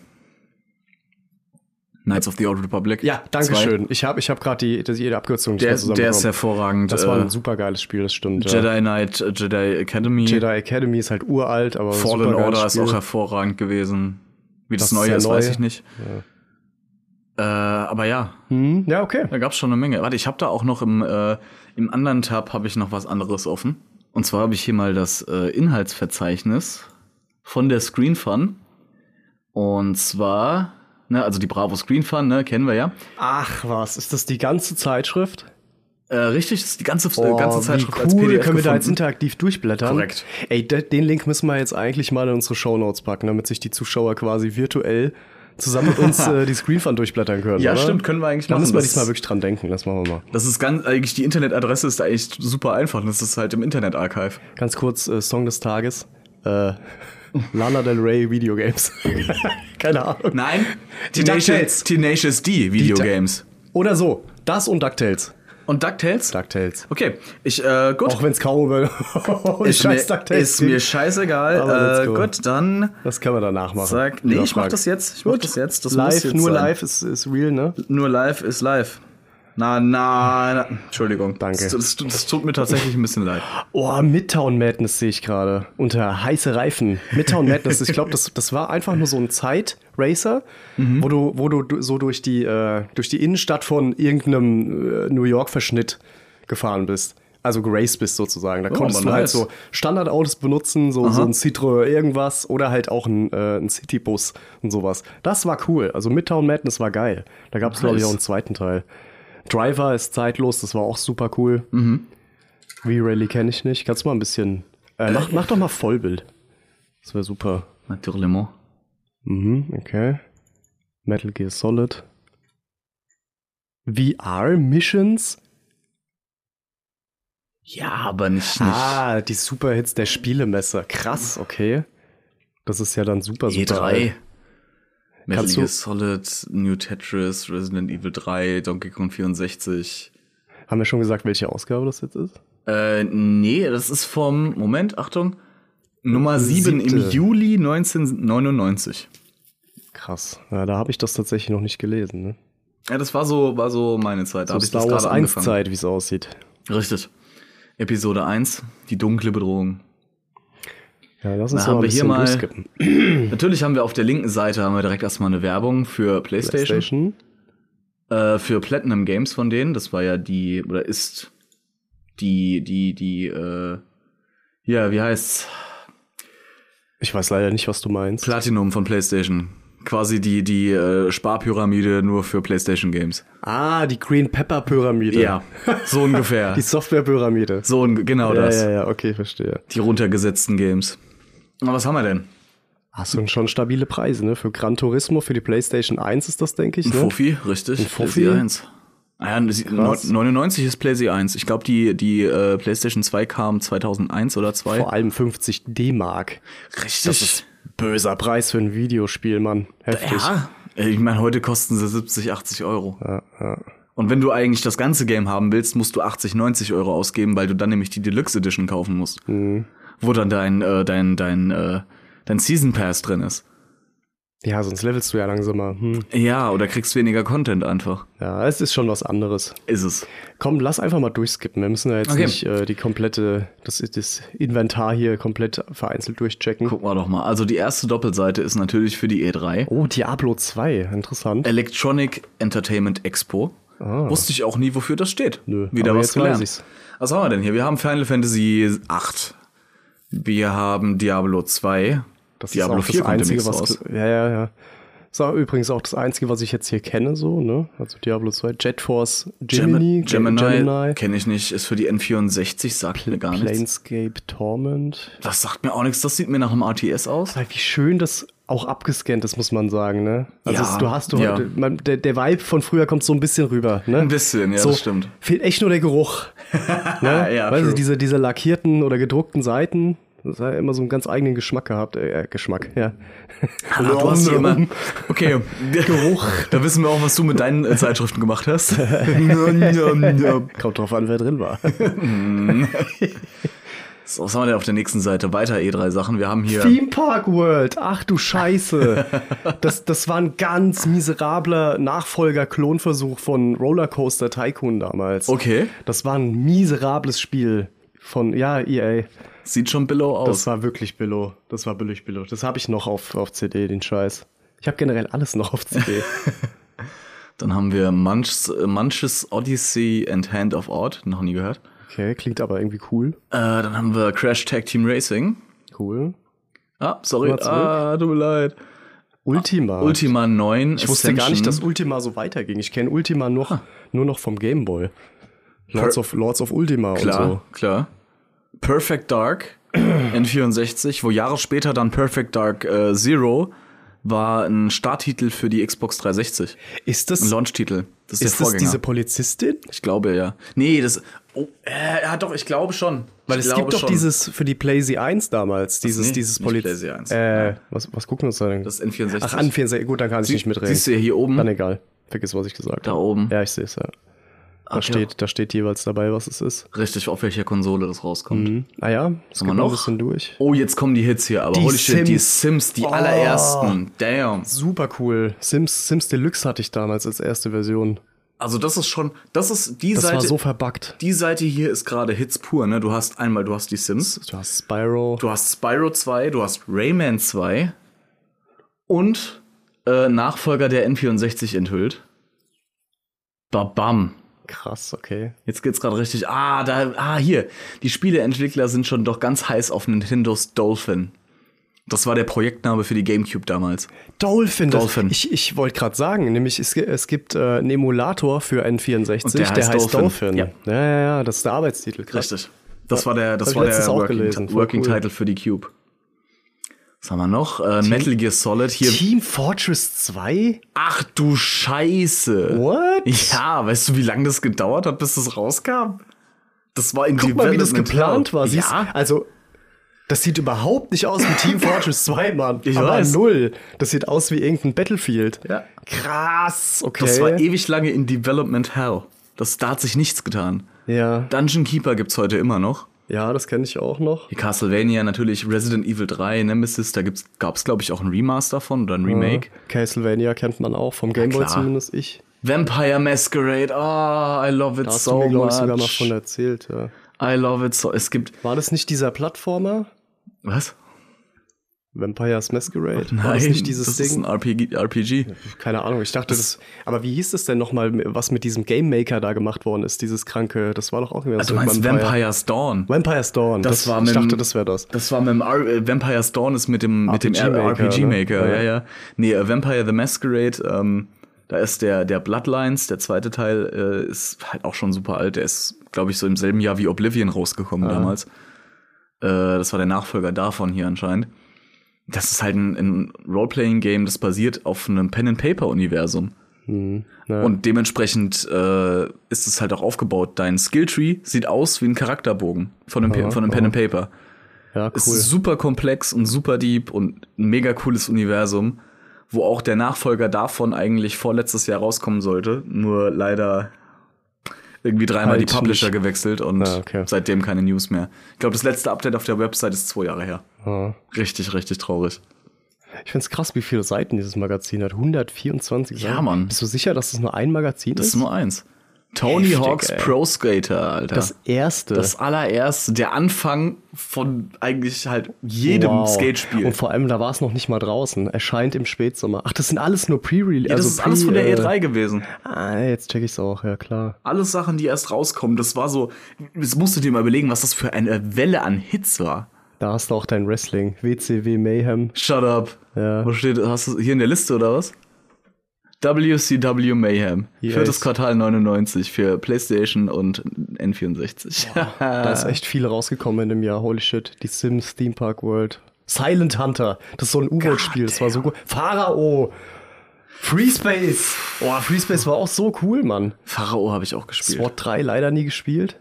Knights of the Old Republic.
Ja, danke schön. Ich habe ich hab gerade die, die, die Abkürzung nicht
Der,
mehr
der ist
zusammenbekommen.
hervorragend.
Das war
äh,
ein super geiles Spiel, das stimmt. ja.
Jedi Knight, äh, Jedi Academy,
Jedi Academy ist halt uralt, aber
Fallen
supergeiles
Order ist
Spiel.
auch hervorragend gewesen. Wie das,
Das ist
neue
ja
ist, weiß
neu.
ich nicht. Äh, aber ja,
Hm? Ja, okay.
da gab es schon eine Menge. Warte, ich habe da auch noch im, äh, im anderen Tab habe ich noch was anderes offen. Und zwar habe ich hier mal das äh, Inhaltsverzeichnis von der Screen Fun. Und zwar, ne, also die Bravo Screen Fun, ne, kennen wir ja.
Ach was, ist das die ganze Zeitschrift?
Äh, richtig, das ist die ganze, äh,
Oh,
ganze Zeit
wie cool, können wir da jetzt interaktiv durchblättern.
Korrekt.
Ey, de, den Link müssen wir jetzt eigentlich mal in unsere Shownotes packen, damit sich die Zuschauer quasi virtuell zusammen
<laughs>
mit uns äh, die Screenfund durchblättern können.
Ja,
oder?
stimmt, können wir eigentlich
Da
machen,
müssen wir
das-
diesmal wirklich dran denken, das machen wir mal.
Das ist ganz, eigentlich die Internetadresse ist eigentlich super einfach. Das ist halt im Internetarchive.
Ganz kurz, äh, Song des Tages.
<laughs>
Äh, Lana Del Rey Videogames. Keine Ahnung.
Nein,
Die
Tenacious,
DuckTales.
Tenacious D Videogames.
Oder so, das und DuckTales.
Und DuckTales?
DuckTales.
Okay, ich, äh, gut.
Auch wenn es kaum <laughs> über
ist,
Scheiß
mir, ist mir
Aber
scheißegal.
let's
Äh,
go.
gut, dann
Das können wir danach machen.
sag, nee,
Lieber
ich mach
Frank.
das jetzt. Ich mach
Gut,
das jetzt. Das
live,
muss jetzt
nur
sein.
live ist, ist real, ne?
Nur live ist live. Na, na, na. Entschuldigung.
Danke.
Das, das, das tut mir tatsächlich ein bisschen <laughs> leid.
Oh, Midtown Madness sehe ich gerade. Unter heiße Reifen. Midtown Madness, ich glaube, das, das war einfach nur so ein Zeitracer, wo, du, wo du du so durch die, äh, durch die Innenstadt von irgendeinem äh, New York-Verschnitt gefahren bist. Also geraced bist sozusagen. Da konntest
Oh, aber
du halt
nice.
so Standardautos benutzen, so, so ein Citroën irgendwas oder halt auch ein, äh, ein Citybus und sowas. Das war cool. Also Midtown Madness war geil. Da gab es, glaube ich,
Nice.
auch einen zweiten Teil. Driver ist zeitlos, das war auch super cool.
Mhm.
V-Rally kenne ich nicht. Kannst du mal ein bisschen. Äh, mach, mach doch mal Vollbild. Das wäre super.
Natürlich.
Mhm, okay. Metal Gear Solid. VR Missions?
Ja, aber nicht, nicht.
Ah, die Superhits der Spielemesse. Krass, okay. Das ist ja dann super, super.
E3.
alt.
E Metal
Kannst
Gear
du-
Solid, New Tetris, Resident Evil 3, Donkey Kong 64.
Haben wir schon gesagt, welche Ausgabe das jetzt ist?
Äh, nee, das ist vom, Moment, Achtung, Nummer 7 im
Siebte.
Juli 1999.
Krass. Ja, da habe ich das tatsächlich noch nicht gelesen. Ne?
Ja, das war so, war so meine Zeit. Da
So
hab ich das
Star Wars
gerade
1
angefangen.
Zeit, wie es aussieht.
Richtig. Episode 1, die dunkle Bedrohung.
Ja, lass uns
Na, haben
mal ein
wir hier
bisschen
mal
durchskippen.
Natürlich haben wir auf der linken Seite haben wir direkt erstmal eine Werbung für PlayStation.
PlayStation.
äh, für Platinum Games von denen. Das war ja die, oder ist die, die, die, äh, ja, wie heißt's?
Ich weiß leider nicht, was du meinst.
Platinum von PlayStation. Quasi die, die äh, Sparpyramide nur für PlayStation Games.
Ah, die Green Pepper Pyramide.
Ja, <laughs> so ungefähr.
Die Software Pyramide.
so un genau
ja,
das.
ja, ja, okay, verstehe.
Die runtergesetzten Games. Na, was haben wir denn?
Hast du schon stabile Preise, ne? Für Gran Turismo, für die PlayStation 1 ist das, denke ich,
Ein
ne?
Fuffi, richtig.
Ein Fuffi?
PlayStation 1. Ah ja, das-
Krass.
99 ist PlayStation 1. Ich glaube, die, die äh, PlayStation 2 kam 2001 oder 2.
Vor allem 50 D-Mark.
Richtig.
Das ist böser Preis für ein Videospiel, Mann. Heftig.
Ja, ich meine, heute kosten sie 70, 80 Euro. Und wenn du eigentlich das ganze Game haben willst, musst du 80, 90 Euro ausgeben, weil du dann nämlich die Deluxe Edition kaufen musst.
Mhm.
Wo dann dein, äh, dein, dein, äh, dein Season Pass drin ist.
Ja, sonst levelst du ja langsamer. Hm.
Ja, oder kriegst weniger Content einfach.
Ja, es ist schon was anderes.
Ist es.
Komm, lass einfach mal durchskippen. Wir müssen ja jetzt
Okay.
nicht äh, die komplette, das, das Inventar hier komplett vereinzelt durchchecken.
Gucken wir doch mal. Also die erste Doppelseite ist natürlich für die E3.
Oh, Diablo 2. Interessant.
Electronic Entertainment Expo. Wusste ich auch nie, wofür das steht.
Ah. Nö,
Wieder
aber
was
jetzt weiß
gelernt.
ich's.
Was haben wir denn hier? Wir haben Final Fantasy 8. Wir haben Diablo 2.
Das
Diablo
ist auch
4
das
kommt
Einzige,
demnächst
was.
raus.
Ja, ja, ja. Ist auch übrigens auch das Einzige, was ich jetzt hier kenne, so, ne? Also Diablo 2, Jet Force, Gemini,
Gemini, Gemini,
Gemini,
kenne ich nicht, ist für die N64, sagt mir gar nichts.
Planescape Torment. halt
Das sagt mir auch nichts, das sieht mir nach einem RTS aus.
Wie schön das auch abgescannt ist, muss man sagen, ne? Also
Ja,
es, du hast du
ja.
halt, man, der, der Vibe von früher kommt so ein bisschen rüber, ne?
Ein bisschen, ja,
so,
das stimmt.
Fehlt echt nur
<laughs>
der Geruch. ne?
Ja,
weißt du,
true.
diese, diese lackierten oder gedruckten Seiten. Das hat ja immer so einen ganz eigenen Geschmack gehabt. Äh, äh, Geschmack, ja.
Ah, du hast
Rum,
immer-
rum. <laughs>
Okay, Geruch. Da wissen wir auch, was du mit deinen äh, Zeitschriften gemacht
<laughs>
hast. Nom, nom, nom.
Kommt drauf an, wer drin war.
So, was haben wir denn auf der nächsten Seite? Weiter E3 Sachen. Wir haben hier.
Theme Park World, ach du Scheiße.
<laughs>
Das, das war ein ganz miserabler Nachfolger-Klonversuch von Rollercoaster Tycoon damals.
Okay.
Das war ein miserables Spiel von, ja, EA.
Sieht schon below
Das
aus.
war wirklich Billo. Das war billig Billo. Das habe ich noch auf, auf CD, den Scheiß. Ich habe generell alles noch auf
<laughs>
CD.
Dann haben wir Munch's, äh, Munch's Odyssey and Hand of Odd. Noch nie gehört.
Okay, klingt aber irgendwie cool.
Äh, dann haben wir Crash Tag Team Racing.
Cool.
Ah, sorry.
Mal zurück.
Ah, tut mir leid.
Ultima.
Ultima 9.
Ich wusste gar nicht, dass Ultima so weiterging. Ich kenne Ultima noch,
Ah.
nur noch vom Gameboy. Lords of, Lords of Ultima
Klar,
und so.
klar. Perfect Dark <clears throat> N64, wo Jahre später dann Perfect Dark äh, Zero war ein Starttitel für die Xbox 360.
Ist
Ein
das,
Launch-Titel. Das ist,
ist
der
das
Vorgänger.
diese Polizistin?
ich glaube, ja. Nee, das. Oh, äh, ja, doch, ich glaube schon.
Weil
ich
es
glaube
gibt doch
schon.
dieses für die PlayZ 1 damals, dieses,
nee,
dieses
nicht
Poliz.
PlayZ 1.
Äh, was, was gucken wir uns da denn?
Das N64.
Ach, an 64. Gut, dann kann ich nicht mitreden.
Siehst du hier oben?
Dann egal. Vergiss, was ich gesagt
Da
habe.
oben.
Ja, ich sehe es, ja. Da,
Ach,
steht, da steht jeweils dabei, was es ist.
Richtig, auf welcher Konsole das rauskommt.
Hm. Naja, es
Haben wir
geht noch
noch?
ein bisschen durch.
Oh, jetzt kommen die Hits hier, aber
Die
holy shit, die
Sims.
Sims, die
Oh.
allerersten. Damn.
Super cool. Sims, Sims Deluxe hatte ich damals als erste Version.
Also das ist schon, das ist die
Das
Seite.
war so verbuggt.
die Seite hier ist gerade Hits pur, ne? Du hast einmal, du hast die Sims,
Du hast Spyro.
du hast Spyro 2, du hast Rayman 2 und äh, Nachfolger der N64 enthüllt. Babam.
Krass, okay.
Jetzt geht's gerade richtig. Ah, da, ah, hier. Die Spieleentwickler sind schon doch ganz heiß auf Nintendos Dolphin. Das war der Projektname für die GameCube damals.
Dolphin. das-
Dolphin.
Ich, ich wollte gerade sagen, nämlich es, ge- es gibt äh, einen Emulator für N64,
Und der heißt Dolphin.
Ja. ja, ja, ja, das ist der Arbeitstitel. Krass.
Richtig. Das war der, das
Hab ich
war
letztens
der
auch
Working,
gelesen. Voll
Working
cool.
Title für die Cube. Was haben wir noch? Äh, Metal Gear Solid hier.
Team Fortress 2?
Ach du Scheiße.
What?
Ja, weißt du, wie lange das gedauert hat, bis das rauskam? Das war in
Guck mal, wie das
Development
geplant war.
Hell.
Siehst,
Ja,
Also, das sieht überhaupt nicht aus wie
<laughs>
Team Fortress 2, Mann.
Ich
Aber
weiß.
null. Das sieht aus wie irgendein Battlefield.
Ja.
Krass, okay.
das war ewig lange in Development Hell. Das, da hat sich nichts getan.
ja.
Dungeon Keeper gibt's heute immer noch.
ja, das kenne ich auch noch.
Hier Castlevania natürlich, Resident Evil 3, Nemesis, da gibt's, gab's glaube ich auch ein Remaster von oder ein Remake.
Castlevania kennt man auch, vom Gameboy
klar.
zumindest ich.
Vampire Masquerade, oh, I love it
Da hast
so
du mir, glaube ich,
much.
sogar mal von erzählt. Ja.
I love it so. Es gibt
War das nicht dieser Plattformer?
was?
Vampire's Masquerade? War das nicht dieses
Oh das ist ein
Ding?
RPG. RPG.
Keine Ahnung, ich dachte, das. Aber wie hieß das denn nochmal, was mit diesem Game Maker da gemacht worden ist, dieses kranke? Das war doch auch irgendwie
Ah, Du meinst Vampire's Dawn?
Vampire's Dawn.
Das war
ich
mit dem-
dachte, das wäre das.
Das war mit dem R äh, Vampire's Dawn ist mit dem mit dem
RPG Maker,
RPG
ne?
Maker,
Ja.
ja ja. Nee, äh, Vampire the Masquerade, ähm, da ist der der Bloodlines, der zweite Teil äh, ist halt auch schon super alt. Der ist, glaube ich, so im selben Jahr wie Oblivion rausgekommen damals. Äh, das war der Nachfolger davon hier anscheinend. Das ist halt ein, ein Role-Playing Game, das basiert auf einem Pen and Paper Universum.
Ja.
Und dementsprechend äh, ist es halt auch aufgebaut. Dein Skilltree sieht aus wie ein Charakterbogen von einem, Pe- von einem Pen and Paper.
ja,
Es
cool.
ist super komplex und super deep und ein mega cooles Universum, wo auch der Nachfolger davon eigentlich vorletztes Jahr rauskommen sollte. Nur leider irgendwie dreimal
Halt
die Publisher
nicht.
gewechselt und
Ah, okay.
seitdem keine News mehr. Ich glaube, das letzte Update auf der Website ist zwei Jahre her.
Ja.
Richtig, richtig traurig.
Ich finde es krass, wie viele Seiten dieses Magazin hat. 124
Ja,
Seiten.
Mann.
Bist du sicher, dass das nur ein Magazin
Das
ist?
ist nur eins. Tony
Heftig,
Hawks
ey.
Pro Skater, Alter.
das erste.
Das allererste, der Anfang von eigentlich halt jedem
Wow.
Skatespiel.
Und vor allem, da war es noch nicht mal draußen. Erscheint im Spätsommer. Ach, das sind alles nur Pre-Release. also
ja, das ist alles von der
äh,
E E3 gewesen.
Ah, jetzt check ich's auch, ja klar.
Alles Sachen, die erst rauskommen. Das war so, das musst du dir mal überlegen, was das für eine Welle an Hits war.
Da hast du auch dein Wrestling. WCW Mayhem.
Shut up.
Ja.
Wo steht, hast du hier in der Liste oder was? WCW Mayhem.
Yes.
Viertes Quartal 99 für PlayStation und N64.
Da
Äh.
ist echt viel rausgekommen in dem Jahr. Holy shit. Die Sims, Theme Park World. Silent Hunter. Das ist so ein U-Boot-Spiel. Das war so gut. Pharao. Free Space. Oh, Free Space war auch so cool, Mann.
<laughs> Pharao habe ich auch gespielt.
SWAT 3 leider nie gespielt.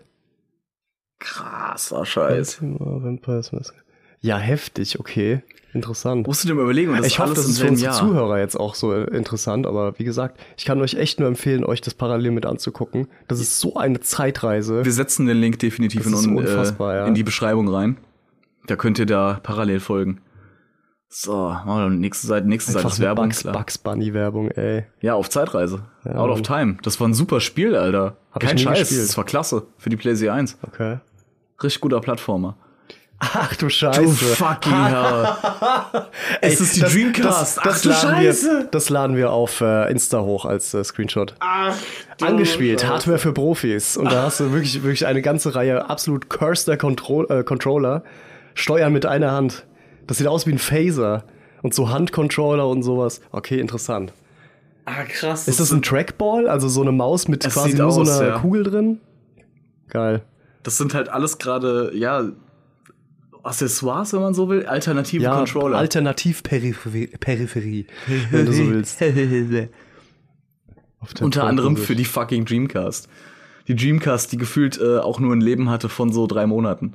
Krasser Scheiß.
Thema Vampires Mask. oh, Ja, heftig, okay. Interessant.
Musst du dir mal überlegen. Und das
ich hoffe,
alles
das ist
im
für unsere
selben Jahr.
Zuhörer jetzt auch so äh, interessant, aber wie gesagt, ich kann euch echt nur empfehlen, euch das parallel mit anzugucken. Das ist so eine Zeitreise.
Wir setzen den Link definitiv in,
Das ist
un-
unfassbar,
äh,
ja.
in die Beschreibung rein. Da könnt ihr da parallel folgen. So, machen wir dann nächste Seite, nächste Seite
Einfach
ist
eine
Werbung.
Bugs,
klar.
Bugs Bunny Werbung, ey.
Ja, auf Zeitreise.
Ja,
Out of
Mann.
Time. Das war ein super Spiel, Alter.
Hab ich
Kein
nie
Scheiß.
gespielt.
Das war klasse für die PlayStation 1.
Okay.
Richtig guter Plattformer.
Ach du Scheiße.
fucking <laughs> hell.
Ey,
Es ist die Dreamcast.
Das, das
Ach du
laden Wir,
Scheiße.
das laden wir auf äh, Insta hoch als äh, Screenshot.
Ach, du
Angespielt,
Scheiße.
Hardware für Profis. Und da hast du wirklich, wirklich eine ganze Reihe absolut curseder Control, äh, Controller. Steuern mit einer Hand. Das sieht aus wie ein Phaser. Und so Handcontroller und sowas. Okay, interessant.
Ah, krass.
Ist das ein Trackball? Also so eine Maus mit
Es
quasi
sieht
nur so
aus,
einer
ja.
Kugel drin? Geil.
Das sind halt alles gerade, ja, Accessoires, wenn man so will. Alternative
Ja,
Controller.
Alternativ-Peripherie, Peripherie, wenn du
<laughs>
so willst. Auf der
Unter anderem
Vorsicht.
für die fucking Dreamcast. Die Dreamcast, die gefühlt äh, auch nur ein Leben hatte von so drei Monaten.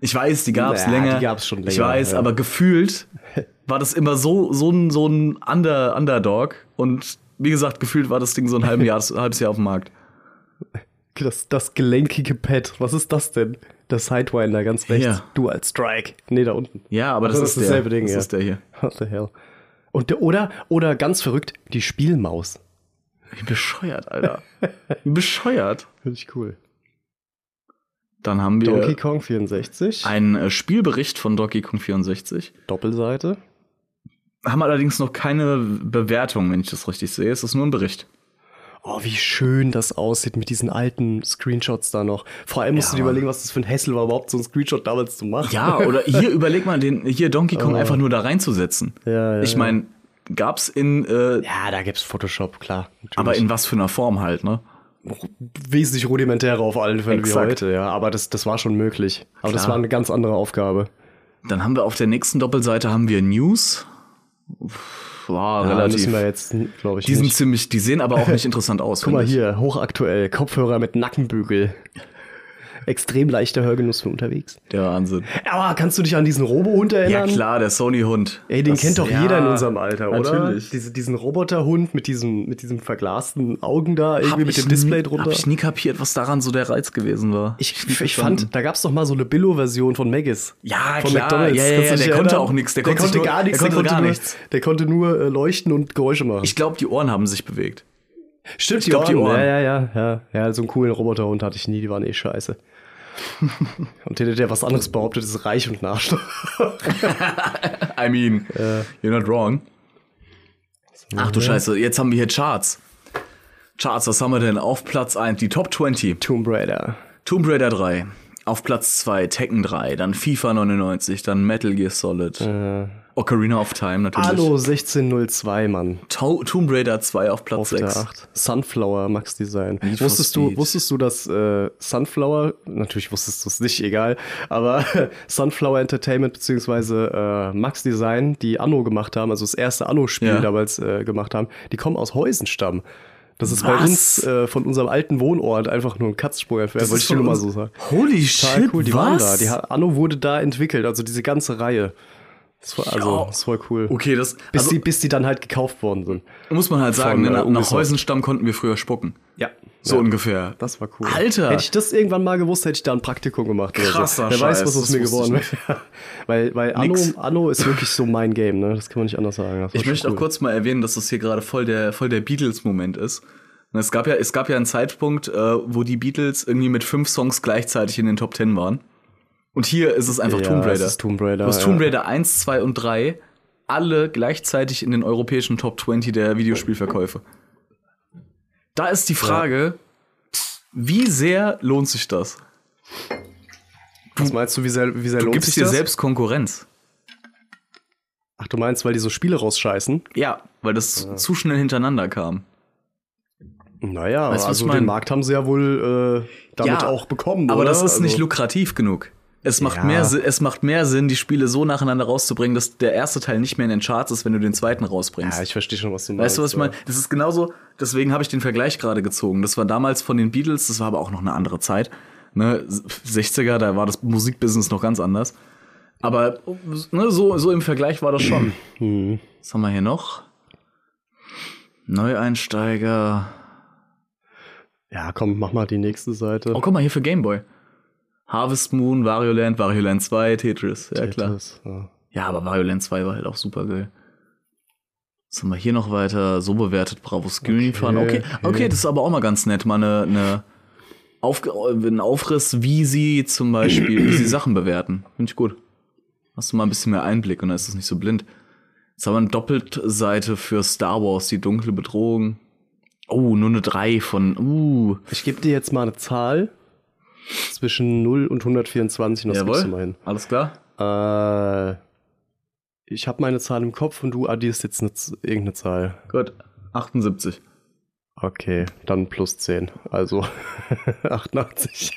Ich weiß, die gab's
Naja,
länger.
die gab's schon länger,
Ich weiß,
ja.
aber gefühlt war das immer so, so ein, so ein Under, Underdog. Und wie gesagt, gefühlt war das Ding so ein halben
<laughs>
Jahr, halbes Jahr auf dem Markt.
Das, das gelenkige Pad. Was ist das denn? Der Sidewinder ganz rechts.
Ja.
Dual Strike. Nee, da unten.
Ja, aber das,
Also
ist, der.
dasselbe Ding,
das
ja.
ist der hier.
What the hell? Und der, oder, oder ganz verrückt, die Spielmaus.
Wie bescheuert, Alter.
<laughs>
Wie bescheuert.
Finde ich cool.
Dann haben wir
Donkey Kong 64.
einen äh, Spielbericht von Donkey Kong 64.
Doppelseite.
Haben allerdings noch keine Bewertung, wenn ich das richtig sehe. Es ist nur ein Bericht.
Oh, wie schön das aussieht mit diesen alten Screenshots da noch. Vor allem musst
Ja,
du dir
Mann.
überlegen, was das für ein Hassel war, überhaupt so einen Screenshot damals zu machen.
Ja, oder hier überleg mal, den hier Donkey Kong einfach nur da reinzusetzen.
Ja, Oh. ja,
ich meine, gab's in, äh,
Ja, da gibt's Photoshop, klar. Natürlich.
aber in was für einer Form halt, ne?
wesentlich rudimentärer auf allen Fällen
Exakt.
wie heute, ja. Aber das, das war schon möglich. Aber das
Klar.
war eine ganz andere Aufgabe.
Dann haben wir auf der nächsten Doppelseite haben wir News. Uff, War
Ja,
relativ.
Ah, Müssen wir jetzt, glaube ich,
die sind
nicht.
ziemlich, die sehen aber auch nicht interessant aus.
<laughs> Guck mal
finde ich.
hier, hochaktuell, Kopfhörer mit Nackenbügel. Extrem leichter Hörgenuss für unterwegs.
Der Wahnsinn.
Aber kannst du dich an diesen Robohund
Ja
erinnern?
klar, der Sony-Hund.
Ey, den
Das-
kennt doch
ja,
jeder in unserem Alter, oder?
Natürlich.
Diese, diesen Roboterhund mit diesem, mit diesem verglasten Augen da, irgendwie
Hab
mit
ich
dem Display
nie-
drunter.
Hab ich nie kapiert, was daran so der Reiz gewesen war.
Ich,
nie
ich, ich
verstanden.
fand, da gab's doch mal so eine Billo-Version von Maggis.
Ja,
von
klar. Ja, ja,
Kannst du
ja,
dich
der konnte
erinnern?
auch nix,
Der,
der
konnte,
konnte sich nur-
gar nichts.
der konnte
konnte
gar
nur,
nichts.
Der konnte nur äh, leuchten und Geräusche machen.
Ich glaube, die Ohren haben sich bewegt.
Stimmt,
glaub, die Ohren.
Ja, ja, ja, ja. Ja, so einen coolen Roboterhund hatte ich nie, die waren eh scheiße. und der, der was anderes behauptet, ist reich und nachschlag.
I mean, you're not wrong. Ach du Scheiße, jetzt haben wir hier Charts. Charts, was haben wir denn? Auf Platz 1 die Top 20.
Tomb Raider.
Tomb Raider 3. Auf Platz 2 Tekken 3, dann FIFA 99, dann Metal Gear Solid. Ocarina of Time natürlich.
Anno 1602, Mann.
To Tomb Raider 2 auf Platz
Auf der
6.
8. Sunflower Max Design.
Need for
Wusstest du,
Speed.
wusstest du, dass äh, Sunflower, natürlich wusstest du es nicht, egal, aber <laughs> Sunflower Entertainment bzw. Äh, Max Design, die Anno gemacht haben, also das erste Anno-Spiel
Ja.
damals äh, gemacht haben, die kommen aus Heusenstamm. Das ist bei
Was?
uns äh, von unserem alten Wohnort einfach nur ein Katzsprung entfernt, wollte ich dir nur mal so sagen.
Holy
Total
shit,
cool, die
was?
waren da. Die, ha- Anno wurde da entwickelt, also diese ganze Reihe. Das war, also,
Ja.
das war cool.
okay, das
Bis,
also,
die, bis die dann halt gekauft worden sind.
muss man halt sagen,
von,
ne,
äh,
nach- nach
Ubisoft.
Häusenstamm konnten wir früher spucken.
Ja.
So ungefähr.
Das war cool.
Alter.
Hätte ich das irgendwann mal gewusst, hätte ich da ein Praktikum gemacht.
Krasser
oder so. Wer weiß,
Scheiß,
was aus
das
mir
wusste ich
geworden wäre. <laughs> weil weil Anno,
Nix.
Anno ist wirklich so mein Game, ne? Das kann man nicht anders sagen. Das war
Ich
schon
möchte
cool.
auch kurz mal erwähnen, dass das hier gerade voll der, voll der Beatles-Moment ist. Und es gab ja, es gab ja einen Zeitpunkt, äh, wo die Beatles irgendwie mit fünf Songs gleichzeitig in den Top Ten waren. Und hier ist es einfach
Ja,
Tomb Raider.
es ist Tomb Raider,
Du hast
ja.
Tomb Raider 1, 2 und 3 alle gleichzeitig in den europäischen Top 20 der Videospielverkäufe. Da ist die Frage, wie sehr lohnt sich das?
Was meinst du, wie sehr, wie sehr
Du
lohnt
gibst
sich
dir
das?
selbst Konkurrenz.
Ach, du meinst, weil die so Spiele rausscheißen?
Ja, weil das zu schnell hintereinander kam.
Naja,
Weißt du, was
also
ich mein?
den Markt haben sie ja wohl äh, damit auch bekommen,
Aber
oder?
das ist
also,
nicht lukrativ genug. Es macht,
Ja.
mehr, Si- es macht mehr Sinn, die Spiele so nacheinander rauszubringen, dass der erste Teil nicht mehr in den Charts ist, wenn du den zweiten rausbringst.
Ja, ich verstehe schon, was du meinst.
weißt du, was ich
ja.
meine? Das ist genauso, deswegen habe ich den Vergleich gerade gezogen. Das war damals von den Beatles, das war aber auch noch eine andere Zeit. Ne? 60er, da war das Musikbusiness noch ganz anders. Aber ne, so, so im Vergleich war das
<clears throat>
schon.
Hm.
Was haben wir hier noch? Neueinsteiger.
Ja, komm, mach mal die nächste Seite.
Oh, guck mal, hier für Gameboy. Harvest Moon, Wario Land, Wario Land 2, Tetris. Ja, klar.
Tetris, ja.
Ja, aber Wario Land 2 war halt auch super geil. Was haben wir hier noch weiter? So bewertet, Bravos Gyni fahren. Okay,
okay.
okay, das ist aber auch mal ganz nett, mal eine, eine Aufge- einen Aufriss, wie sie zum Beispiel, wie sie Sachen bewerten. Finde ich gut. Hast du mal ein bisschen mehr Einblick und dann ist das nicht so blind. Jetzt haben wir eine Doppeltseite für Star Wars, die dunkle Bedrohung. Oh, nur eine 3 von, uh,
Ich gebe dir jetzt mal eine Zahl zwischen 0 und 124. und Das gibst du mal
jawohl.
hin.
Alles klar.
Äh, ich habe meine Zahl im Kopf und du addierst jetzt eine, Z- irgendeine Zahl.
Gut, 78.
Okay, dann plus 10. Also <laughs> 88. ich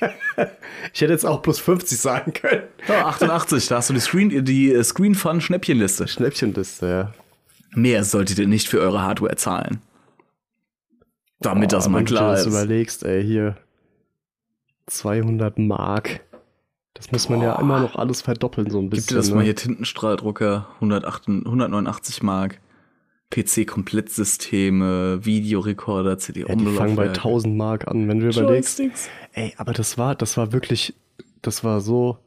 hätte jetzt auch plus 50 sagen können.
Ja, 88, da hast du die Screen, die äh, Screen Fun Schnäppchenliste.
Schnäppchenliste, ja.
Mehr solltet ihr nicht für eure Hardware zahlen. Damit das
Boah,
mal
wenn
klar
du dir
ist.
das überlegst, ey, hier 200 Mark. Das muss man ja immer noch alles verdoppeln, so ein bisschen.
Gib dir das
ne?
mal hier Tintenstrahldrucker, 108, 189 Mark, PC-Komplettsysteme, Videorekorder,
Ja, die
CD-Umlaufwerk.
fangen bei 1000 Mark an, wenn du überlegst. Ey, aber das war, das war wirklich, das war so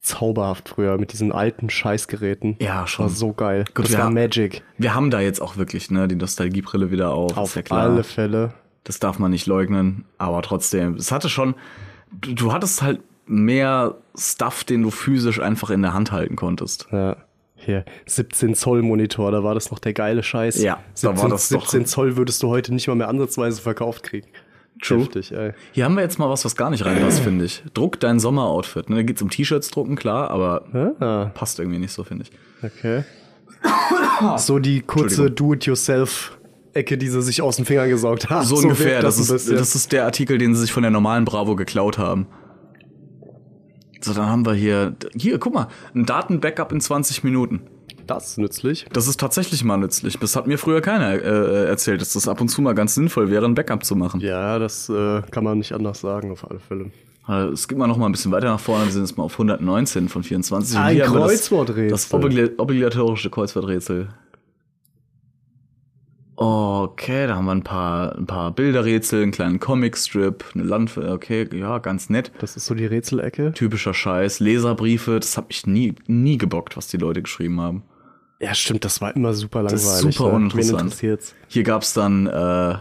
zauberhaft früher mit diesen alten Scheißgeräten.
Ja,
Das
schon.
war so geil.
Gut,
das
wir
war
haben-
Magic.
Wir haben da jetzt auch wirklich ne, die Nostalgiebrille wieder auf.
Auf
ist ja klar.
alle Fälle.
Das darf man nicht leugnen, aber trotzdem, es hatte schon, du, du hattest halt mehr Stuff, den du physisch einfach in der Hand halten konntest.
Ja. Hier, 17 Zoll Monitor, da war das noch der geile Scheiß.
Ja, da
17,
war das doch-
17 Zoll würdest du heute nicht mal mehr ansatzweise verkauft kriegen.
True.
Heftig, ey.
Hier haben wir jetzt mal was, was gar nicht reinpasst, finde ich. Druck dein Sommeroutfit. Ne, da geht's um T-Shirts drucken, klar, aber
Ah,
passt irgendwie nicht so, finde ich. <coughs>
okay. So die kurze Do-it-yourself-Ecke, die sie sich aus den Fingern gesaugt haben.
So, ungefähr,
wirkt
das,
ein
ist,
bisschen.
das ist der Artikel, den sie sich von der normalen Bravo geklaut haben. So, dann haben wir hier, hier, guck mal, ein Datenbackup in 20 Minuten.
das ist nützlich.
Das ist tatsächlich mal nützlich. Das hat mir früher keiner äh, erzählt, dass das ab und zu mal ganz sinnvoll wäre, ein Backup zu machen.
Ja, das äh, kann man nicht anders sagen, auf alle Fälle.
Äh, Es geht mal noch mal ein bisschen weiter nach vorne, wir sind jetzt mal auf 119 von 24. Und
Ein
hier haben wir
Kreuzworträtsel.
Das, das obligli- obligatorische Kreuzworträtsel. Okay, da haben wir ein paar, ein paar Bilderrätsel, einen kleinen Comicstrip, eine Land... Okay, ja, ganz nett.
Das ist so die Rätselecke.
Typischer Scheiß. Leserbriefe, das habe ich nie, nie gebockt, was die Leute geschrieben haben.
Ja, stimmt, das war immer super
Das ist
langweilig.
super
ne?
uninteressant.
Wen interessiert's?
Hier gab es dann, äh,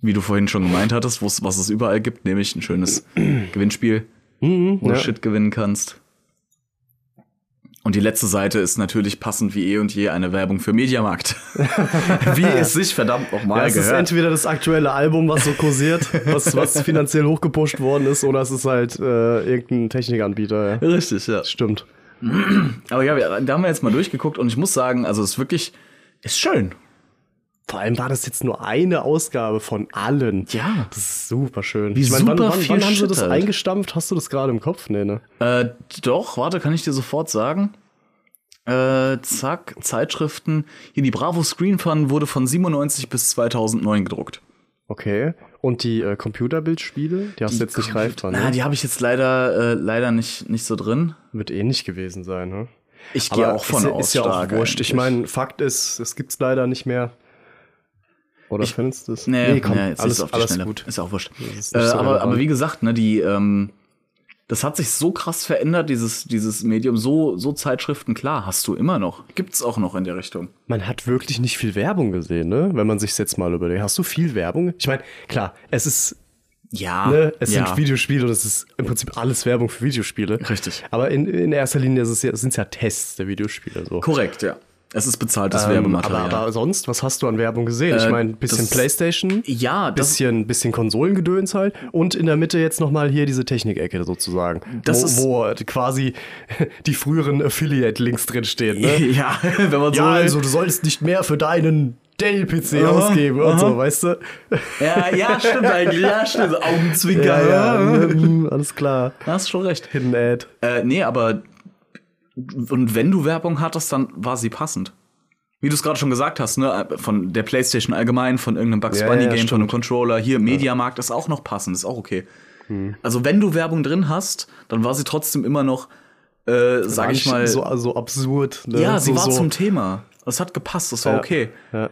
wie du vorhin schon gemeint hattest, wo's- was es überall gibt, nämlich ein schönes Gewinnspiel, wo
Hm, ja.
du Shit gewinnen kannst. Und die letzte Seite ist natürlich passend wie eh und je eine Werbung für
<laughs>
Mediamarkt. wie es sich verdammt
Ja,
nochmal
es ist
gehört.
entweder das aktuelle Album, was
<laughs>
so kursiert, was, was finanziell hochgepusht worden ist, oder es ist halt äh, irgendein Technikanbieter. Ja.
Richtig, ja.
Stimmt.
Aber ja, wir, da haben wir jetzt mal durchgeguckt und ich muss sagen, also es ist wirklich, ist schön.
Vor allem war das jetzt nur eine Ausgabe von allen.
Ja.
Das ist super schön.
Wie
wann,
super
wann,
viel
wann haben sie
Shit
das
halt.
eingestampft? Hast du das gerade im Kopf? Nee, ne?
Äh, doch, warte, kann ich dir sofort sagen. Äh, zack, Zeitschriften. Hier, die Bravo Screen Fun wurde von 97 bis 2009 gedruckt.
Okay. Und die äh, Computerbildspiele, die hast du jetzt nicht reif dran.
Na,
Ne?
die habe ich jetzt leider, äh, leider nicht, nicht so drin.
Wird ähnlich gewesen sein, ne?
Ich gehe auch von
ist, ja-
aus.
Ist ja auch
stark
wurscht. Ich
eigentlich.
meine, Fakt ist, es gibt's leider nicht mehr. Oder
Ich-
findest du es?
Nee, nee, jetzt ist
alles,
es auf die
alles
Schnelle.
gut.
Ist auch wurscht.
ist
Äh,
nicht so
aber,
relevant.
aber wie gesagt, ne, die, ähm, das hat sich so krass verändert, dieses, dieses Medium. So, so Zeitschriften, klar, hast du immer noch. Gibt's auch noch in der Richtung.
Man hat wirklich nicht viel Werbung gesehen, ne? Wenn man sich jetzt mal überlegt. Hast du viel Werbung? Ich meine, klar, es ist,
Ja.
ne, es
Ah, ja.
sind Videospiele und es ist im Prinzip alles Werbung für Videospiele.
Richtig.
Aber in, in erster Linie sind es ja, sind's ja Tests der Videospiele. So.
Korrekt, ja. Es ist bezahltes
Ähm, aber,
Werbematerial.
aber sonst, was hast du an Werbung gesehen? ich
Äh,
meine, ein bisschen
das-
Playstation.
ja, das,
bisschen, bisschen Konsolengedöns halt und in der Mitte jetzt nochmal hier diese Technikecke sozusagen.
Das
wo,
ist-
wo die- quasi <laughs> die früheren Affiliate-Links drinstehen. Ne? <laughs>
<laughs> ja, wenn man so
ja,
will.
also du sollst nicht mehr für deinen Dell-PC
Aha,
ausgeben und so,
<laughs>
weißt du?
ja, ja, stimmt eigentlich, ja,
<laughs>
stimmt, Augenzwinker,
mhm, alles klar.
Da hast du schon recht.
Hidden Ad.
Äh, nee, aber und wenn du Werbung hattest, dann war sie passend. Wie du es gerade schon gesagt hast, ne, von der Playstation allgemein, von irgendeinem Bugs
Ja,
Bunny
ja,
Game, von einem
stimmt.
Controller, hier Mediamarkt ist
Hm.
auch noch passend, ist auch okay. Also wenn du Werbung drin hast, dann war sie trotzdem immer noch äh, sag ich
War
mal.
nicht So, so absurd. Ne?
ja, sie
so,
war
so.
zum Thema. Es hat gepasst, das war
Ja.
okay.
Ja.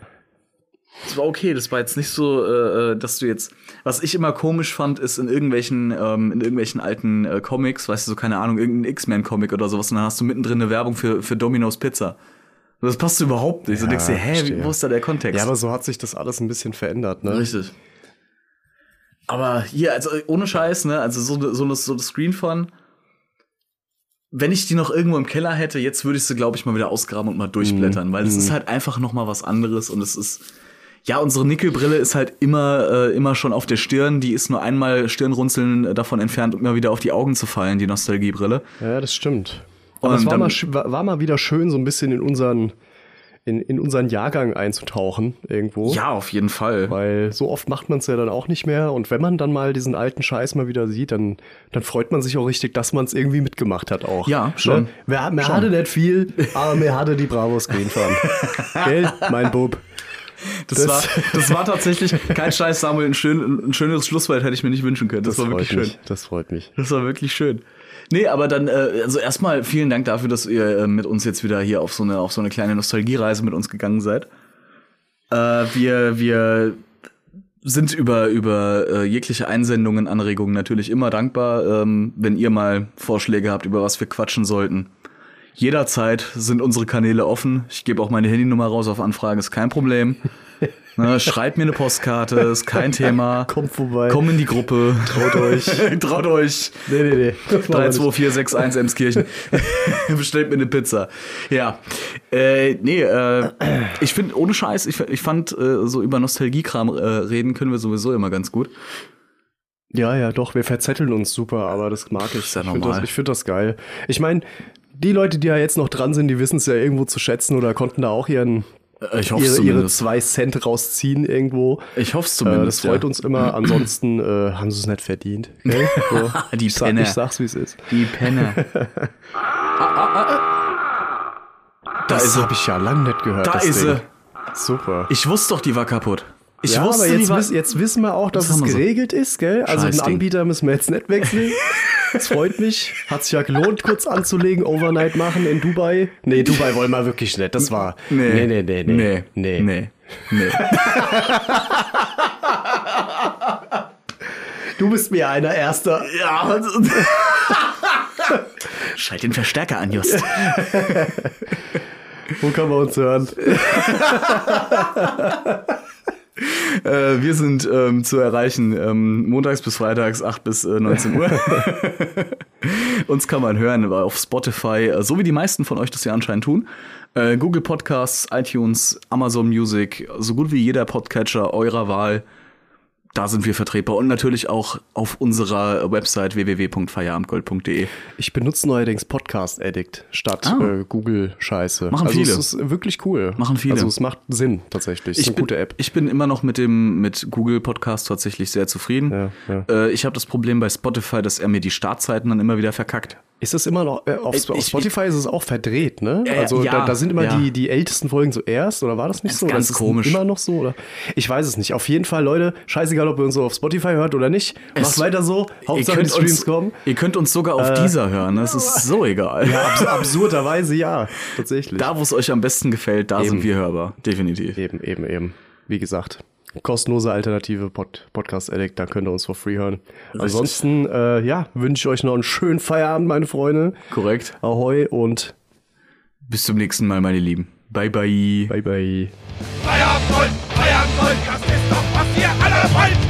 Das war okay, das war jetzt nicht so, äh, äh, dass du jetzt. Was ich immer komisch fand, ist in irgendwelchen, ähm, in irgendwelchen alten äh, Comics, weißt du, so keine Ahnung, irgendein X-Men-Comic oder sowas, und dann hast du mittendrin eine Werbung für, für Domino's Pizza. Und Das passt überhaupt nicht. du
Ja,
denkst dir, hä, wie,
verstehe.
wo ist da der Kontext?
ja, aber so hat sich das alles ein bisschen verändert. Ne?
Richtig. Aber hier, also ohne Scheiß, ne? Also so, ne- so, ne- so das Screen von. Wenn ich die noch irgendwo im Keller hätte, jetzt würde ich sie, glaube ich, mal wieder ausgraben und mal durchblättern, weil es ist halt einfach noch mal was anderes und es ist. Ja, unsere Nickelbrille ist halt immer, äh, immer schon auf der Stirn. Die ist nur einmal Stirnrunzeln äh, davon entfernt, um immer wieder auf die Augen zu fallen, die Nostalgiebrille.
Ja, das stimmt.
Und
Aber es war
dann-
mal, sch- war, war mal wieder schön, so ein bisschen in unseren, in, in unseren Jahrgang einzutauchen irgendwo.
Ja, auf jeden Fall.
Weil so oft macht man es ja dann auch nicht mehr. Und wenn man dann mal diesen alten Scheiß mal wieder sieht, dann, dann freut man sich auch richtig, dass man es irgendwie mitgemacht hat auch.
Ja, schon.
Ne? Wer, mir hatte nicht viel, aber mir hatte die
<laughs>
Bravos Greenfarm. Gell, mein Bub.
Das, war, das war tatsächlich kein Scheiß, Samuel. Ein, schön, ein schöneres Schlusswort hätte ich mir nicht wünschen können. Das, war
freut
wirklich schön.
mich, Das freut mich.
Das war wirklich schön. Nee, aber dann, äh, also erstmal vielen Dank dafür, dass ihr äh, mit uns jetzt wieder hier auf so eine, auf so eine kleine Nostalgiereise mit uns gegangen seid. Äh, wir, wir sind über, über äh, jegliche Einsendungen, Anregungen natürlich immer dankbar, ähm, wenn ihr mal Vorschläge habt, über was wir quatschen sollten. Jederzeit sind unsere Kanäle offen. Ich gebe auch meine Handynummer raus auf Anfrage, ist kein
<laughs>
Problem. Ne, schreibt mir eine Postkarte, ist kein Thema.
Kommt vorbei.
Komm in die Gruppe. <laughs>
Traut euch.
Traut euch.
Nee, nee, nee. Das machen wir nicht.
32461
<laughs>
Emskirchen. Bestellt mir eine Pizza. Ja. Äh, nee, äh, ich finde, ohne Scheiß, ich, ich fand, äh, so über Nostalgiekram äh, reden können wir sowieso immer ganz gut.
Ja, ja, doch, wir verzetteln uns super, aber das mag ich.
Ist ja
ich finde das,
normal.
ich find das geil. Ich meine, die Leute, die ja jetzt noch dran sind, die wissen es ja irgendwo zu schätzen oder konnten da auch ihren,
Äh, ich
ihre, ihre zwei Cent rausziehen irgendwo.
ich hoffe es
Äh, das
zumindest.
freut uns immer. Ansonsten äh, haben sie es
<laughs>
nicht verdient. gell? So.
Die
ich, sag,
Penner.
ich sag's, wie es ist.
Die <laughs> Penner. Ah, Da ist sie.
hab ich ja lange nicht gehört.
Da
das
ist
Ding.
sie.
Super.
Ich wusste doch, die war kaputt. Ich
ja,
wusste,
aber
die
jetzt,
war.
wiss, jetzt wissen wir auch, dass
Das
es
haben wir so.
geregelt ist, gell? Also den
Scheißding.
Anbieter müssen wir jetzt nicht <laughs> wechseln. Das freut mich. Hat sich ja gelohnt, kurz anzulegen, Overnight machen in Dubai. Nee, Dubai wollen wir wirklich nicht. Das war. Nee, nee, nee, nee.
Nee. Nee. nee.
Du bist mir einer Erster.
Ja.
<laughs>
Schalt den Verstärker an, Just.
Wo kann man uns hören?
Äh, wir sind ähm, zu erreichen ähm, montags bis freitags 8 bis äh, 19
<laughs>
Uhr. Uns kann man hören aber auf Spotify, äh, so wie die meisten von euch das ja anscheinend tun. Äh, Google Podcasts, iTunes, Amazon Music, so gut wie jeder Podcatcher eurer Wahl. Da sind wir vertretbar und natürlich auch auf unserer Website www.feierabendgold.de.
Ich benutze neuerdings Podcast Addict statt
Ah.
äh, Google Scheiße.
Machen
also
viele.
Es ist wirklich cool.
Machen viele.
Also es macht Sinn tatsächlich. Es ist eine
bin,
gute App.
Ich bin immer noch mit dem mit Google Podcast tatsächlich sehr zufrieden.
Ja, ja.
Äh, ich habe das Problem bei Spotify, dass er mir die Startzeiten dann immer wieder verkackt.
Ist das immer noch, äh, auf,
Ich-
auf
ich-
Spotify ist es auch verdreht, ne?
Äh,
also
ja,
da, da sind immer
ja.
die, die ältesten Folgen zuerst, oder war das nicht
Ist
so? Oder
ganz
es
komisch.
Immer noch so, oder? Ich weiß es nicht. Auf jeden Fall, Leute, scheißegal, ob ihr uns so auf Spotify hört oder nicht, macht weiter so. Hauptsache die Streams
uns,
kommen. Äh.
ihr könnt uns sogar auf dieser hören, das ist so egal.
Ja, abs absurderweise ja,
<laughs>
tatsächlich.
Da, wo es euch am besten gefällt, da sind
Eben.
wir hörbar, definitiv.
Eben, eben, eben. Wie gesagt, kostenlose Alternative Pod Podcast Addict, da könnt ihr uns for free hören. Ansonsten, äh, ja, wünsche ich euch noch einen schönen Feierabend, meine Freunde.
Korrekt.
Ahoi und
Bis zum nächsten Mal, meine Lieben. Bye, bye.
bye bye.
Feierabendgold, Feierabendgold, das ist doch, was ihr alle wollt.